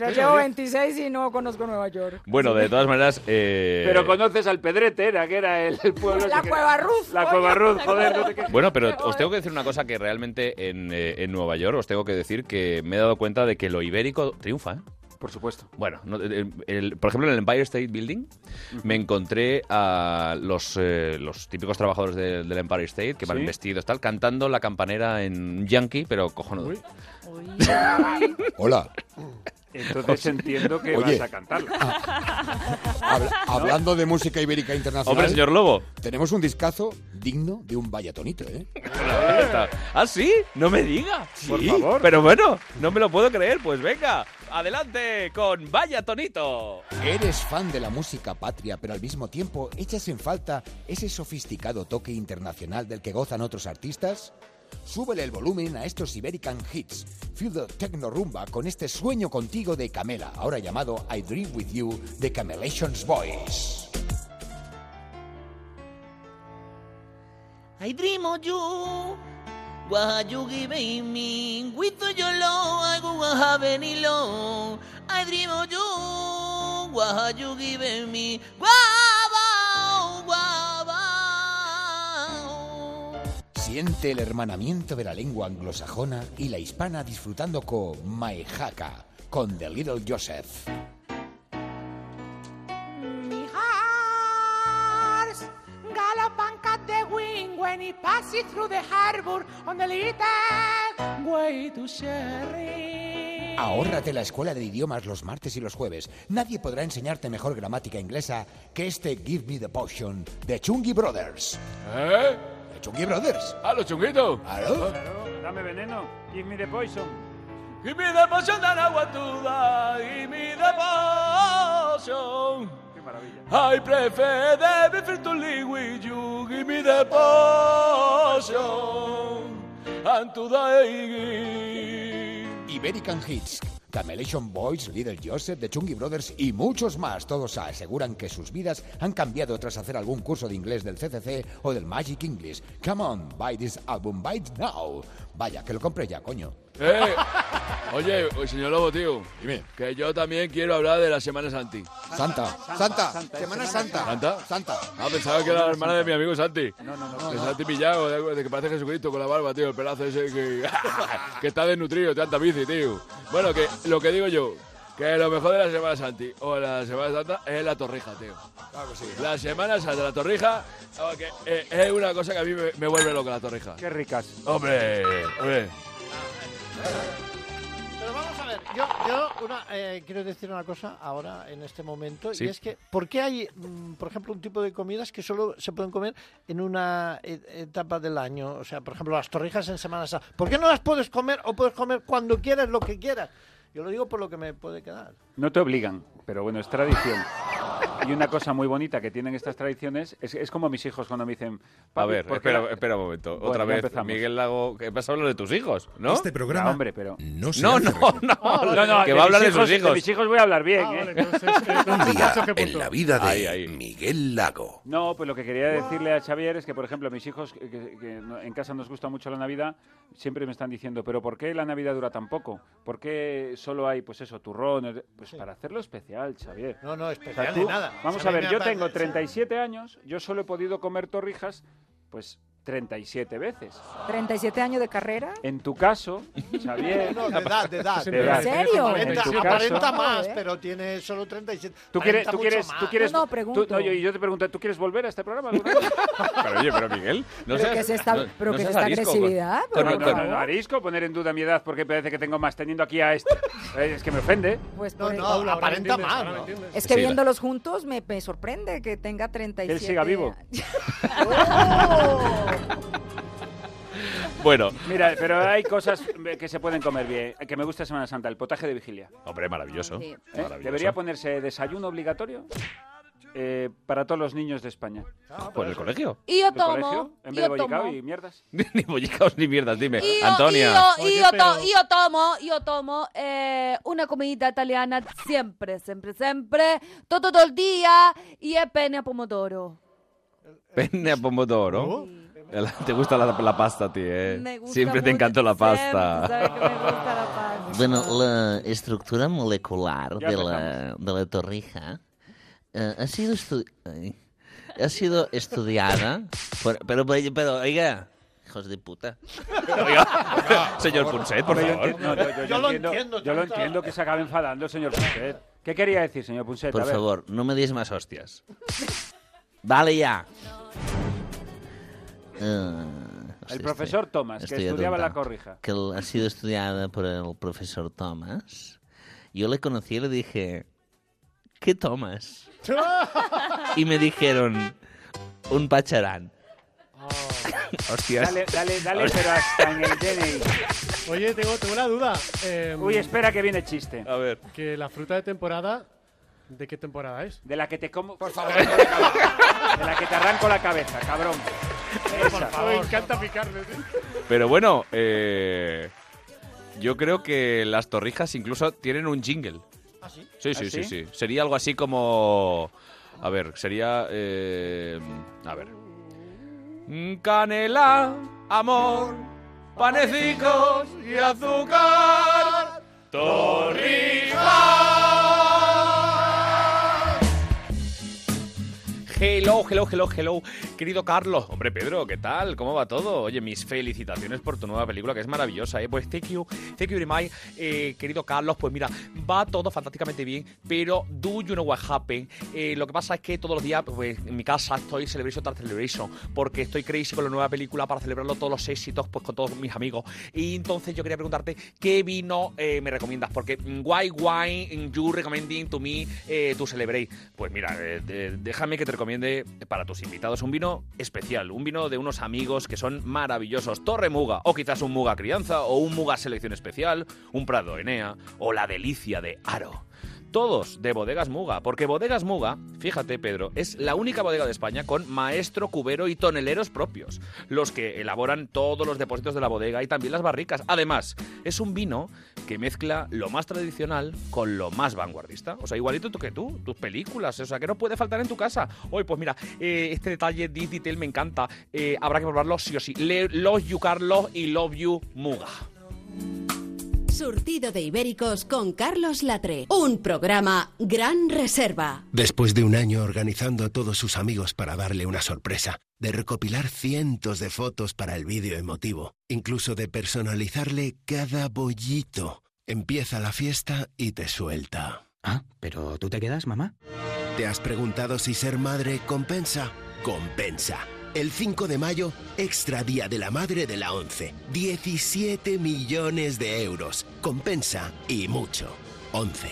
[SPEAKER 8] Yo llevo 26 y no conozco Nueva York.
[SPEAKER 1] Bueno, de todas maneras... eh,
[SPEAKER 3] Pero conoces al Pedrete, era que era el, el pueblo.
[SPEAKER 8] La
[SPEAKER 3] ese que-
[SPEAKER 8] Cueva Ruz,
[SPEAKER 3] La
[SPEAKER 8] coño.
[SPEAKER 3] Cueva Ruz, joder. no te que-
[SPEAKER 1] Bueno, pero os tengo que decir una cosa que realmente en, eh, en Nueva York os tengo que decir que me he dado cuenta de que lo ibérico triunfa, ¿eh?
[SPEAKER 3] Por supuesto.
[SPEAKER 1] Bueno, no, eh, el- por ejemplo, en el Empire State Building me encontré a los, eh, los típicos trabajadores de- del Empire State que van
[SPEAKER 3] Sí.
[SPEAKER 1] vestidos tal, cantando la campanera en yankee, pero cojonudo.
[SPEAKER 16] Hola.
[SPEAKER 3] Entonces entiendo que
[SPEAKER 16] Oye.
[SPEAKER 3] vas a cantarlo.
[SPEAKER 13] Ah.
[SPEAKER 16] Habla- hablando de música ibérica internacional.
[SPEAKER 1] Hombre, señor Lobo.
[SPEAKER 16] Tenemos un discazo digno de un vallatonito, ¿eh?
[SPEAKER 1] Ahí está. ¿Ah, sí? No me diga.
[SPEAKER 16] Por
[SPEAKER 1] Sí,
[SPEAKER 16] favor.
[SPEAKER 1] Pero bueno, <laughs> no me lo puedo creer. Pues venga, adelante con Vaya Tonito.
[SPEAKER 16] Eres fan de la música patria, pero al mismo tiempo echas en falta ese sofisticado toque internacional del que gozan otros artistas.
[SPEAKER 21] Súbele el volumen a estos Iberican Hits. Feel the Techno Rumba con este sueño contigo de Camela, ahora llamado I Dream With You de Camelations Boys.
[SPEAKER 14] I dream of you. What you give me with your love, I won't have any love. I dream of you. What you give me, wow, wow, wow.
[SPEAKER 21] Siente el hermanamiento de la lengua anglosajona y la hispana disfrutando con My Haka, con The Little Joseph.
[SPEAKER 20] Mi hearts galloping at the wing when it passes through the harbor on the little way to Sherry.
[SPEAKER 21] Ahórrate la escuela de idiomas los martes y los jueves. Nadie podrá enseñarte mejor gramática inglesa que este Give Me the Potion de Chungi Brothers.
[SPEAKER 3] ¿Eh?
[SPEAKER 21] ¿De Chungi Brothers?
[SPEAKER 3] ¡A los chunguitos!
[SPEAKER 21] ¿Aló?
[SPEAKER 3] Dame veneno. Give me the poison.
[SPEAKER 11] Give me the potion that I want to die. Give me the potion.
[SPEAKER 3] Qué maravilla.
[SPEAKER 11] I prefer the prefer to live with you. Give me the potion. And to die.
[SPEAKER 21] Iberican Hits, Camelation Boys, Little Joseph, The Chungi Brothers y muchos más. Todos aseguran que sus vidas han cambiado tras hacer algún curso de inglés del CCC o del Magic English. Come on, buy this album, buy it now. Vaya, que lo compré ya, coño.
[SPEAKER 7] Eh, oye, oye, señor Lobo, tío. Que yo también quiero hablar de la Semana Santi.
[SPEAKER 21] Santa. Santa, Semana Santa.
[SPEAKER 7] ¿Santa?
[SPEAKER 21] Santa.
[SPEAKER 7] Ah, pensaba que era la hermana de mi amigo Santi.
[SPEAKER 21] No, no,
[SPEAKER 7] De Santi Pillado, de, de que parece Jesucristo con la barba, tío. El pelazo ese que, <laughs> que está desnutrido, tanta bici, tío. Bueno, que lo que digo yo, que lo mejor de la Semana Santi o la Semana Santa es la torrija, tío. La Semana Santa, la torrija, ah, que, eh, es una cosa que a mí me, me vuelve loca la torrija.
[SPEAKER 3] Qué ricas.
[SPEAKER 7] Hombre, hombre.
[SPEAKER 10] Pero vamos a ver, yo, yo una, eh, quiero decir una cosa ahora, en este momento,
[SPEAKER 7] Sí.
[SPEAKER 10] y es que, ¿por qué hay, mm, por ejemplo, un tipo de comidas que solo se pueden comer en una e- etapa del año? O sea, por ejemplo, las torrijas en Semana Santa. ¿Por qué no las puedes comer o puedes comer cuando quieras lo que quieras? Yo lo digo por lo que me puede quedar.
[SPEAKER 3] No te obligan, pero bueno, es tradición. Y una cosa muy bonita que tienen estas tradiciones es, es como mis hijos cuando me dicen.
[SPEAKER 1] A
[SPEAKER 3] "Papi,
[SPEAKER 1] ver,
[SPEAKER 3] ¿por qué
[SPEAKER 1] espera,
[SPEAKER 3] la-?"
[SPEAKER 1] espera un momento.
[SPEAKER 3] Bueno,
[SPEAKER 1] Otra
[SPEAKER 3] ya
[SPEAKER 1] vez,
[SPEAKER 3] empezamos.
[SPEAKER 1] Miguel Lago, ¿qué pasa hablar de tus hijos? ¿No?
[SPEAKER 3] Este programa No, hombre, pero-
[SPEAKER 1] no
[SPEAKER 3] se
[SPEAKER 1] No,
[SPEAKER 3] hace
[SPEAKER 1] no, no,
[SPEAKER 3] No, no,
[SPEAKER 1] Que va a hablar
[SPEAKER 3] mis
[SPEAKER 1] de sus hijos. Ah,
[SPEAKER 3] De mis hijos voy a hablar bien, ¿eh? <laughs>
[SPEAKER 1] este,
[SPEAKER 13] Un día en la vida de Miguel Lago.
[SPEAKER 3] No, pues lo que quería decirle a Xavier es que, por ejemplo, mis hijos, que, que- que no- en casa nos gusta mucho la Navidad, siempre me están diciendo, pero ¿por qué la Navidad dura tan poco? ¿Por qué solo hay, pues eso, turrón? el- Pues para hacerlo especial, Xavier.
[SPEAKER 10] No, no,
[SPEAKER 3] O sea,
[SPEAKER 10] especial
[SPEAKER 3] tú-
[SPEAKER 10] de nada.
[SPEAKER 3] Vamos
[SPEAKER 10] Si
[SPEAKER 3] a
[SPEAKER 10] mí
[SPEAKER 3] ver,
[SPEAKER 10] me
[SPEAKER 3] yo
[SPEAKER 10] apetece-
[SPEAKER 3] tengo 37 años, yo solo he podido comer torrijas, pues 37 veces.
[SPEAKER 8] 37 años de carrera.
[SPEAKER 3] En tu caso, Xavier...
[SPEAKER 10] No, no, de edad, de edad.
[SPEAKER 3] de edad. En
[SPEAKER 10] 40,
[SPEAKER 3] tu
[SPEAKER 10] Ah, aparenta
[SPEAKER 3] caso,
[SPEAKER 10] más, pero tiene solo 37.
[SPEAKER 3] ¿Tú quieres,
[SPEAKER 10] Aparenta
[SPEAKER 3] tú
[SPEAKER 10] mucho
[SPEAKER 3] quieres, tú
[SPEAKER 10] más.
[SPEAKER 3] quieres, tú- no, yo, yo te pregunto, ¿tú quieres volver a este programa? alguna vez?
[SPEAKER 1] Pero oye, pero Miguel, no
[SPEAKER 8] Pero
[SPEAKER 1] seas,
[SPEAKER 8] que es esta-
[SPEAKER 1] no-
[SPEAKER 8] pero
[SPEAKER 1] no
[SPEAKER 8] que es
[SPEAKER 1] seas
[SPEAKER 8] esta
[SPEAKER 1] arisco con-
[SPEAKER 8] agresividad,
[SPEAKER 1] con-
[SPEAKER 3] no,
[SPEAKER 1] con-
[SPEAKER 3] no, no, no, arisco poner en duda mi edad porque parece que tengo más teniendo aquí a este. Eh, Es que me ofende.
[SPEAKER 8] Pues
[SPEAKER 10] No,
[SPEAKER 8] por
[SPEAKER 10] no,
[SPEAKER 8] eso.
[SPEAKER 10] ahora aparenta entiendes, más, ahora ¿no? entiendes.
[SPEAKER 8] Es que
[SPEAKER 3] Sí, la-
[SPEAKER 8] viéndolos juntos me, me sorprende que tenga 37.
[SPEAKER 3] Él siga vivo. <laughs>
[SPEAKER 8] Oh.
[SPEAKER 1] Bueno,
[SPEAKER 3] Mira, pero hay cosas que se pueden comer bien. Que me gusta Semana Santa, el potaje de vigilia.
[SPEAKER 1] hombre, maravilloso.
[SPEAKER 3] ¿eh?
[SPEAKER 1] maravilloso. <laughs>
[SPEAKER 3] Debería ponerse desayuno obligatorio eh, para todos los niños de España.
[SPEAKER 1] Por el colegio.
[SPEAKER 5] Y yo
[SPEAKER 3] Ah, ¿El colegio?
[SPEAKER 5] tomo,
[SPEAKER 3] En
[SPEAKER 5] y
[SPEAKER 3] vez de
[SPEAKER 5] yo
[SPEAKER 3] bollicao
[SPEAKER 5] tomo.
[SPEAKER 3] y mierdas.
[SPEAKER 1] ni bollicaos ni mierdas, dime.
[SPEAKER 5] Y yo-
[SPEAKER 1] Antonia.
[SPEAKER 5] Y yo, y yo to- y yo tomo, y yo tomo eh, una comidita italiana siempre, siempre, siempre, todo, todo el día, y es penne a pomodoro.
[SPEAKER 1] Penne a pomodoro. Te gusta la, la pasta a ti, ¿eh?
[SPEAKER 5] Me gusta
[SPEAKER 1] Siempre te
[SPEAKER 5] mucho,
[SPEAKER 1] encantó la pasta.
[SPEAKER 5] siempre, sabe que me gusta la
[SPEAKER 22] <laughs>
[SPEAKER 5] pasta.
[SPEAKER 6] Bueno, la estructura molecular
[SPEAKER 5] Ya
[SPEAKER 6] de la, de la torrija eh, ha sido estu- ay, ha sido estudiada por- pero, pero, pero, oiga, hijos de puta.
[SPEAKER 1] Oiga, señor Punset, por
[SPEAKER 3] Hombre, yo
[SPEAKER 1] favor.
[SPEAKER 3] enti- no, yo- yo entiendo. Yo lo entiendo que se acabe enfadando el <laughs> señor Punset. ¿Qué quería decir, señor Punset?
[SPEAKER 6] Por
[SPEAKER 3] A ver.
[SPEAKER 6] favor, no me des más hostias. Vale ya. Ah, hostia,
[SPEAKER 3] El profesor Thomas, que estudiaba la corrija.
[SPEAKER 6] Que l- ha sido estudiada por el profesor Thomas. Yo le conocí y le dije, ¿qué tomas? Y me dijeron, un pacharán. Hostias.
[SPEAKER 3] Dale, dale, dale, pero hasta en el DNI.
[SPEAKER 17] Oye, tengo, tengo una duda. eh,
[SPEAKER 3] Uy, espera que viene chiste.
[SPEAKER 1] A ver.
[SPEAKER 17] Que la fruta de temporada, ¿de qué temporada es?
[SPEAKER 3] <laughs> De la que te como. Por favor. De la que te arranco la cabeza, cabrón.
[SPEAKER 17] Me encanta picarle. tío.
[SPEAKER 1] Pero bueno, eh, yo creo que las torrijas incluso tienen un jingle.
[SPEAKER 28] ¿Ah, sí?
[SPEAKER 1] Sí,
[SPEAKER 28] ¿Ah,
[SPEAKER 1] sí, sí,
[SPEAKER 28] sí?
[SPEAKER 1] sí. Sería algo así como... A ver, sería... eh, a ver.
[SPEAKER 22] Canela, amor, panecicos y azúcar. Torrijas.
[SPEAKER 1] Hello, hello, hello, hello. Querido Carlos. Hombre, Pedro, ¿qué tal? ¿Cómo va todo? Oye, mis felicitaciones por tu nueva película, que es maravillosa, ¿eh? Pues thank you, thank you very much. Eh, querido Carlos, pues mira, va todo fantásticamente bien, pero do you know what happened? Eh, lo que pasa es que todos los días, pues, en mi casa estoy celebration tras celebration, porque estoy crazy con la nueva película para celebrarlo todos los éxitos, pues, con todos mis amigos. Y entonces yo quería preguntarte, ¿qué vino eh, me recomiendas? Porque, mm, why, why you recommending to me eh, to celebrate? Pues mira, eh, de- déjame que te recomiende para tus invitados un vino especial, un vino de unos amigos que son maravillosos. Torre Muga, o quizás un Muga Crianza, o un Muga Selección Especial, un Prado Enea, o la delicia de Aro. Todos de Bodegas Muga, porque Bodegas Muga, fíjate Pedro, es la única bodega de España con maestro cubero y toneleros propios, los que elaboran todos los depósitos de la bodega y también las barricas. Además, es un vino que mezcla lo más tradicional con lo más vanguardista. O sea, igualito tú que tú, tus películas, o sea, que no puede faltar en tu casa. Hoy, pues mira, eh, este detalle, this detail me encanta, Eh, habrá que probarlo sí o sí. Le- love you Carlos y love you Muga.
[SPEAKER 2] Surtido de Ibéricos con Carlos Latre. Un programa Gran Reserva.
[SPEAKER 23] Después de un año organizando a todos sus amigos para darle una sorpresa, de recopilar cientos de fotos para el vídeo emotivo, incluso de personalizarle cada bollito, empieza la fiesta y te suelta. Ah, pero tú te quedas, mamá. ¿Te has preguntado si ser madre compensa? Compensa. El 5 de mayo, extra día de la madre de la 11. 17 millones de euros. Compensa y mucho. 11.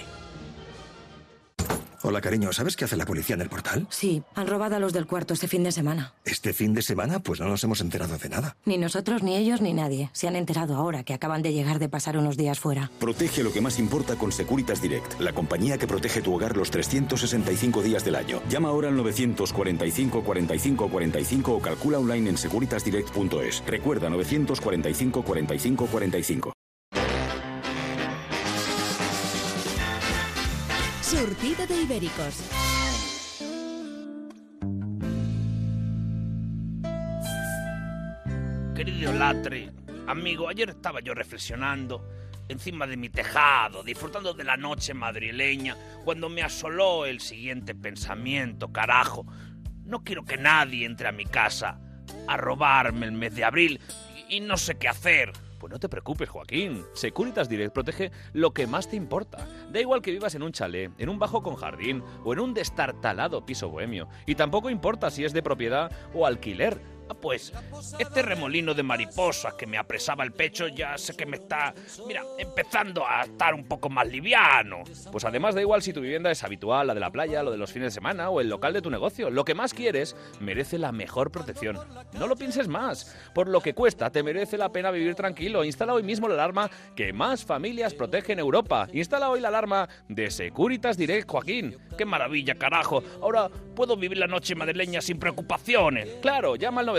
[SPEAKER 21] Hola, cariño, ¿sabes qué hace la policía en el portal?
[SPEAKER 15] Sí, han robado a los del cuarto este fin de semana.
[SPEAKER 21] Este fin de semana, pues no nos hemos enterado de nada.
[SPEAKER 15] Ni nosotros, ni ellos, ni nadie. Se han enterado ahora que acaban de llegar de pasar unos días fuera.
[SPEAKER 26] Protege lo que más importa con Securitas Direct, la compañía que protege tu hogar los 365 días del año. Llama ahora al 945 45 45 o calcula online en securitasdirect.es. Recuerda 945 45 45.
[SPEAKER 2] Surtido de Ibéricos.
[SPEAKER 6] Querido Latre, amigo, ayer estaba yo reflexionando encima de mi tejado, disfrutando de la noche madrileña, cuando me asoló el siguiente pensamiento, carajo. No quiero que nadie entre a mi casa a robarme el mes de abril y- y no sé qué hacer.
[SPEAKER 1] Pues no te preocupes, Joaquín. Securitas Direct protege lo que más te importa. Da igual que vivas en un chalet, en un bajo con jardín o en un destartalado piso bohemio. Y tampoco importa si es de propiedad o alquiler.
[SPEAKER 6] Ah, Pues este remolino de mariposas que me apresaba el pecho ya sé que me está, mira, empezando a estar un poco más liviano.
[SPEAKER 1] Pues además da igual si tu vivienda es habitual, la de la playa, lo de los fines de semana o el local de tu negocio. Lo que más quieres merece la mejor protección. No lo pienses más. Por lo que cuesta, te merece la pena vivir tranquilo. Instala hoy mismo la alarma que más familias protege en Europa. Instala hoy la alarma de Securitas Direct, Joaquín.
[SPEAKER 6] Qué maravilla, carajo. Ahora puedo vivir la noche madrileña sin preocupaciones.
[SPEAKER 1] Claro, llama al 945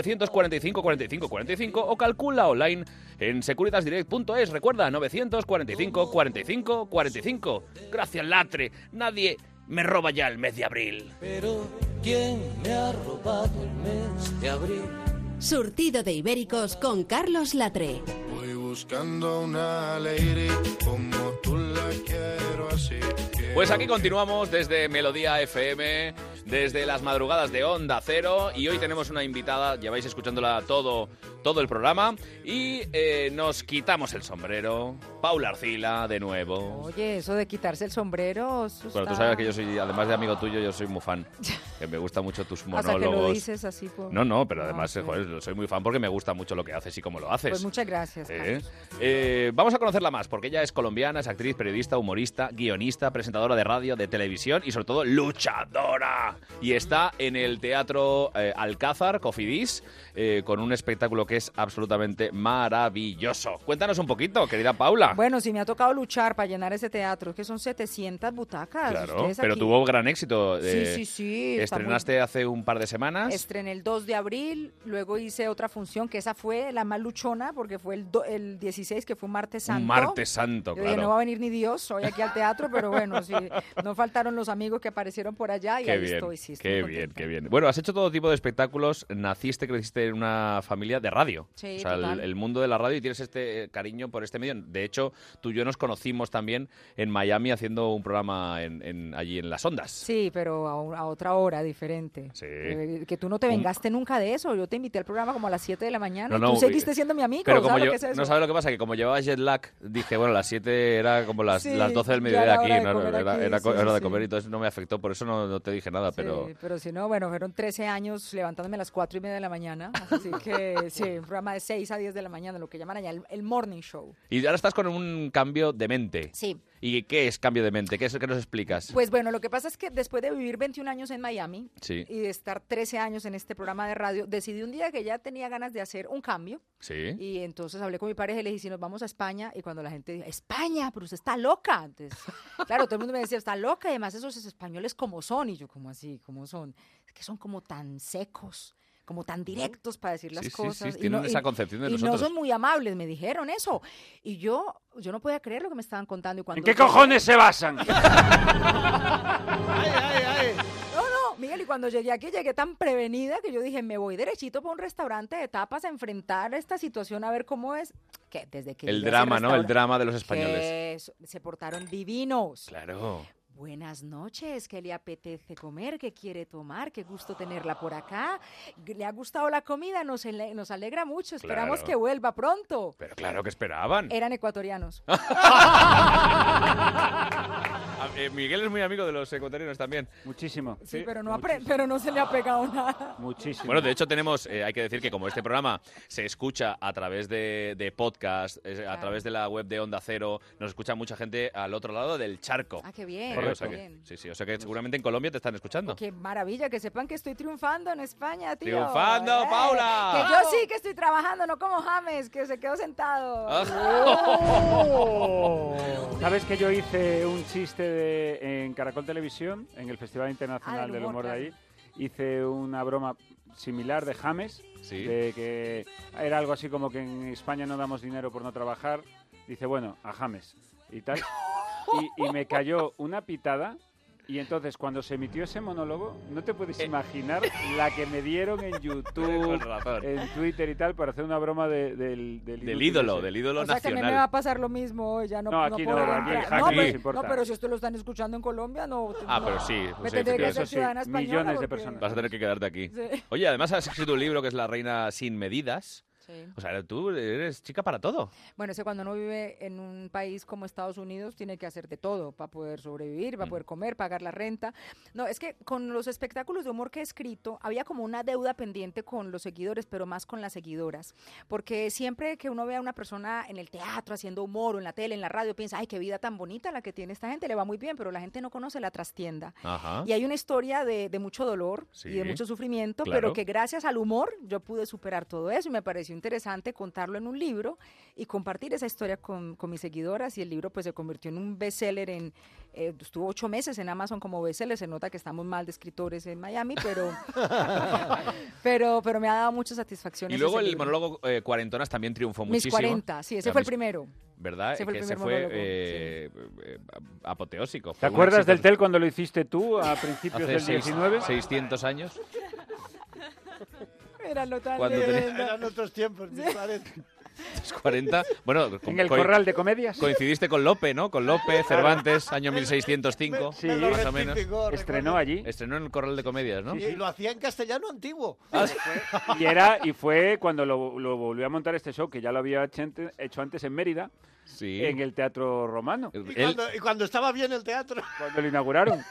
[SPEAKER 1] 45 45 o calcula online en securitasdirect.es. Recuerda, 945 45 45.
[SPEAKER 6] Gracias, Latre. Nadie me roba ya el mes de abril.
[SPEAKER 10] Pero ¿quién me ha robado el mes de abril?
[SPEAKER 2] Surtido de Ibéricos con Carlos Latre.
[SPEAKER 10] Voy buscando una lady como tú la quiero así.
[SPEAKER 1] Pues aquí continuamos desde Melodía FM, desde las madrugadas de Onda Cero y hoy tenemos una invitada, lleváis escuchándola todo, todo el programa y eh, nos quitamos el sombrero. Paula Arcila, de nuevo.
[SPEAKER 8] Oye, eso de quitarse el sombrero.
[SPEAKER 1] Bueno, tú sabes que yo soy, además de amigo tuyo, yo soy muy fan. Que me gustan mucho
[SPEAKER 8] <laughs>
[SPEAKER 1] tus
[SPEAKER 8] Hasta
[SPEAKER 1] monólogos.
[SPEAKER 8] que lo dices así. pues. Por...
[SPEAKER 1] No, no, pero además,
[SPEAKER 8] Ah,
[SPEAKER 1] joder, soy muy fan porque me gusta mucho lo que haces y cómo lo haces.
[SPEAKER 8] Pues muchas gracias.
[SPEAKER 1] ¿Eh? Eh, vamos a conocerla más, porque ella es colombiana, es actriz, periodista, humorista, guionista, presentadora de radio, de televisión y sobre todo luchadora. y está en el Teatro eh, Alcázar, Cofidis, eh, con un espectáculo que es absolutamente maravilloso. Cuéntanos un poquito, querida Paula.
[SPEAKER 8] Bueno, sí, me ha tocado luchar para llenar ese teatro, es que son 700 butacas.
[SPEAKER 1] Claro,
[SPEAKER 8] pues ustedes
[SPEAKER 1] pero
[SPEAKER 8] aquí-
[SPEAKER 1] tuvo gran éxito. eh,
[SPEAKER 8] Sí, sí, sí, está muy-
[SPEAKER 1] Estrenaste hace un par de semanas.
[SPEAKER 8] Estrené el 2 de abril, luego hice otra función, que esa fue la más luchona, porque fue el, do- el 16, que fue un martes santo.
[SPEAKER 1] Un martes santo,
[SPEAKER 8] Yo dije,
[SPEAKER 1] claro.
[SPEAKER 8] no va a venir ni Dios hoy aquí al teatro, pero bueno, sí, no faltaron los amigos que aparecieron por allá y
[SPEAKER 1] Qué
[SPEAKER 8] ahí
[SPEAKER 1] bien,
[SPEAKER 8] estoy. Sí, estoy
[SPEAKER 1] qué
[SPEAKER 8] contenta.
[SPEAKER 1] bien, qué bien. Bueno, has hecho todo tipo de espectáculos. Naciste, creciste en una familia de radio.
[SPEAKER 8] Sí,
[SPEAKER 1] o sea, el,
[SPEAKER 8] total.
[SPEAKER 1] el mundo de la radio y tienes este eh, cariño por este medio. De hecho, tú y yo nos conocimos también en Miami haciendo un programa en- en- allí en las ondas.
[SPEAKER 8] Sí, pero a, un- a otra hora diferente. Eh, Que tú no te
[SPEAKER 1] Un-
[SPEAKER 8] vengaste nunca de eso. Yo te invité al programa como a las 7 de la mañana
[SPEAKER 1] No,
[SPEAKER 8] y
[SPEAKER 1] no,
[SPEAKER 8] tú
[SPEAKER 1] eh,
[SPEAKER 8] seguiste siendo mi amigo.
[SPEAKER 1] Pero como
[SPEAKER 8] ¿sabes
[SPEAKER 1] yo,
[SPEAKER 8] lo que es eso?
[SPEAKER 1] no sabes lo que pasa, que como llevaba jet lag, dije, bueno, las 7 era como las,
[SPEAKER 8] Sí,
[SPEAKER 1] las 12 del
[SPEAKER 8] ya
[SPEAKER 1] mediodía
[SPEAKER 8] era
[SPEAKER 1] aquí,
[SPEAKER 8] hora de
[SPEAKER 1] no,
[SPEAKER 8] comer
[SPEAKER 1] era,
[SPEAKER 8] aquí,
[SPEAKER 1] era co-
[SPEAKER 8] sí,
[SPEAKER 1] era de
[SPEAKER 8] sí.
[SPEAKER 1] comer y entonces no me afectó, por eso no, no te dije nada, pero...
[SPEAKER 8] Sí, pero si no, bueno, fueron 13 años levantándome a las 4 y media de la mañana. Así que
[SPEAKER 1] <laughs>
[SPEAKER 8] sí, un programa de 6 a 10 de la mañana, lo que llaman allá el, el morning show.
[SPEAKER 1] Y ahora estás con un cambio de mente.
[SPEAKER 8] Sí.
[SPEAKER 1] ¿Y qué es cambio de mente? ¿Qué es lo que nos explicas?
[SPEAKER 8] Pues bueno, lo que pasa es que después de vivir 21 años en Miami
[SPEAKER 1] Sí.
[SPEAKER 8] y de estar 13 años en este programa de radio, decidí un día que ya tenía ganas de hacer un cambio.
[SPEAKER 1] Sí.
[SPEAKER 8] Y entonces hablé con mi pareja y le dije, si nos vamos a España, y cuando la gente dijo, España, pero usted está loca. Entonces, <laughs> claro, todo el mundo me decía, está loca, y además esos españoles como son, y yo como así, como son, es que son como tan secos, como tan directos para decir las
[SPEAKER 1] Sí, sí, sí,
[SPEAKER 8] cosas. y
[SPEAKER 1] tienen
[SPEAKER 8] no- y-
[SPEAKER 1] esa concepción de
[SPEAKER 8] y
[SPEAKER 1] nosotros.
[SPEAKER 8] no son muy amables, me dijeron eso. Y yo, yo no podía creer lo que me estaban contando. Y cuando
[SPEAKER 3] ¿En qué cojones se basan?
[SPEAKER 8] No, no, Miguel, y cuando llegué aquí llegué tan prevenida que yo dije, me voy derechito para un restaurante de tapas a enfrentar esta situación a ver cómo es. Que desde que
[SPEAKER 1] El
[SPEAKER 8] llegué a ese
[SPEAKER 1] drama, ¿no? El
[SPEAKER 8] restaurante-
[SPEAKER 1] drama de los españoles.
[SPEAKER 8] que so- se portaron divinos.
[SPEAKER 1] Claro.
[SPEAKER 8] Buenas noches, ¿qué le apetece comer? ¿Qué quiere tomar? Qué gusto tenerla por acá. ¿Le ha gustado la comida? Nos, ele- nos alegra mucho, esperamos
[SPEAKER 1] Claro.
[SPEAKER 8] que vuelva pronto.
[SPEAKER 1] Pero claro que esperaban.
[SPEAKER 8] Eran
[SPEAKER 1] <laughs>
[SPEAKER 8] ecuatorianos.
[SPEAKER 1] Ah, eh, Miguel es muy amigo de los ecuatorianos también.
[SPEAKER 3] Muchísimo.
[SPEAKER 8] Sí, pero no, apre- pero no se le ha pegado nada.
[SPEAKER 3] Muchísimo.
[SPEAKER 1] Bueno, de hecho tenemos, eh, hay que decir que como este programa se escucha a través de, de podcast, es- a
[SPEAKER 8] Claro.
[SPEAKER 1] través de la web de Onda Cero, nos escucha mucha gente al otro lado del charco. Eh,
[SPEAKER 8] Ah, qué bien,
[SPEAKER 1] o
[SPEAKER 8] qué
[SPEAKER 1] sea que-
[SPEAKER 8] bien.
[SPEAKER 1] sí, sí, o sea que seguramente en Colombia te están escuchando.
[SPEAKER 8] Qué maravilla, que sepan que estoy triunfando en España, tío. Eh,
[SPEAKER 1] Triunfando, Paula.
[SPEAKER 8] Que
[SPEAKER 1] ¡Bravo!
[SPEAKER 8] yo sí que estoy trabajando, no como James, que se quedó sentado.
[SPEAKER 1] Ah.
[SPEAKER 8] Uh.
[SPEAKER 1] <laughs>
[SPEAKER 17] Oh.
[SPEAKER 3] <laughs> ¿Sabes que yo hice un chiste de- en Caracol Televisión, en el Festival Internacional
[SPEAKER 8] Ah, del
[SPEAKER 3] del
[SPEAKER 8] humor,
[SPEAKER 3] Humor de ahí?
[SPEAKER 8] claro.
[SPEAKER 3] Hice una broma similar de James,
[SPEAKER 1] Sí.
[SPEAKER 3] de que era algo así como que en España no damos dinero por no trabajar. Dice, bueno, a James y
[SPEAKER 8] <laughs>
[SPEAKER 3] tal. Y, y me cayó una pitada. Y entonces, cuando se emitió ese monólogo, no te
[SPEAKER 1] Eh.
[SPEAKER 3] puedes imaginar la que me dieron
[SPEAKER 1] <laughs>
[SPEAKER 3] en YouTube,
[SPEAKER 1] Con razón.
[SPEAKER 3] en Twitter y tal, para hacer una broma de- del,
[SPEAKER 1] Del
[SPEAKER 3] inútil
[SPEAKER 1] ídolo,
[SPEAKER 3] ese.
[SPEAKER 1] del ídolo
[SPEAKER 8] O sea que a mí me
[SPEAKER 1] nacional.
[SPEAKER 8] va a pasar lo mismo hoy, ya no,
[SPEAKER 3] No, aquí no,
[SPEAKER 8] podré
[SPEAKER 3] aquí
[SPEAKER 8] entrar.
[SPEAKER 3] aquí
[SPEAKER 8] no,
[SPEAKER 3] no
[SPEAKER 8] pero,
[SPEAKER 3] se importa.
[SPEAKER 8] no, pero si esto lo están escuchando en Colombia, no.
[SPEAKER 1] Ah,
[SPEAKER 8] no-
[SPEAKER 1] pero sí,
[SPEAKER 8] no
[SPEAKER 1] pues sí,
[SPEAKER 8] tendré que
[SPEAKER 1] efectivamente.
[SPEAKER 8] ser ciudadana española. porque-
[SPEAKER 1] Vas a tener que quedarte aquí.
[SPEAKER 8] Sí.
[SPEAKER 1] Oye, además has escrito un libro que es La Reina Sin Medidas.
[SPEAKER 8] Sí.
[SPEAKER 1] O sea, tú eres chica para todo.
[SPEAKER 8] Bueno, ese cuando uno vive en un país como Estados Unidos tiene que hacer de todo para poder sobrevivir, para poder comer, pagar la renta. No, es que con los espectáculos de humor que he escrito había como una deuda pendiente con los seguidores, pero más con las seguidoras, porque siempre que uno ve a una persona en el teatro haciendo humor o en la tele, en la radio, piensa, ay, qué vida tan bonita la que tiene esta gente, le va muy bien, pero la gente no conoce la trastienda.
[SPEAKER 1] Ajá.
[SPEAKER 8] Y hay una historia de, de mucho dolor y de
[SPEAKER 1] Sí,
[SPEAKER 8] mucho sufrimiento,
[SPEAKER 1] claro.
[SPEAKER 8] pero que gracias al humor yo pude superar todo eso y me pareció interesante contarlo en un libro y compartir esa historia con, con mis seguidoras y el libro pues se convirtió en un bestseller en... eh, estuvo ocho meses en Amazon como bestseller, se nota que estamos mal de escritores en Miami,
[SPEAKER 1] <laughs>
[SPEAKER 8] pero, pero, pero me ha dado muchas satisfacciones.
[SPEAKER 1] Y luego
[SPEAKER 8] ese
[SPEAKER 1] el
[SPEAKER 8] libro.
[SPEAKER 1] monólogo eh, Cuarentonas también triunfó
[SPEAKER 8] Mis
[SPEAKER 1] muchísimo.
[SPEAKER 8] 40, sí, ese
[SPEAKER 1] Ah,
[SPEAKER 8] fue el
[SPEAKER 1] mis-
[SPEAKER 8] primero.
[SPEAKER 1] ¿Verdad?
[SPEAKER 8] Ese fue el
[SPEAKER 1] que ese
[SPEAKER 8] primer
[SPEAKER 1] fue
[SPEAKER 8] monólogo,
[SPEAKER 1] eh, eh, apoteósico.
[SPEAKER 3] ¿Te acuerdas del TEL cuando lo hiciste tú a principios del 19?
[SPEAKER 1] 600 años. <laughs>
[SPEAKER 8] Era lo tan
[SPEAKER 1] Cuando
[SPEAKER 10] Eran-
[SPEAKER 1] tenía-
[SPEAKER 10] Eran otros tiempos, me parece.
[SPEAKER 1] 40. Bueno,
[SPEAKER 3] ¿En el corral de comedias?
[SPEAKER 1] Coincidiste con Lope, ¿no? Con Lope, Cervantes, año 1605,
[SPEAKER 10] Sí.
[SPEAKER 1] más o menos.
[SPEAKER 10] Rectificó,
[SPEAKER 3] Estrenó allí.
[SPEAKER 1] Estrenó en el corral de comedias, ¿no? Ah,
[SPEAKER 10] Y, y lo hacía en castellano antiguo.
[SPEAKER 3] Y, era, y fue cuando lo, lo volvió a montar este show, que ya lo había hecho ante- hecho antes en Mérida,
[SPEAKER 1] Sí.
[SPEAKER 3] en el Teatro Romano.
[SPEAKER 10] Y cuando, y cuando estaba bien el teatro.
[SPEAKER 3] Cuando lo
[SPEAKER 1] <laughs>
[SPEAKER 3] inauguraron.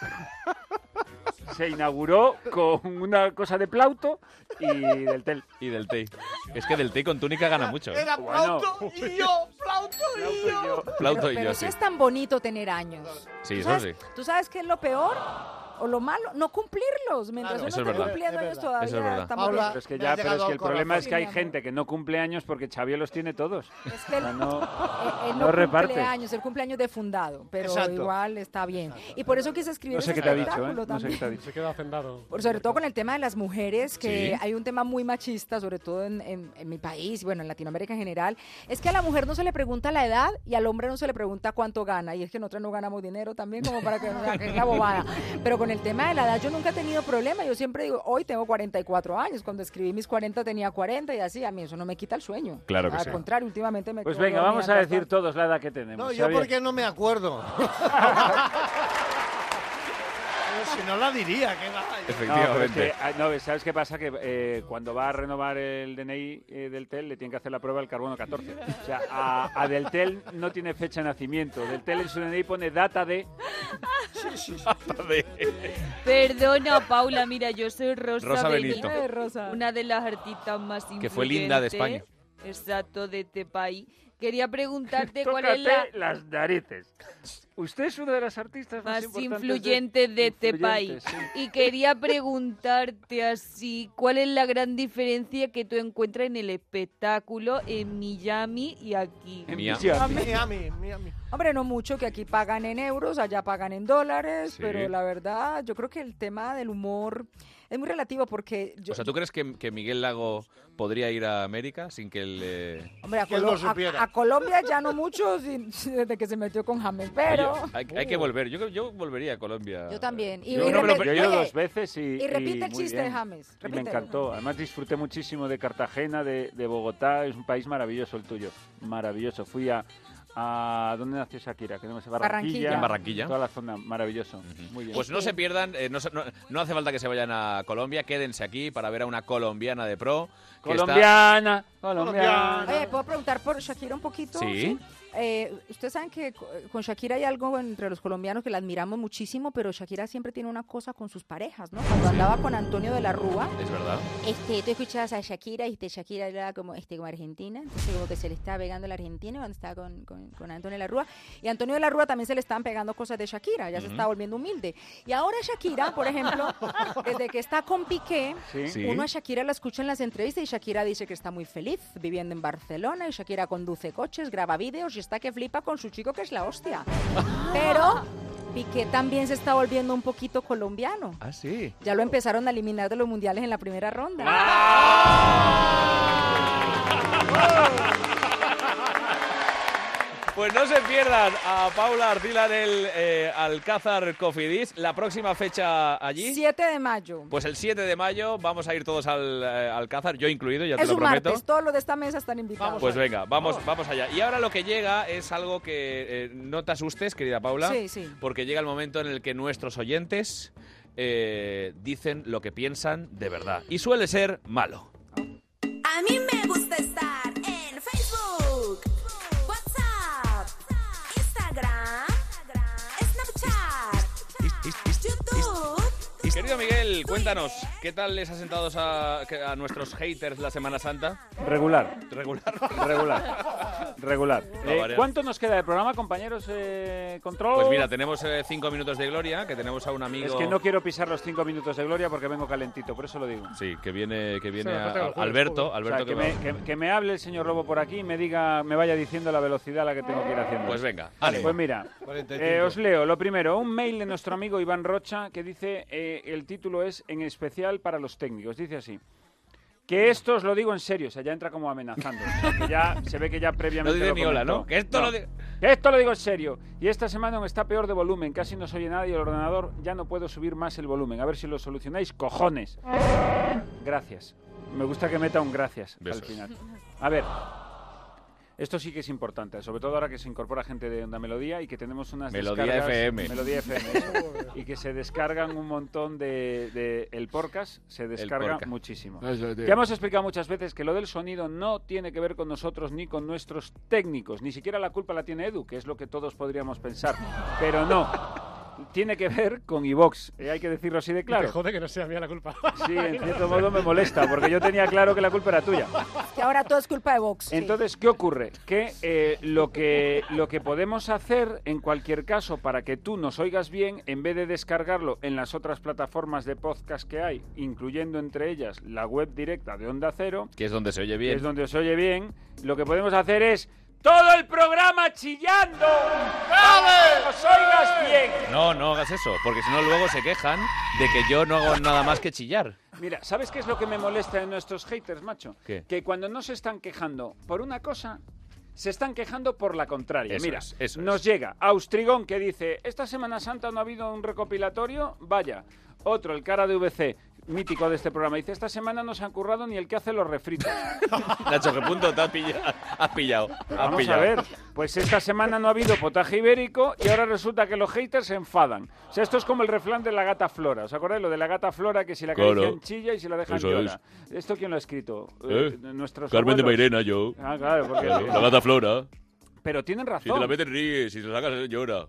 [SPEAKER 3] Se inauguró con una cosa de Plauto y del TEL.
[SPEAKER 1] Y del TEI. Es que del TEI con túnica gana mucho. ¿eh?
[SPEAKER 10] Era
[SPEAKER 3] Bueno.
[SPEAKER 10] Plauto y yo, Plauto y yo.
[SPEAKER 1] Plauto
[SPEAKER 8] pero
[SPEAKER 1] y
[SPEAKER 8] pero
[SPEAKER 1] yo,
[SPEAKER 8] sí
[SPEAKER 1] sí.
[SPEAKER 8] es tan bonito tener años.
[SPEAKER 1] Sí,
[SPEAKER 8] ¿Tú
[SPEAKER 1] eso
[SPEAKER 8] sabes-
[SPEAKER 1] sí.
[SPEAKER 8] ¿Tú sabes qué es lo peor? o lo malo, no cumplirlos. Mientras
[SPEAKER 1] Claro.
[SPEAKER 8] uno
[SPEAKER 1] Eso es
[SPEAKER 8] está
[SPEAKER 1] verdad.
[SPEAKER 8] cumpliendo
[SPEAKER 1] Es
[SPEAKER 8] años
[SPEAKER 1] verdad.
[SPEAKER 8] todavía
[SPEAKER 1] Eso es verdad.
[SPEAKER 8] estamos
[SPEAKER 1] Paula,
[SPEAKER 8] bien.
[SPEAKER 3] Pero es que
[SPEAKER 1] Me
[SPEAKER 3] ya,
[SPEAKER 1] has
[SPEAKER 3] pero es que
[SPEAKER 1] llegado al
[SPEAKER 3] el problema
[SPEAKER 1] corazón.
[SPEAKER 3] es que hay gente que no cumple años porque Xavier los tiene todos.
[SPEAKER 8] Es que el,
[SPEAKER 3] No,
[SPEAKER 8] <laughs>
[SPEAKER 3] no.
[SPEAKER 8] el- el
[SPEAKER 3] No
[SPEAKER 8] eh, no
[SPEAKER 3] repartes.
[SPEAKER 8] cumpleaños, el cumpleaños de fundado, pero
[SPEAKER 3] Exacto.
[SPEAKER 8] igual está bien. Y por eso quise escribir
[SPEAKER 3] No sé
[SPEAKER 8] ese
[SPEAKER 3] qué te ha dicho, ¿eh?
[SPEAKER 8] espectáculo
[SPEAKER 3] No sé qué
[SPEAKER 8] también.
[SPEAKER 3] te ha dicho.
[SPEAKER 17] Se queda ofendado.
[SPEAKER 3] Eh,
[SPEAKER 8] Por- sobre todo con el tema de las mujeres, que
[SPEAKER 17] Sí.
[SPEAKER 8] hay un tema muy machista, sobre todo en, en- en mi país, bueno, en Latinoamérica en general, es que a la mujer no se le pregunta la edad y al hombre no se le pregunta cuánto gana. Y es que nosotros no ganamos dinero también, como para que, o sea, que es la bobada. Pero con el tema de la edad yo nunca he tenido problema. Yo siempre digo, hoy tengo 44 años, cuando escribí mis 40 tenía 40 y así, a mí eso no me quita el sueño.
[SPEAKER 3] Claro que
[SPEAKER 8] al
[SPEAKER 3] sí.
[SPEAKER 8] contrario, últimamente me
[SPEAKER 3] Pues
[SPEAKER 8] quedo
[SPEAKER 3] venga, vamos a
[SPEAKER 8] dormida.
[SPEAKER 3] decir todos la edad que tenemos.
[SPEAKER 1] pues
[SPEAKER 10] No, yo
[SPEAKER 3] Xavier.
[SPEAKER 10] porque no me acuerdo. Pero si no la diría, que va.
[SPEAKER 3] No, pero es que, ah, No, ¿sabes qué pasa? Que eh, cuando va a renovar el DNI eh, del TEL le tienen que hacer la prueba del carbono 14. O sea, a, a del TEL no tiene fecha de nacimiento. Del TEL en su DNI pone data de... Data <laughs> de...
[SPEAKER 5] Perdona, Paula, mira, yo soy Rosa,
[SPEAKER 1] Rosa
[SPEAKER 5] Benito,
[SPEAKER 1] Benito. Ay,
[SPEAKER 5] una de las artistas más influyentes.
[SPEAKER 1] Que fue linda de España.
[SPEAKER 5] Exacto, de este país. Quería
[SPEAKER 3] <laughs>
[SPEAKER 5] preguntarte cuál
[SPEAKER 3] Tócate
[SPEAKER 5] es la
[SPEAKER 3] las narices. Usted es una de las artistas
[SPEAKER 5] más
[SPEAKER 3] más, importantes
[SPEAKER 5] influyente de este país.
[SPEAKER 3] influyentes, sí.
[SPEAKER 5] Y quería preguntarte así, ¿cuál es la gran diferencia que tú encuentras en el espectáculo en Miami y aquí?
[SPEAKER 1] En Miami. Miami.
[SPEAKER 10] Miami,
[SPEAKER 8] Hombre, no mucho, que aquí pagan en euros, allá pagan en dólares,
[SPEAKER 1] Sí.
[SPEAKER 8] pero la verdad, yo creo que el tema del humor es muy relativo porque yo...
[SPEAKER 1] O sea, ¿tú crees que, que Miguel Lago podría ir a América sin que eh, le...
[SPEAKER 8] Hombre, a,
[SPEAKER 1] Que él
[SPEAKER 8] Colo-
[SPEAKER 1] lo supiera.
[SPEAKER 8] a- a Colombia ya no mucho sin- <laughs> desde que se metió con James, pero...
[SPEAKER 1] Oye, hay, hay que
[SPEAKER 8] Uh.
[SPEAKER 1] volver. Yo, yo volvería a Colombia.
[SPEAKER 8] Yo también. Y-
[SPEAKER 1] Yo
[SPEAKER 8] y
[SPEAKER 1] no me lo
[SPEAKER 8] repe-
[SPEAKER 1] per-
[SPEAKER 3] Yo he ido
[SPEAKER 8] Oye,
[SPEAKER 3] dos veces y...
[SPEAKER 8] y repite el
[SPEAKER 3] muy
[SPEAKER 8] chiste de
[SPEAKER 3] bien.
[SPEAKER 8] James,
[SPEAKER 3] Y me
[SPEAKER 8] repítelo.
[SPEAKER 3] encantó. Además disfruté muchísimo de Cartagena, de, de Bogotá. Es un país maravilloso el tuyo. Maravilloso. Fui a... a- ¿Dónde nació Shakira? Que no me sé, Barranquilla.
[SPEAKER 1] Barranquilla. En Barranquilla.
[SPEAKER 3] Toda la zona. Maravilloso. Muy bien.
[SPEAKER 1] Pues no se pierdan, eh, no, se- no- no hace falta que se vayan a Colombia, quédense aquí para ver a una colombiana de pro. que está-
[SPEAKER 3] Colombiana,
[SPEAKER 8] Colombiana. Oye, ¿puedo preguntar por Shakira un poquito?
[SPEAKER 1] Sí.
[SPEAKER 8] Eh, Ustedes saben que co- con Shakira hay algo entre los colombianos que la admiramos muchísimo, pero Shakira siempre tiene una cosa con sus parejas, ¿no? Cuando andaba con Antonio de la Rúa,
[SPEAKER 1] Es verdad.
[SPEAKER 16] Este, tú escuchabas a Shakira y este, Shakira hablaba como, este, como argentina, entonces como que se le estaba pegando a la Argentina cuando estaba con, con, con Antonio de la Rúa.
[SPEAKER 8] Y a Antonio de la Rúa también se le están pegando cosas de Shakira, ya se
[SPEAKER 16] Ujú.
[SPEAKER 8] está volviendo humilde. Y ahora Shakira, por ejemplo,
[SPEAKER 1] <laughs>
[SPEAKER 8] desde que está con Piqué,
[SPEAKER 16] Sí. Sí.
[SPEAKER 8] uno a Shakira la escucha en las entrevistas y Shakira dice que está muy feliz viviendo en Barcelona y Shakira conduce coches, graba vídeos y está que flipa con su chico que es la hostia.
[SPEAKER 1] Ah.
[SPEAKER 8] Pero Piqué también se está volviendo un poquito colombiano.
[SPEAKER 1] Ah, sí.
[SPEAKER 8] Ya lo empezaron a eliminar de los mundiales en la primera ronda.
[SPEAKER 1] ¿Ah, Pues no se pierdan a Paula Arcila del eh, Alcázar Cofidis. La próxima fecha allí.
[SPEAKER 8] 7 de mayo.
[SPEAKER 1] Pues el 7 de mayo vamos a ir todos al eh, Alcázar, yo incluido, ya te
[SPEAKER 8] es
[SPEAKER 1] lo
[SPEAKER 8] un
[SPEAKER 1] prometo.
[SPEAKER 8] martes, todos los de esta mesa están invitados.
[SPEAKER 1] Pues venga, vamos, vamos allá. Y ahora lo que llega es algo que eh, no te asustes, querida Paula,
[SPEAKER 8] Sí, sí.
[SPEAKER 1] porque llega el momento en el que nuestros oyentes eh, dicen lo que piensan de verdad. Y suele ser malo.
[SPEAKER 9] A mí me gusta estar en Facebook, WhatsApp, Instagram, Snapchat,
[SPEAKER 1] Oh.
[SPEAKER 9] YouTube.
[SPEAKER 1] Querido Miguel, cuéntanos, ¿qué tal les ha sentado a, que- a nuestros haters la Semana Santa?
[SPEAKER 3] Regular.
[SPEAKER 1] Regular.
[SPEAKER 3] Regular.
[SPEAKER 1] <laughs>
[SPEAKER 3] Regular.
[SPEAKER 1] No,
[SPEAKER 3] Eh,
[SPEAKER 1] varias.
[SPEAKER 3] ¿Cuánto nos queda de programa, compañeros? eh, control.
[SPEAKER 1] Pues mira, tenemos eh, cinco minutos de gloria, que tenemos a un amigo...
[SPEAKER 3] es que no quiero pisar los cinco minutos de gloria porque vengo calentito, por eso lo digo.
[SPEAKER 1] Sí, que viene, que viene
[SPEAKER 3] O sea,
[SPEAKER 1] a-
[SPEAKER 3] aparte del jueves,
[SPEAKER 1] Alberto,
[SPEAKER 3] jueves.
[SPEAKER 1] Alberto
[SPEAKER 3] O sea,
[SPEAKER 1] que
[SPEAKER 3] que,
[SPEAKER 1] va-
[SPEAKER 3] me, que- que me hable el señor Lobo por aquí y me diga, me vaya diciendo la velocidad a la que tengo que ir haciendo.
[SPEAKER 1] Pues venga,
[SPEAKER 3] Vale,
[SPEAKER 1] ánimo.
[SPEAKER 3] Pues mira,
[SPEAKER 7] 45.
[SPEAKER 3] eh, os leo lo primero, un mail de nuestro amigo Iván Rocha que dice, eh, el título es en especial para los técnicos, dice así. Que esto os lo digo en serio, o sea, ya entra como amenazando. o sea, que ya se ve que ya previamente.
[SPEAKER 1] No dice
[SPEAKER 3] lo
[SPEAKER 1] ni hola,
[SPEAKER 3] comentó.
[SPEAKER 1] ¿no? Que esto lo di-
[SPEAKER 3] Que esto lo digo en serio. Y esta semana aún está peor de volumen, casi no se oye nada y el ordenador ya no puedo subir más el volumen. A ver si lo solucionáis, cojones. Gracias. Me gusta que meta un gracias al final. A ver. Esto sí que es importante, sobre todo ahora que se incorpora gente de Onda Melodía y que tenemos unas
[SPEAKER 1] Melodía
[SPEAKER 3] descargas-
[SPEAKER 1] FM.
[SPEAKER 3] Melodía FM. eso. y que se descargan un montón de, de- el podcast se descarga
[SPEAKER 7] podcast.
[SPEAKER 3] muchísimo.
[SPEAKER 7] Eso, tío.
[SPEAKER 3] Ya hemos explicado muchas veces que lo del sonido no tiene que ver con nosotros ni con nuestros técnicos, ni siquiera la culpa la tiene Edu, que es lo que todos podríamos pensar, pero no. tiene que ver con Ivox, y hay que decirlo así de
[SPEAKER 17] Y
[SPEAKER 3] claro.
[SPEAKER 17] Te jode que no sea mía la culpa.
[SPEAKER 3] Sí, en cierto modo me molesta, porque yo tenía claro que la culpa era tuya.
[SPEAKER 8] Que ahora todo es culpa de Vox.
[SPEAKER 3] Entonces, ¿qué ocurre? Que, eh, lo que lo que podemos hacer en cualquier caso para que tú nos oigas bien, en vez de descargarlo en las otras plataformas de podcast que hay, incluyendo entre ellas la web directa de Onda Cero,
[SPEAKER 1] Que es donde se oye
[SPEAKER 3] que
[SPEAKER 1] bien.
[SPEAKER 3] es donde os oye bien, lo que podemos hacer es todo el programa chillando. ¡Vale! ¡Os oigas bien!
[SPEAKER 1] No, no hagas eso, porque si no luego se quejan de que yo no hago nada más que chillar.
[SPEAKER 3] Mira, ¿sabes qué es lo que me molesta de nuestros haters, macho?
[SPEAKER 1] ¿Qué?
[SPEAKER 3] Que cuando no se están quejando por una cosa, se están quejando por la contraria.
[SPEAKER 1] Eso
[SPEAKER 3] Mira,
[SPEAKER 1] es, eso
[SPEAKER 3] nos
[SPEAKER 1] es.
[SPEAKER 3] llega Austrigón que dice, esta Semana Santa no ha habido un recopilatorio, vaya. Otro, el cara de VC, mítico de este programa, dice, esta semana no se han currado ni el que hace los
[SPEAKER 7] <laughs>
[SPEAKER 3] refritos.
[SPEAKER 1] Nacho, ¿qué punto te has pillado? Has pillado. Has
[SPEAKER 3] Vamos
[SPEAKER 1] pillado.
[SPEAKER 3] a ver, pues esta semana no ha habido potaje ibérico y ahora resulta que los haters se enfadan. O sea, esto es como el refrán de la gata Flora. ¿Os acordáis lo de la gata Flora que si la
[SPEAKER 7] Claro.
[SPEAKER 3] acarician chilla y si la dejan
[SPEAKER 7] Eso
[SPEAKER 3] llora? ¿Esto quién lo ha escrito?
[SPEAKER 7] ¿Eh?
[SPEAKER 3] nuestros
[SPEAKER 7] Carmen de
[SPEAKER 3] abuelos.
[SPEAKER 7] Mairena, yo.
[SPEAKER 3] Ah, claro, porque...
[SPEAKER 7] Claro, La gata Flora.
[SPEAKER 3] Pero tienen
[SPEAKER 7] Si te la
[SPEAKER 3] razón.
[SPEAKER 7] metes, ríes. Si te la sacas, llora.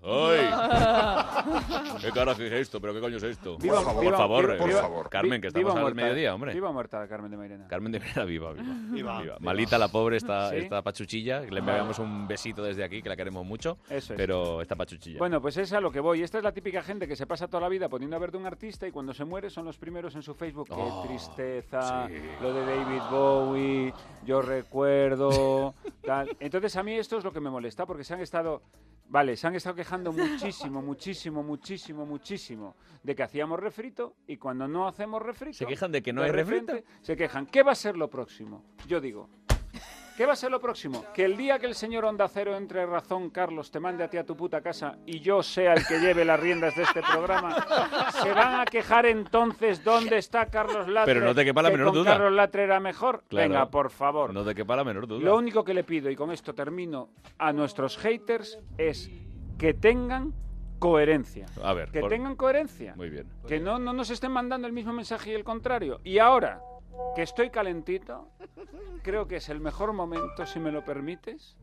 [SPEAKER 3] <laughs>
[SPEAKER 7] ¡Ay! ¿Qué carajo es esto? ¿Pero qué coño es esto?
[SPEAKER 3] Viva-
[SPEAKER 7] por favor,
[SPEAKER 3] viva-
[SPEAKER 7] favor,
[SPEAKER 3] viva-
[SPEAKER 7] eh,
[SPEAKER 3] viva-
[SPEAKER 1] Carmen, que
[SPEAKER 3] viva
[SPEAKER 1] estamos al
[SPEAKER 3] muerta,
[SPEAKER 1] mediodía, hombre.
[SPEAKER 3] Viva muerta Carmen de Mairena.
[SPEAKER 1] Carmen de Vera, viva, viva.
[SPEAKER 3] Viva.
[SPEAKER 1] Viva. Malita la pobre, esta,
[SPEAKER 3] Sí.
[SPEAKER 1] esta pachuchilla. que Le
[SPEAKER 3] Vale.
[SPEAKER 1] enviamos un besito desde aquí, que la queremos mucho.
[SPEAKER 3] Eso es.
[SPEAKER 1] Pero esta pachuchilla.
[SPEAKER 3] Bueno, pues es a lo que voy. Esta es la típica gente que se pasa toda la vida poniendo a ver de un artista y cuando se muere son los primeros en su Facebook. Qué
[SPEAKER 1] Oh,
[SPEAKER 3] tristeza,
[SPEAKER 1] sí.
[SPEAKER 3] lo de David Bowie, yo
[SPEAKER 1] <laughs>
[SPEAKER 3] recuerdo, tal. Entonces a mí esto es lo que me molesta porque se han estado, vale, se han estado quejando muchísimo, muchísimo, muchísimo, muchísimo de que hacíamos refrito y cuando no hacemos refrito...
[SPEAKER 1] ¿Se quejan de que no hay
[SPEAKER 3] repente
[SPEAKER 1] refrito?
[SPEAKER 3] Se quejan. ¿Qué va a ser lo próximo? Yo digo, ¿Qué va a ser lo próximo? Que el día que el señor Onda Cero entre en razón, Carlos, te mande a ti a tu puta casa y yo sea el que lleve las riendas de este programa, se van a quejar entonces dónde está Carlos Latre.
[SPEAKER 1] Pero no te quepa la
[SPEAKER 3] que
[SPEAKER 1] menor
[SPEAKER 3] con
[SPEAKER 1] duda.
[SPEAKER 3] Carlos Latre era mejor.
[SPEAKER 1] Claro.
[SPEAKER 3] Venga, por favor.
[SPEAKER 1] No te quepa la menor duda.
[SPEAKER 3] Lo único que le pido, y con esto termino, a nuestros haters es que tengan coherencia.
[SPEAKER 1] A ver.
[SPEAKER 3] Que
[SPEAKER 1] por-
[SPEAKER 3] tengan coherencia.
[SPEAKER 1] Muy bien.
[SPEAKER 3] Que no, no nos estén mandando el mismo mensaje y el contrario. Y ahora, que estoy calentito, creo que es el mejor momento, si me lo permites,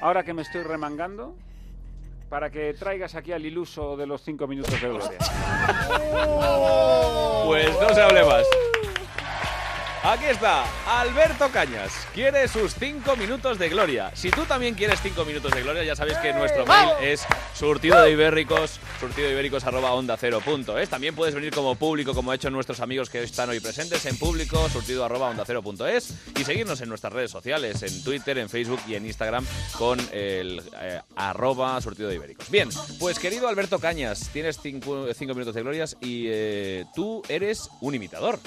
[SPEAKER 3] ahora que me estoy remangando, para que traigas aquí al iluso de los cinco minutos de gloria.
[SPEAKER 1] Pues no se hable más. Aquí está, Alberto Cañas. Quiere sus 5 minutos de gloria. Si tú también quieres 5 minutos de gloria, ya sabes que nuestro mail es surtido de ibéricos, surtido de ibéricos arroba onda cero punto es. También puedes venir como público, como ha hecho nuestros amigos que están hoy presentes en público, surtido arroba onda cero punto es. Y seguirnos en nuestras redes sociales, en Twitter, en Facebook y en Instagram con el eh, arroba surtido de ibéricos. Bien, pues querido Alberto Cañas, tienes 5 minutos de glorias y eh, tú eres un imitador.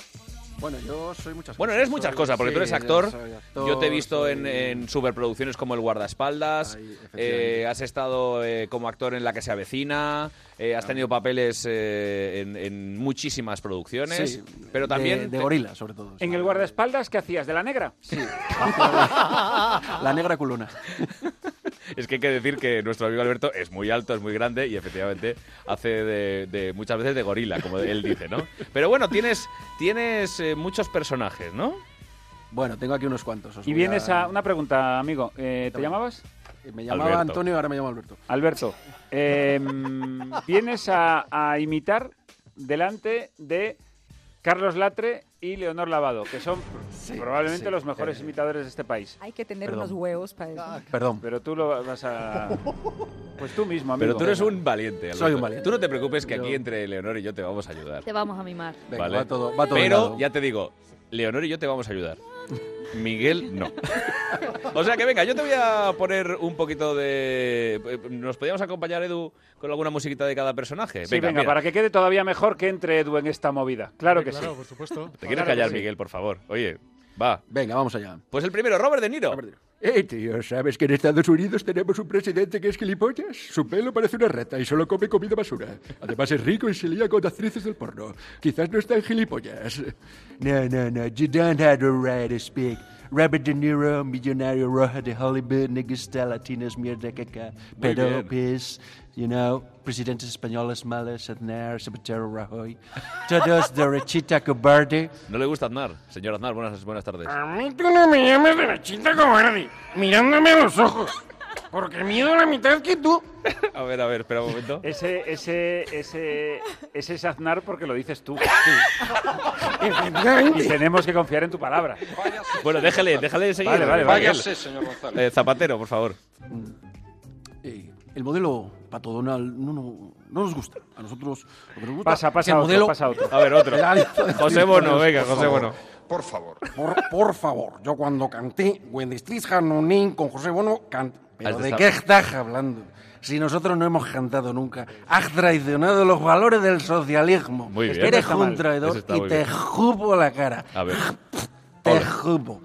[SPEAKER 14] Bueno, yo soy muchas
[SPEAKER 1] Bueno,
[SPEAKER 14] cosas.
[SPEAKER 1] eres muchas
[SPEAKER 14] Soy-
[SPEAKER 1] cosas, porque tú
[SPEAKER 14] sí,
[SPEAKER 1] eres actor.
[SPEAKER 14] soy actor,
[SPEAKER 1] Yo te he visto
[SPEAKER 14] soy-
[SPEAKER 1] en, en superproducciones como El Guardaespaldas.
[SPEAKER 14] efectivamente.
[SPEAKER 1] eh, has estado eh, como actor en La que se avecina. eh,
[SPEAKER 14] Ah.
[SPEAKER 1] has tenido papeles eh, en, en muchísimas producciones.
[SPEAKER 14] Sí,
[SPEAKER 1] pero
[SPEAKER 14] de-
[SPEAKER 1] también.
[SPEAKER 14] de gorila, sobre todo.
[SPEAKER 3] En el guardaespaldas, ¿qué hacías? ¿De la negra? Sí.
[SPEAKER 14] La negra culona.
[SPEAKER 1] Es que hay que decir que nuestro amigo Alberto es muy alto, es muy grande y efectivamente hace de, de- muchas veces de gorila, como él dice, ¿no? Pero bueno, tienes, tienes eh, muchos personajes, ¿no?
[SPEAKER 14] Bueno, tengo aquí unos cuantos. os
[SPEAKER 3] Y
[SPEAKER 14] voy
[SPEAKER 3] vienes a... Una pregunta, amigo. eh, ¿Te
[SPEAKER 14] Dame.
[SPEAKER 3] llamabas?
[SPEAKER 14] Me llamaba
[SPEAKER 3] Alberto.
[SPEAKER 14] Antonio, ahora me llamo Alberto.
[SPEAKER 3] Alberto,
[SPEAKER 14] <laughs>
[SPEAKER 3] eh, mm, vienes a, a imitar delante de Carlos Latre y Leonor Lavado, que son probablemente
[SPEAKER 14] sí,
[SPEAKER 3] los mejores
[SPEAKER 14] eh,
[SPEAKER 3] imitadores de este país.
[SPEAKER 8] Hay que tener
[SPEAKER 3] Perdón.
[SPEAKER 8] unos huevos para eso.
[SPEAKER 14] Perdón.
[SPEAKER 3] Pero tú lo vas
[SPEAKER 14] <laughs>
[SPEAKER 3] a... Pues tú mismo, amigo.
[SPEAKER 1] Pero tú eres un valiente. Alberto.
[SPEAKER 14] Soy un valiente.
[SPEAKER 1] Tú no te preocupes que aquí entre Leonor y yo te vamos a ayudar.
[SPEAKER 5] Te vamos a mimar.
[SPEAKER 14] Venga, va todo- va todo
[SPEAKER 1] Pero
[SPEAKER 14] hilado.
[SPEAKER 1] ya te digo, Leonor y yo te vamos a ayudar. Miguel, no. o sea que venga, yo te voy a poner un poquito de. eh, ¿Nos podíamos acompañar, Edu, con alguna musiquita de cada personaje?
[SPEAKER 3] Sí, venga,
[SPEAKER 1] mira.
[SPEAKER 3] para que quede todavía mejor que entre Edu en esta movida. Claro que sí.
[SPEAKER 17] por supuesto.
[SPEAKER 1] ¿Te quieres
[SPEAKER 3] Claro que
[SPEAKER 1] callar,
[SPEAKER 3] sí.
[SPEAKER 1] Miguel, por favor? Oye, va.
[SPEAKER 14] Venga, vamos allá.
[SPEAKER 1] Pues el primero, Robert De Niro.
[SPEAKER 19] Eh, tío, ¿sabes que en Estados Unidos tenemos un presidente que es gilipollas? Su pelo parece una rata y solo come comida basura. Además es rico y se lía con actrices del porno. Quizás no es tan gilipollas.
[SPEAKER 20] No, no, no. You don't have the right to speak. Robert De Niro, millonario roja de Hollywood, niggas está latinos, mierda, caca,
[SPEAKER 19] Muy bien.
[SPEAKER 20] pedo, pis, you know, presidentes españoles malos, Aznar, Zapatero, Rajoy,
[SPEAKER 19] <laughs>
[SPEAKER 20] todos derechita cobarde.
[SPEAKER 1] No le gusta Aznar. Señor Aznar,
[SPEAKER 11] Ah.
[SPEAKER 1] buenas, buenas tardes.
[SPEAKER 22] A mí tú no me llames de la chita cobarde, mirándome a los ojos.
[SPEAKER 21] Porque mido la mitad que tú.
[SPEAKER 1] A ver, a ver, espera un momento.
[SPEAKER 3] Ese, ese, ese, ese es Aznar porque lo dices tú.
[SPEAKER 21] Efectivamente.
[SPEAKER 3] Y tenemos que confiar en tu palabra.
[SPEAKER 1] Bueno, déjale, déjale seguir.
[SPEAKER 3] Vale, vale, vale.
[SPEAKER 1] Váyase,
[SPEAKER 21] señor González.
[SPEAKER 1] Eh, zapatero, por favor.
[SPEAKER 14] Eh, el modelo Pato Donald no, no- no nos gusta. A nosotros lo que nos gusta
[SPEAKER 3] Pasa, pasa
[SPEAKER 14] es el
[SPEAKER 3] otro,
[SPEAKER 14] modelo...
[SPEAKER 3] pasa otro.
[SPEAKER 1] A
[SPEAKER 21] <laughs>
[SPEAKER 14] <laughs>
[SPEAKER 1] ver, otro.
[SPEAKER 14] La lista de
[SPEAKER 1] José
[SPEAKER 14] Phil
[SPEAKER 1] Bono,
[SPEAKER 14] Collins,
[SPEAKER 1] venga,
[SPEAKER 14] por
[SPEAKER 1] José
[SPEAKER 14] favor.
[SPEAKER 1] Bono.
[SPEAKER 21] Por favor.
[SPEAKER 14] Por, por favor, yo cuando canté When the Streets Have No Name con José Bono, canté. ¿Pero
[SPEAKER 21] Has
[SPEAKER 14] de
[SPEAKER 21] estado-
[SPEAKER 14] qué estás hablando? Si nosotros no hemos cantado nunca, has traicionado los valores del socialismo.
[SPEAKER 21] Muy bien.
[SPEAKER 14] Eres
[SPEAKER 21] Está
[SPEAKER 14] un
[SPEAKER 21] mal. Eso
[SPEAKER 14] traidor
[SPEAKER 21] está
[SPEAKER 14] y
[SPEAKER 21] muy
[SPEAKER 14] te
[SPEAKER 21] bien.
[SPEAKER 14] jupo la cara.
[SPEAKER 1] A ver.
[SPEAKER 14] Te
[SPEAKER 1] Hola.
[SPEAKER 14] jupo.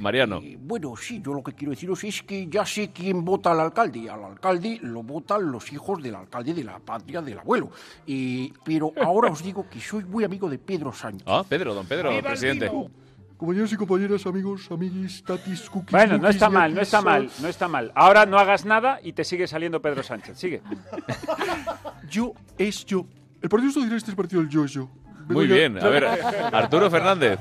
[SPEAKER 1] Mariano.
[SPEAKER 14] Bueno, sí, yo lo que quiero deciros es que ya sé quién vota al alcalde. Al alcalde lo votan los hijos del alcalde de la patria del abuelo. Y, pero ahora os digo que soy muy amigo de Pedro Sánchez.
[SPEAKER 1] Ah, Pedro, don Pedro,
[SPEAKER 14] ¡Viva el
[SPEAKER 1] presidente.
[SPEAKER 19] Compañeros y compañeras, amigos, amiguis, tatis, cookies.
[SPEAKER 3] Bueno, no
[SPEAKER 19] cookies,
[SPEAKER 3] está mal, no está
[SPEAKER 19] yaquis,
[SPEAKER 3] mal, no está mal. Ahora no hagas nada y te sigue saliendo Pedro Sánchez. Sigue.
[SPEAKER 19] Yo es yo. El Partido Socialista es partido del yo es yo.
[SPEAKER 1] Muy
[SPEAKER 19] Vengo ya.
[SPEAKER 1] bien, a ver, Arturo Fernández.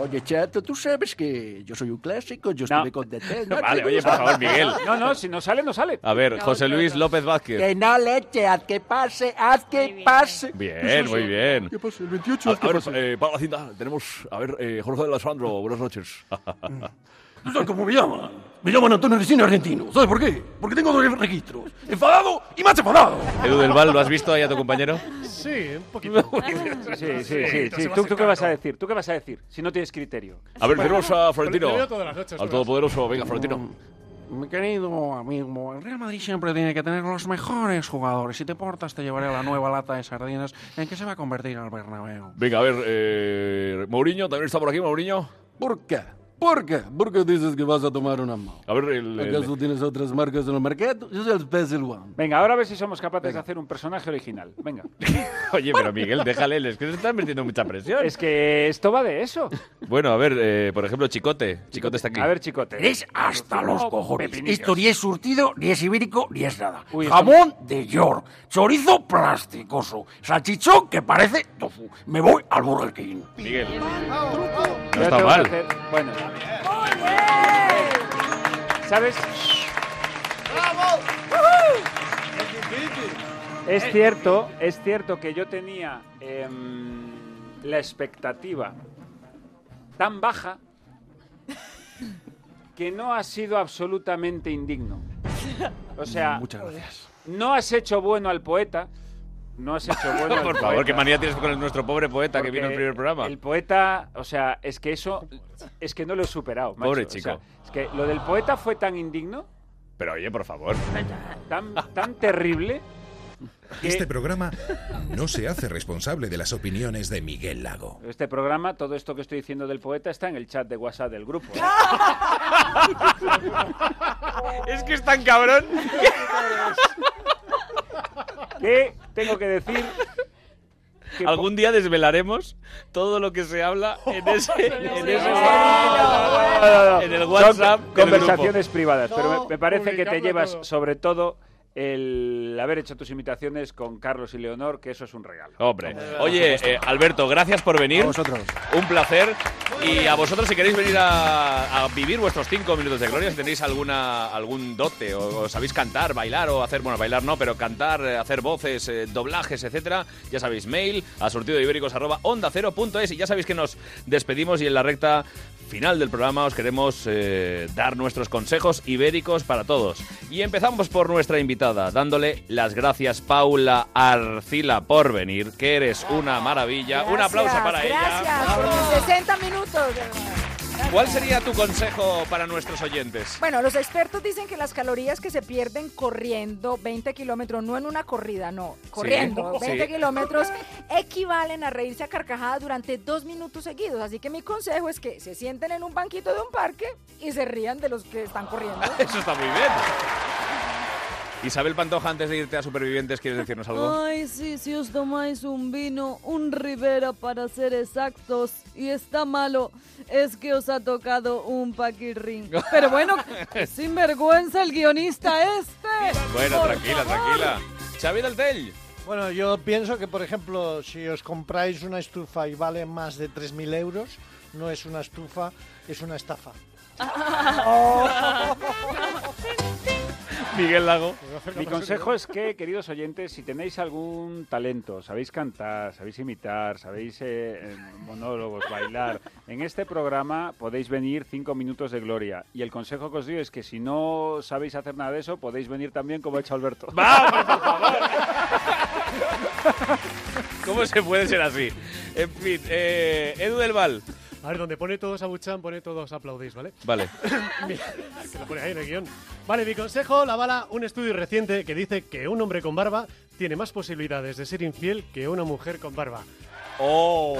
[SPEAKER 14] Oye, chato, tú sabes que yo soy un clásico, yo estuve con Detel. ¿no?
[SPEAKER 1] Vale, oye, por favor, Miguel.
[SPEAKER 3] No, no, si no sale, no sale.
[SPEAKER 1] A ver, José Luis López Vázquez.
[SPEAKER 14] Que no leche, haz que pase, haz que pase.
[SPEAKER 1] Bien, muy bien.
[SPEAKER 19] ¿Qué pasa? El 28
[SPEAKER 1] A- a ver,
[SPEAKER 7] Eh, para la cinta, tenemos, a ver, eh, Jorge de Alessandro, buenas noches.
[SPEAKER 21] ¿Tú sabes cómo me llaman? Me llaman Antonio Resina Argentino. ¿Sabes por qué? Porque tengo dos registros. Enfadado y más enfadado.
[SPEAKER 1] Edu del Val, ¿lo has visto ahí a tu compañero? <laughs>
[SPEAKER 17] Sí, un poquito.
[SPEAKER 3] <laughs>
[SPEAKER 7] Ah.
[SPEAKER 3] Sí, <laughs> sí, sí. sí, ¿Tú, tú qué vas a decir? ¿Tú qué vas a decir? Si no tienes criterio.
[SPEAKER 7] A ver, tenemos a Florentino.
[SPEAKER 3] Pero te veo todas las noches,
[SPEAKER 7] al
[SPEAKER 3] todas.
[SPEAKER 7] todopoderoso, venga, Florentino.
[SPEAKER 20] Mi querido amigo, el Real Madrid siempre tiene que tener los mejores jugadores. Si te portas, te llevaré la nueva lata de sardinas en que se va a convertir al Bernabéu.
[SPEAKER 7] Venga, a ver, eh, Mourinho, también está por aquí, Mourinho.
[SPEAKER 20] ¿Por qué? ¿Por qué? ¿Por qué dices que vas a tomar una mano?
[SPEAKER 7] A ver, el, el-
[SPEAKER 20] ¿Acaso tienes otras marcas en el mercado? Yo soy el Bezel One.
[SPEAKER 3] Venga, ahora a ver si somos capaces de hacer un personaje original. Venga.
[SPEAKER 1] Oye, pero Miguel, déjale, es que se están metiendo mucha presión.
[SPEAKER 3] Es que esto va de eso.
[SPEAKER 1] Bueno, a ver, eh, por ejemplo, Chicote. Chicote está aquí.
[SPEAKER 3] A ver, chicote.
[SPEAKER 20] Es hasta
[SPEAKER 3] Oh,
[SPEAKER 20] los cojones.
[SPEAKER 3] Pepinillos.
[SPEAKER 20] Esto ni es surtido, ni es ibérico, ni es nada.
[SPEAKER 21] Uy, esto-
[SPEAKER 20] Jamón de York, chorizo plasticoso, salchichón que parece tofu. Me voy al Burger King.
[SPEAKER 1] Miguel.
[SPEAKER 3] Yo tengo
[SPEAKER 1] está
[SPEAKER 3] que
[SPEAKER 1] mal.
[SPEAKER 3] hacer- Bueno. ¿Sabes? Es cierto, es cierto que yo tenía em, la expectativa tan baja que no ha sido absolutamente indigno. O sea,
[SPEAKER 20] Muchas gracias.
[SPEAKER 3] no has hecho bueno al poeta. No has hecho bueno al
[SPEAKER 1] <laughs> Por
[SPEAKER 3] poeta.
[SPEAKER 1] favor, qué manía tienes con el- nuestro pobre poeta que
[SPEAKER 3] Porque
[SPEAKER 1] vino al primer programa.
[SPEAKER 3] El poeta, o sea, es que eso, es que no lo he superado. macho.
[SPEAKER 1] Pobre
[SPEAKER 3] O sea,
[SPEAKER 1] chico.
[SPEAKER 3] es que lo del poeta fue tan indigno,
[SPEAKER 1] Pero oye, por favor.
[SPEAKER 3] tan, tan terrible. que
[SPEAKER 21] Eh,
[SPEAKER 6] Este programa no se hace responsable de las opiniones de Miguel Lago.
[SPEAKER 3] Este programa, todo esto que estoy diciendo del poeta está en el chat de WhatsApp del grupo. ¿eh?
[SPEAKER 1] <laughs> Es que es tan cabrón.
[SPEAKER 3] ¿Qué tengo que decir? Que
[SPEAKER 1] Algún día desvelaremos todo lo que se
[SPEAKER 3] <laughs>
[SPEAKER 1] habla en ese, en ese- en el
[SPEAKER 3] Son <laughs>
[SPEAKER 1] WhatsApp. del
[SPEAKER 3] conversaciones
[SPEAKER 1] grupo.
[SPEAKER 3] privadas, pero
[SPEAKER 1] No,
[SPEAKER 3] me, me parece que te
[SPEAKER 1] publicarlo
[SPEAKER 3] llevas
[SPEAKER 1] todo.
[SPEAKER 3] sobre todo el haber hecho tus imitaciones con Carlos y Leonor, que eso es un regalo.
[SPEAKER 1] Hombre. Oye, eh, Alberto, gracias por venir.
[SPEAKER 3] A vosotros.
[SPEAKER 1] Un placer. Y a vosotros, si queréis venir a, a vivir vuestros cinco minutos de gloria, si tenéis alguna, algún dote, o, o sabéis cantar, bailar o hacer, bueno, bailar no, pero cantar, eh, hacer voces, eh, doblajes, etcétera, ya sabéis, mail a surtidoibéricos.onda0.es y ya sabéis que nos despedimos y en la recta final del programa os queremos eh, dar nuestros consejos ibéricos para todos. Y empezamos por nuestra invitada, dándole las gracias, Paula Arcila, por venir, que eres una maravilla. Un aplauso para ella.
[SPEAKER 8] Gracias por mis 60 minutos. de verdad.
[SPEAKER 1] ¿Cuál sería tu consejo para nuestros oyentes? <laughs>
[SPEAKER 8] Bueno, los expertos dicen que las calorías que se pierden corriendo 20 kilómetros, no en una corrida, no, corriendo
[SPEAKER 16] Sí,
[SPEAKER 8] 20
[SPEAKER 16] sí.
[SPEAKER 8] kilómetros, equivalen a reírse a carcajadas durante dos minutos seguidos. Así que mi consejo es que se sienten en un banquito de un parque y se rían de los que están corriendo.
[SPEAKER 1] Eso está muy bien. Isabel Pantoja, antes de irte a Supervivientes, ¿quieres decirnos algo?
[SPEAKER 5] Ay, sí, si os tomáis un vino, un Ribera para ser exactos, y está malo, es que os ha tocado un paquirrín. Pero bueno, sin vergüenza el guionista este.
[SPEAKER 1] Bueno,
[SPEAKER 5] Por
[SPEAKER 1] tranquila,
[SPEAKER 5] favor.
[SPEAKER 1] tranquila. Xavi del Tell.
[SPEAKER 10] Bueno, yo pienso que, por ejemplo, si os compráis una estufa y vale más de 3.000 euros, no es una estufa, es una estafa.
[SPEAKER 1] Miguel Lago.
[SPEAKER 3] Mi consejo es que, queridos oyentes, si tenéis algún talento, sabéis cantar, sabéis imitar, sabéis eh, eh, monólogos, bailar, en este programa podéis venir cinco minutos de gloria. Y el consejo que os doy es que si no sabéis hacer nada de eso, podéis venir también como ha hecho
[SPEAKER 1] <laughs>
[SPEAKER 3] Alberto.
[SPEAKER 1] ¿Cómo se puede ser así? En fin, eh, Edu del Val.
[SPEAKER 17] A ver, donde pone todos a Buchan, pone todos aplaudís,
[SPEAKER 3] <laughs>
[SPEAKER 17] ¿vale?
[SPEAKER 1] Vale.
[SPEAKER 17] Mi- que lo pone ahí en el guión. Vale, mi consejo la bala un estudio reciente que dice que un hombre con barba tiene más posibilidades de ser infiel que una mujer con barba.
[SPEAKER 1] ¡Oh!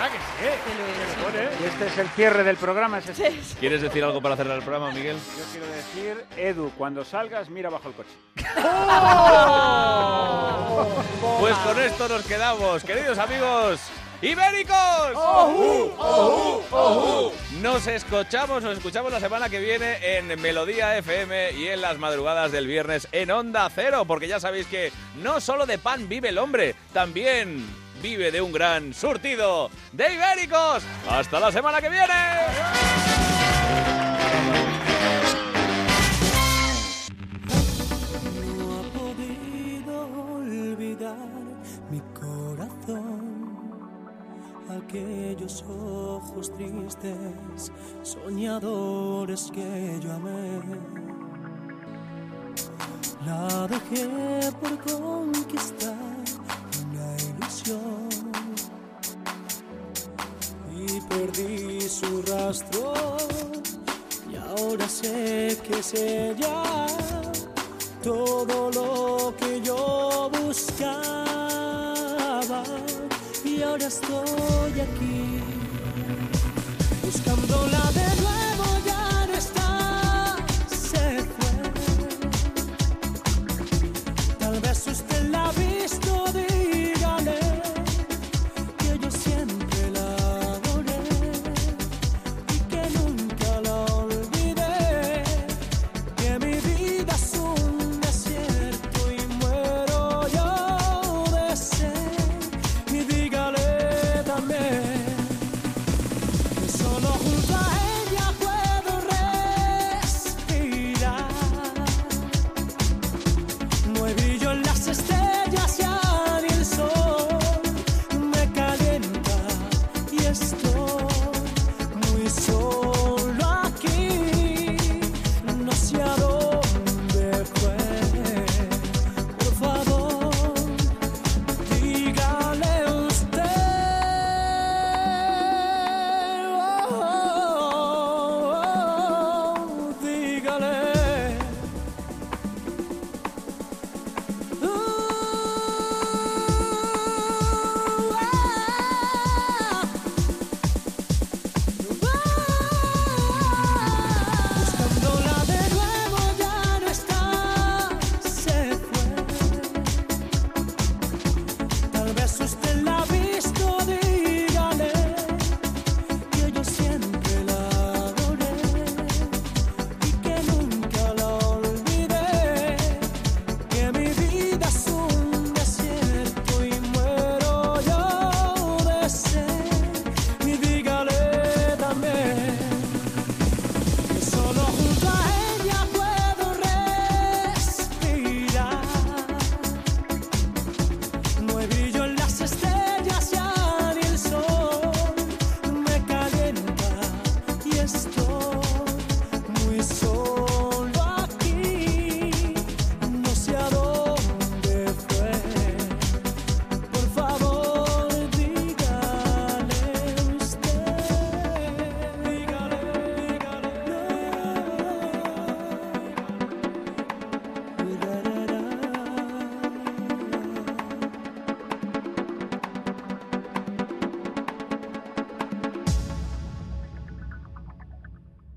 [SPEAKER 17] ¡Ah, que sí! Que lo pone, ¿eh?
[SPEAKER 3] Y este es el cierre del programa. ¿es este?
[SPEAKER 1] ¿Quieres decir algo para cerrar el programa, Miguel?
[SPEAKER 3] Yo quiero decir, Edu, cuando salgas, mira bajo el coche.
[SPEAKER 1] <laughs> Pues con esto nos quedamos, queridos amigos ibéricos. Nos escuchamos, nos escuchamos la semana que viene en Melodía FM y en las madrugadas del viernes en Onda Cero, porque ya sabéis que no solo de pan vive el hombre, también vive de un gran surtido de ibéricos. Hasta la semana que viene.
[SPEAKER 11] no ha podido olvidar mi corazón. Aquellos ojos tristes, soñadores que yo amé. La dejé por conquistar una ilusión y perdí su rastro. Y ahora sé que es ella todo lo que yo buscaba y ahora estoy aquí buscándola de nuevo. Oh, oh,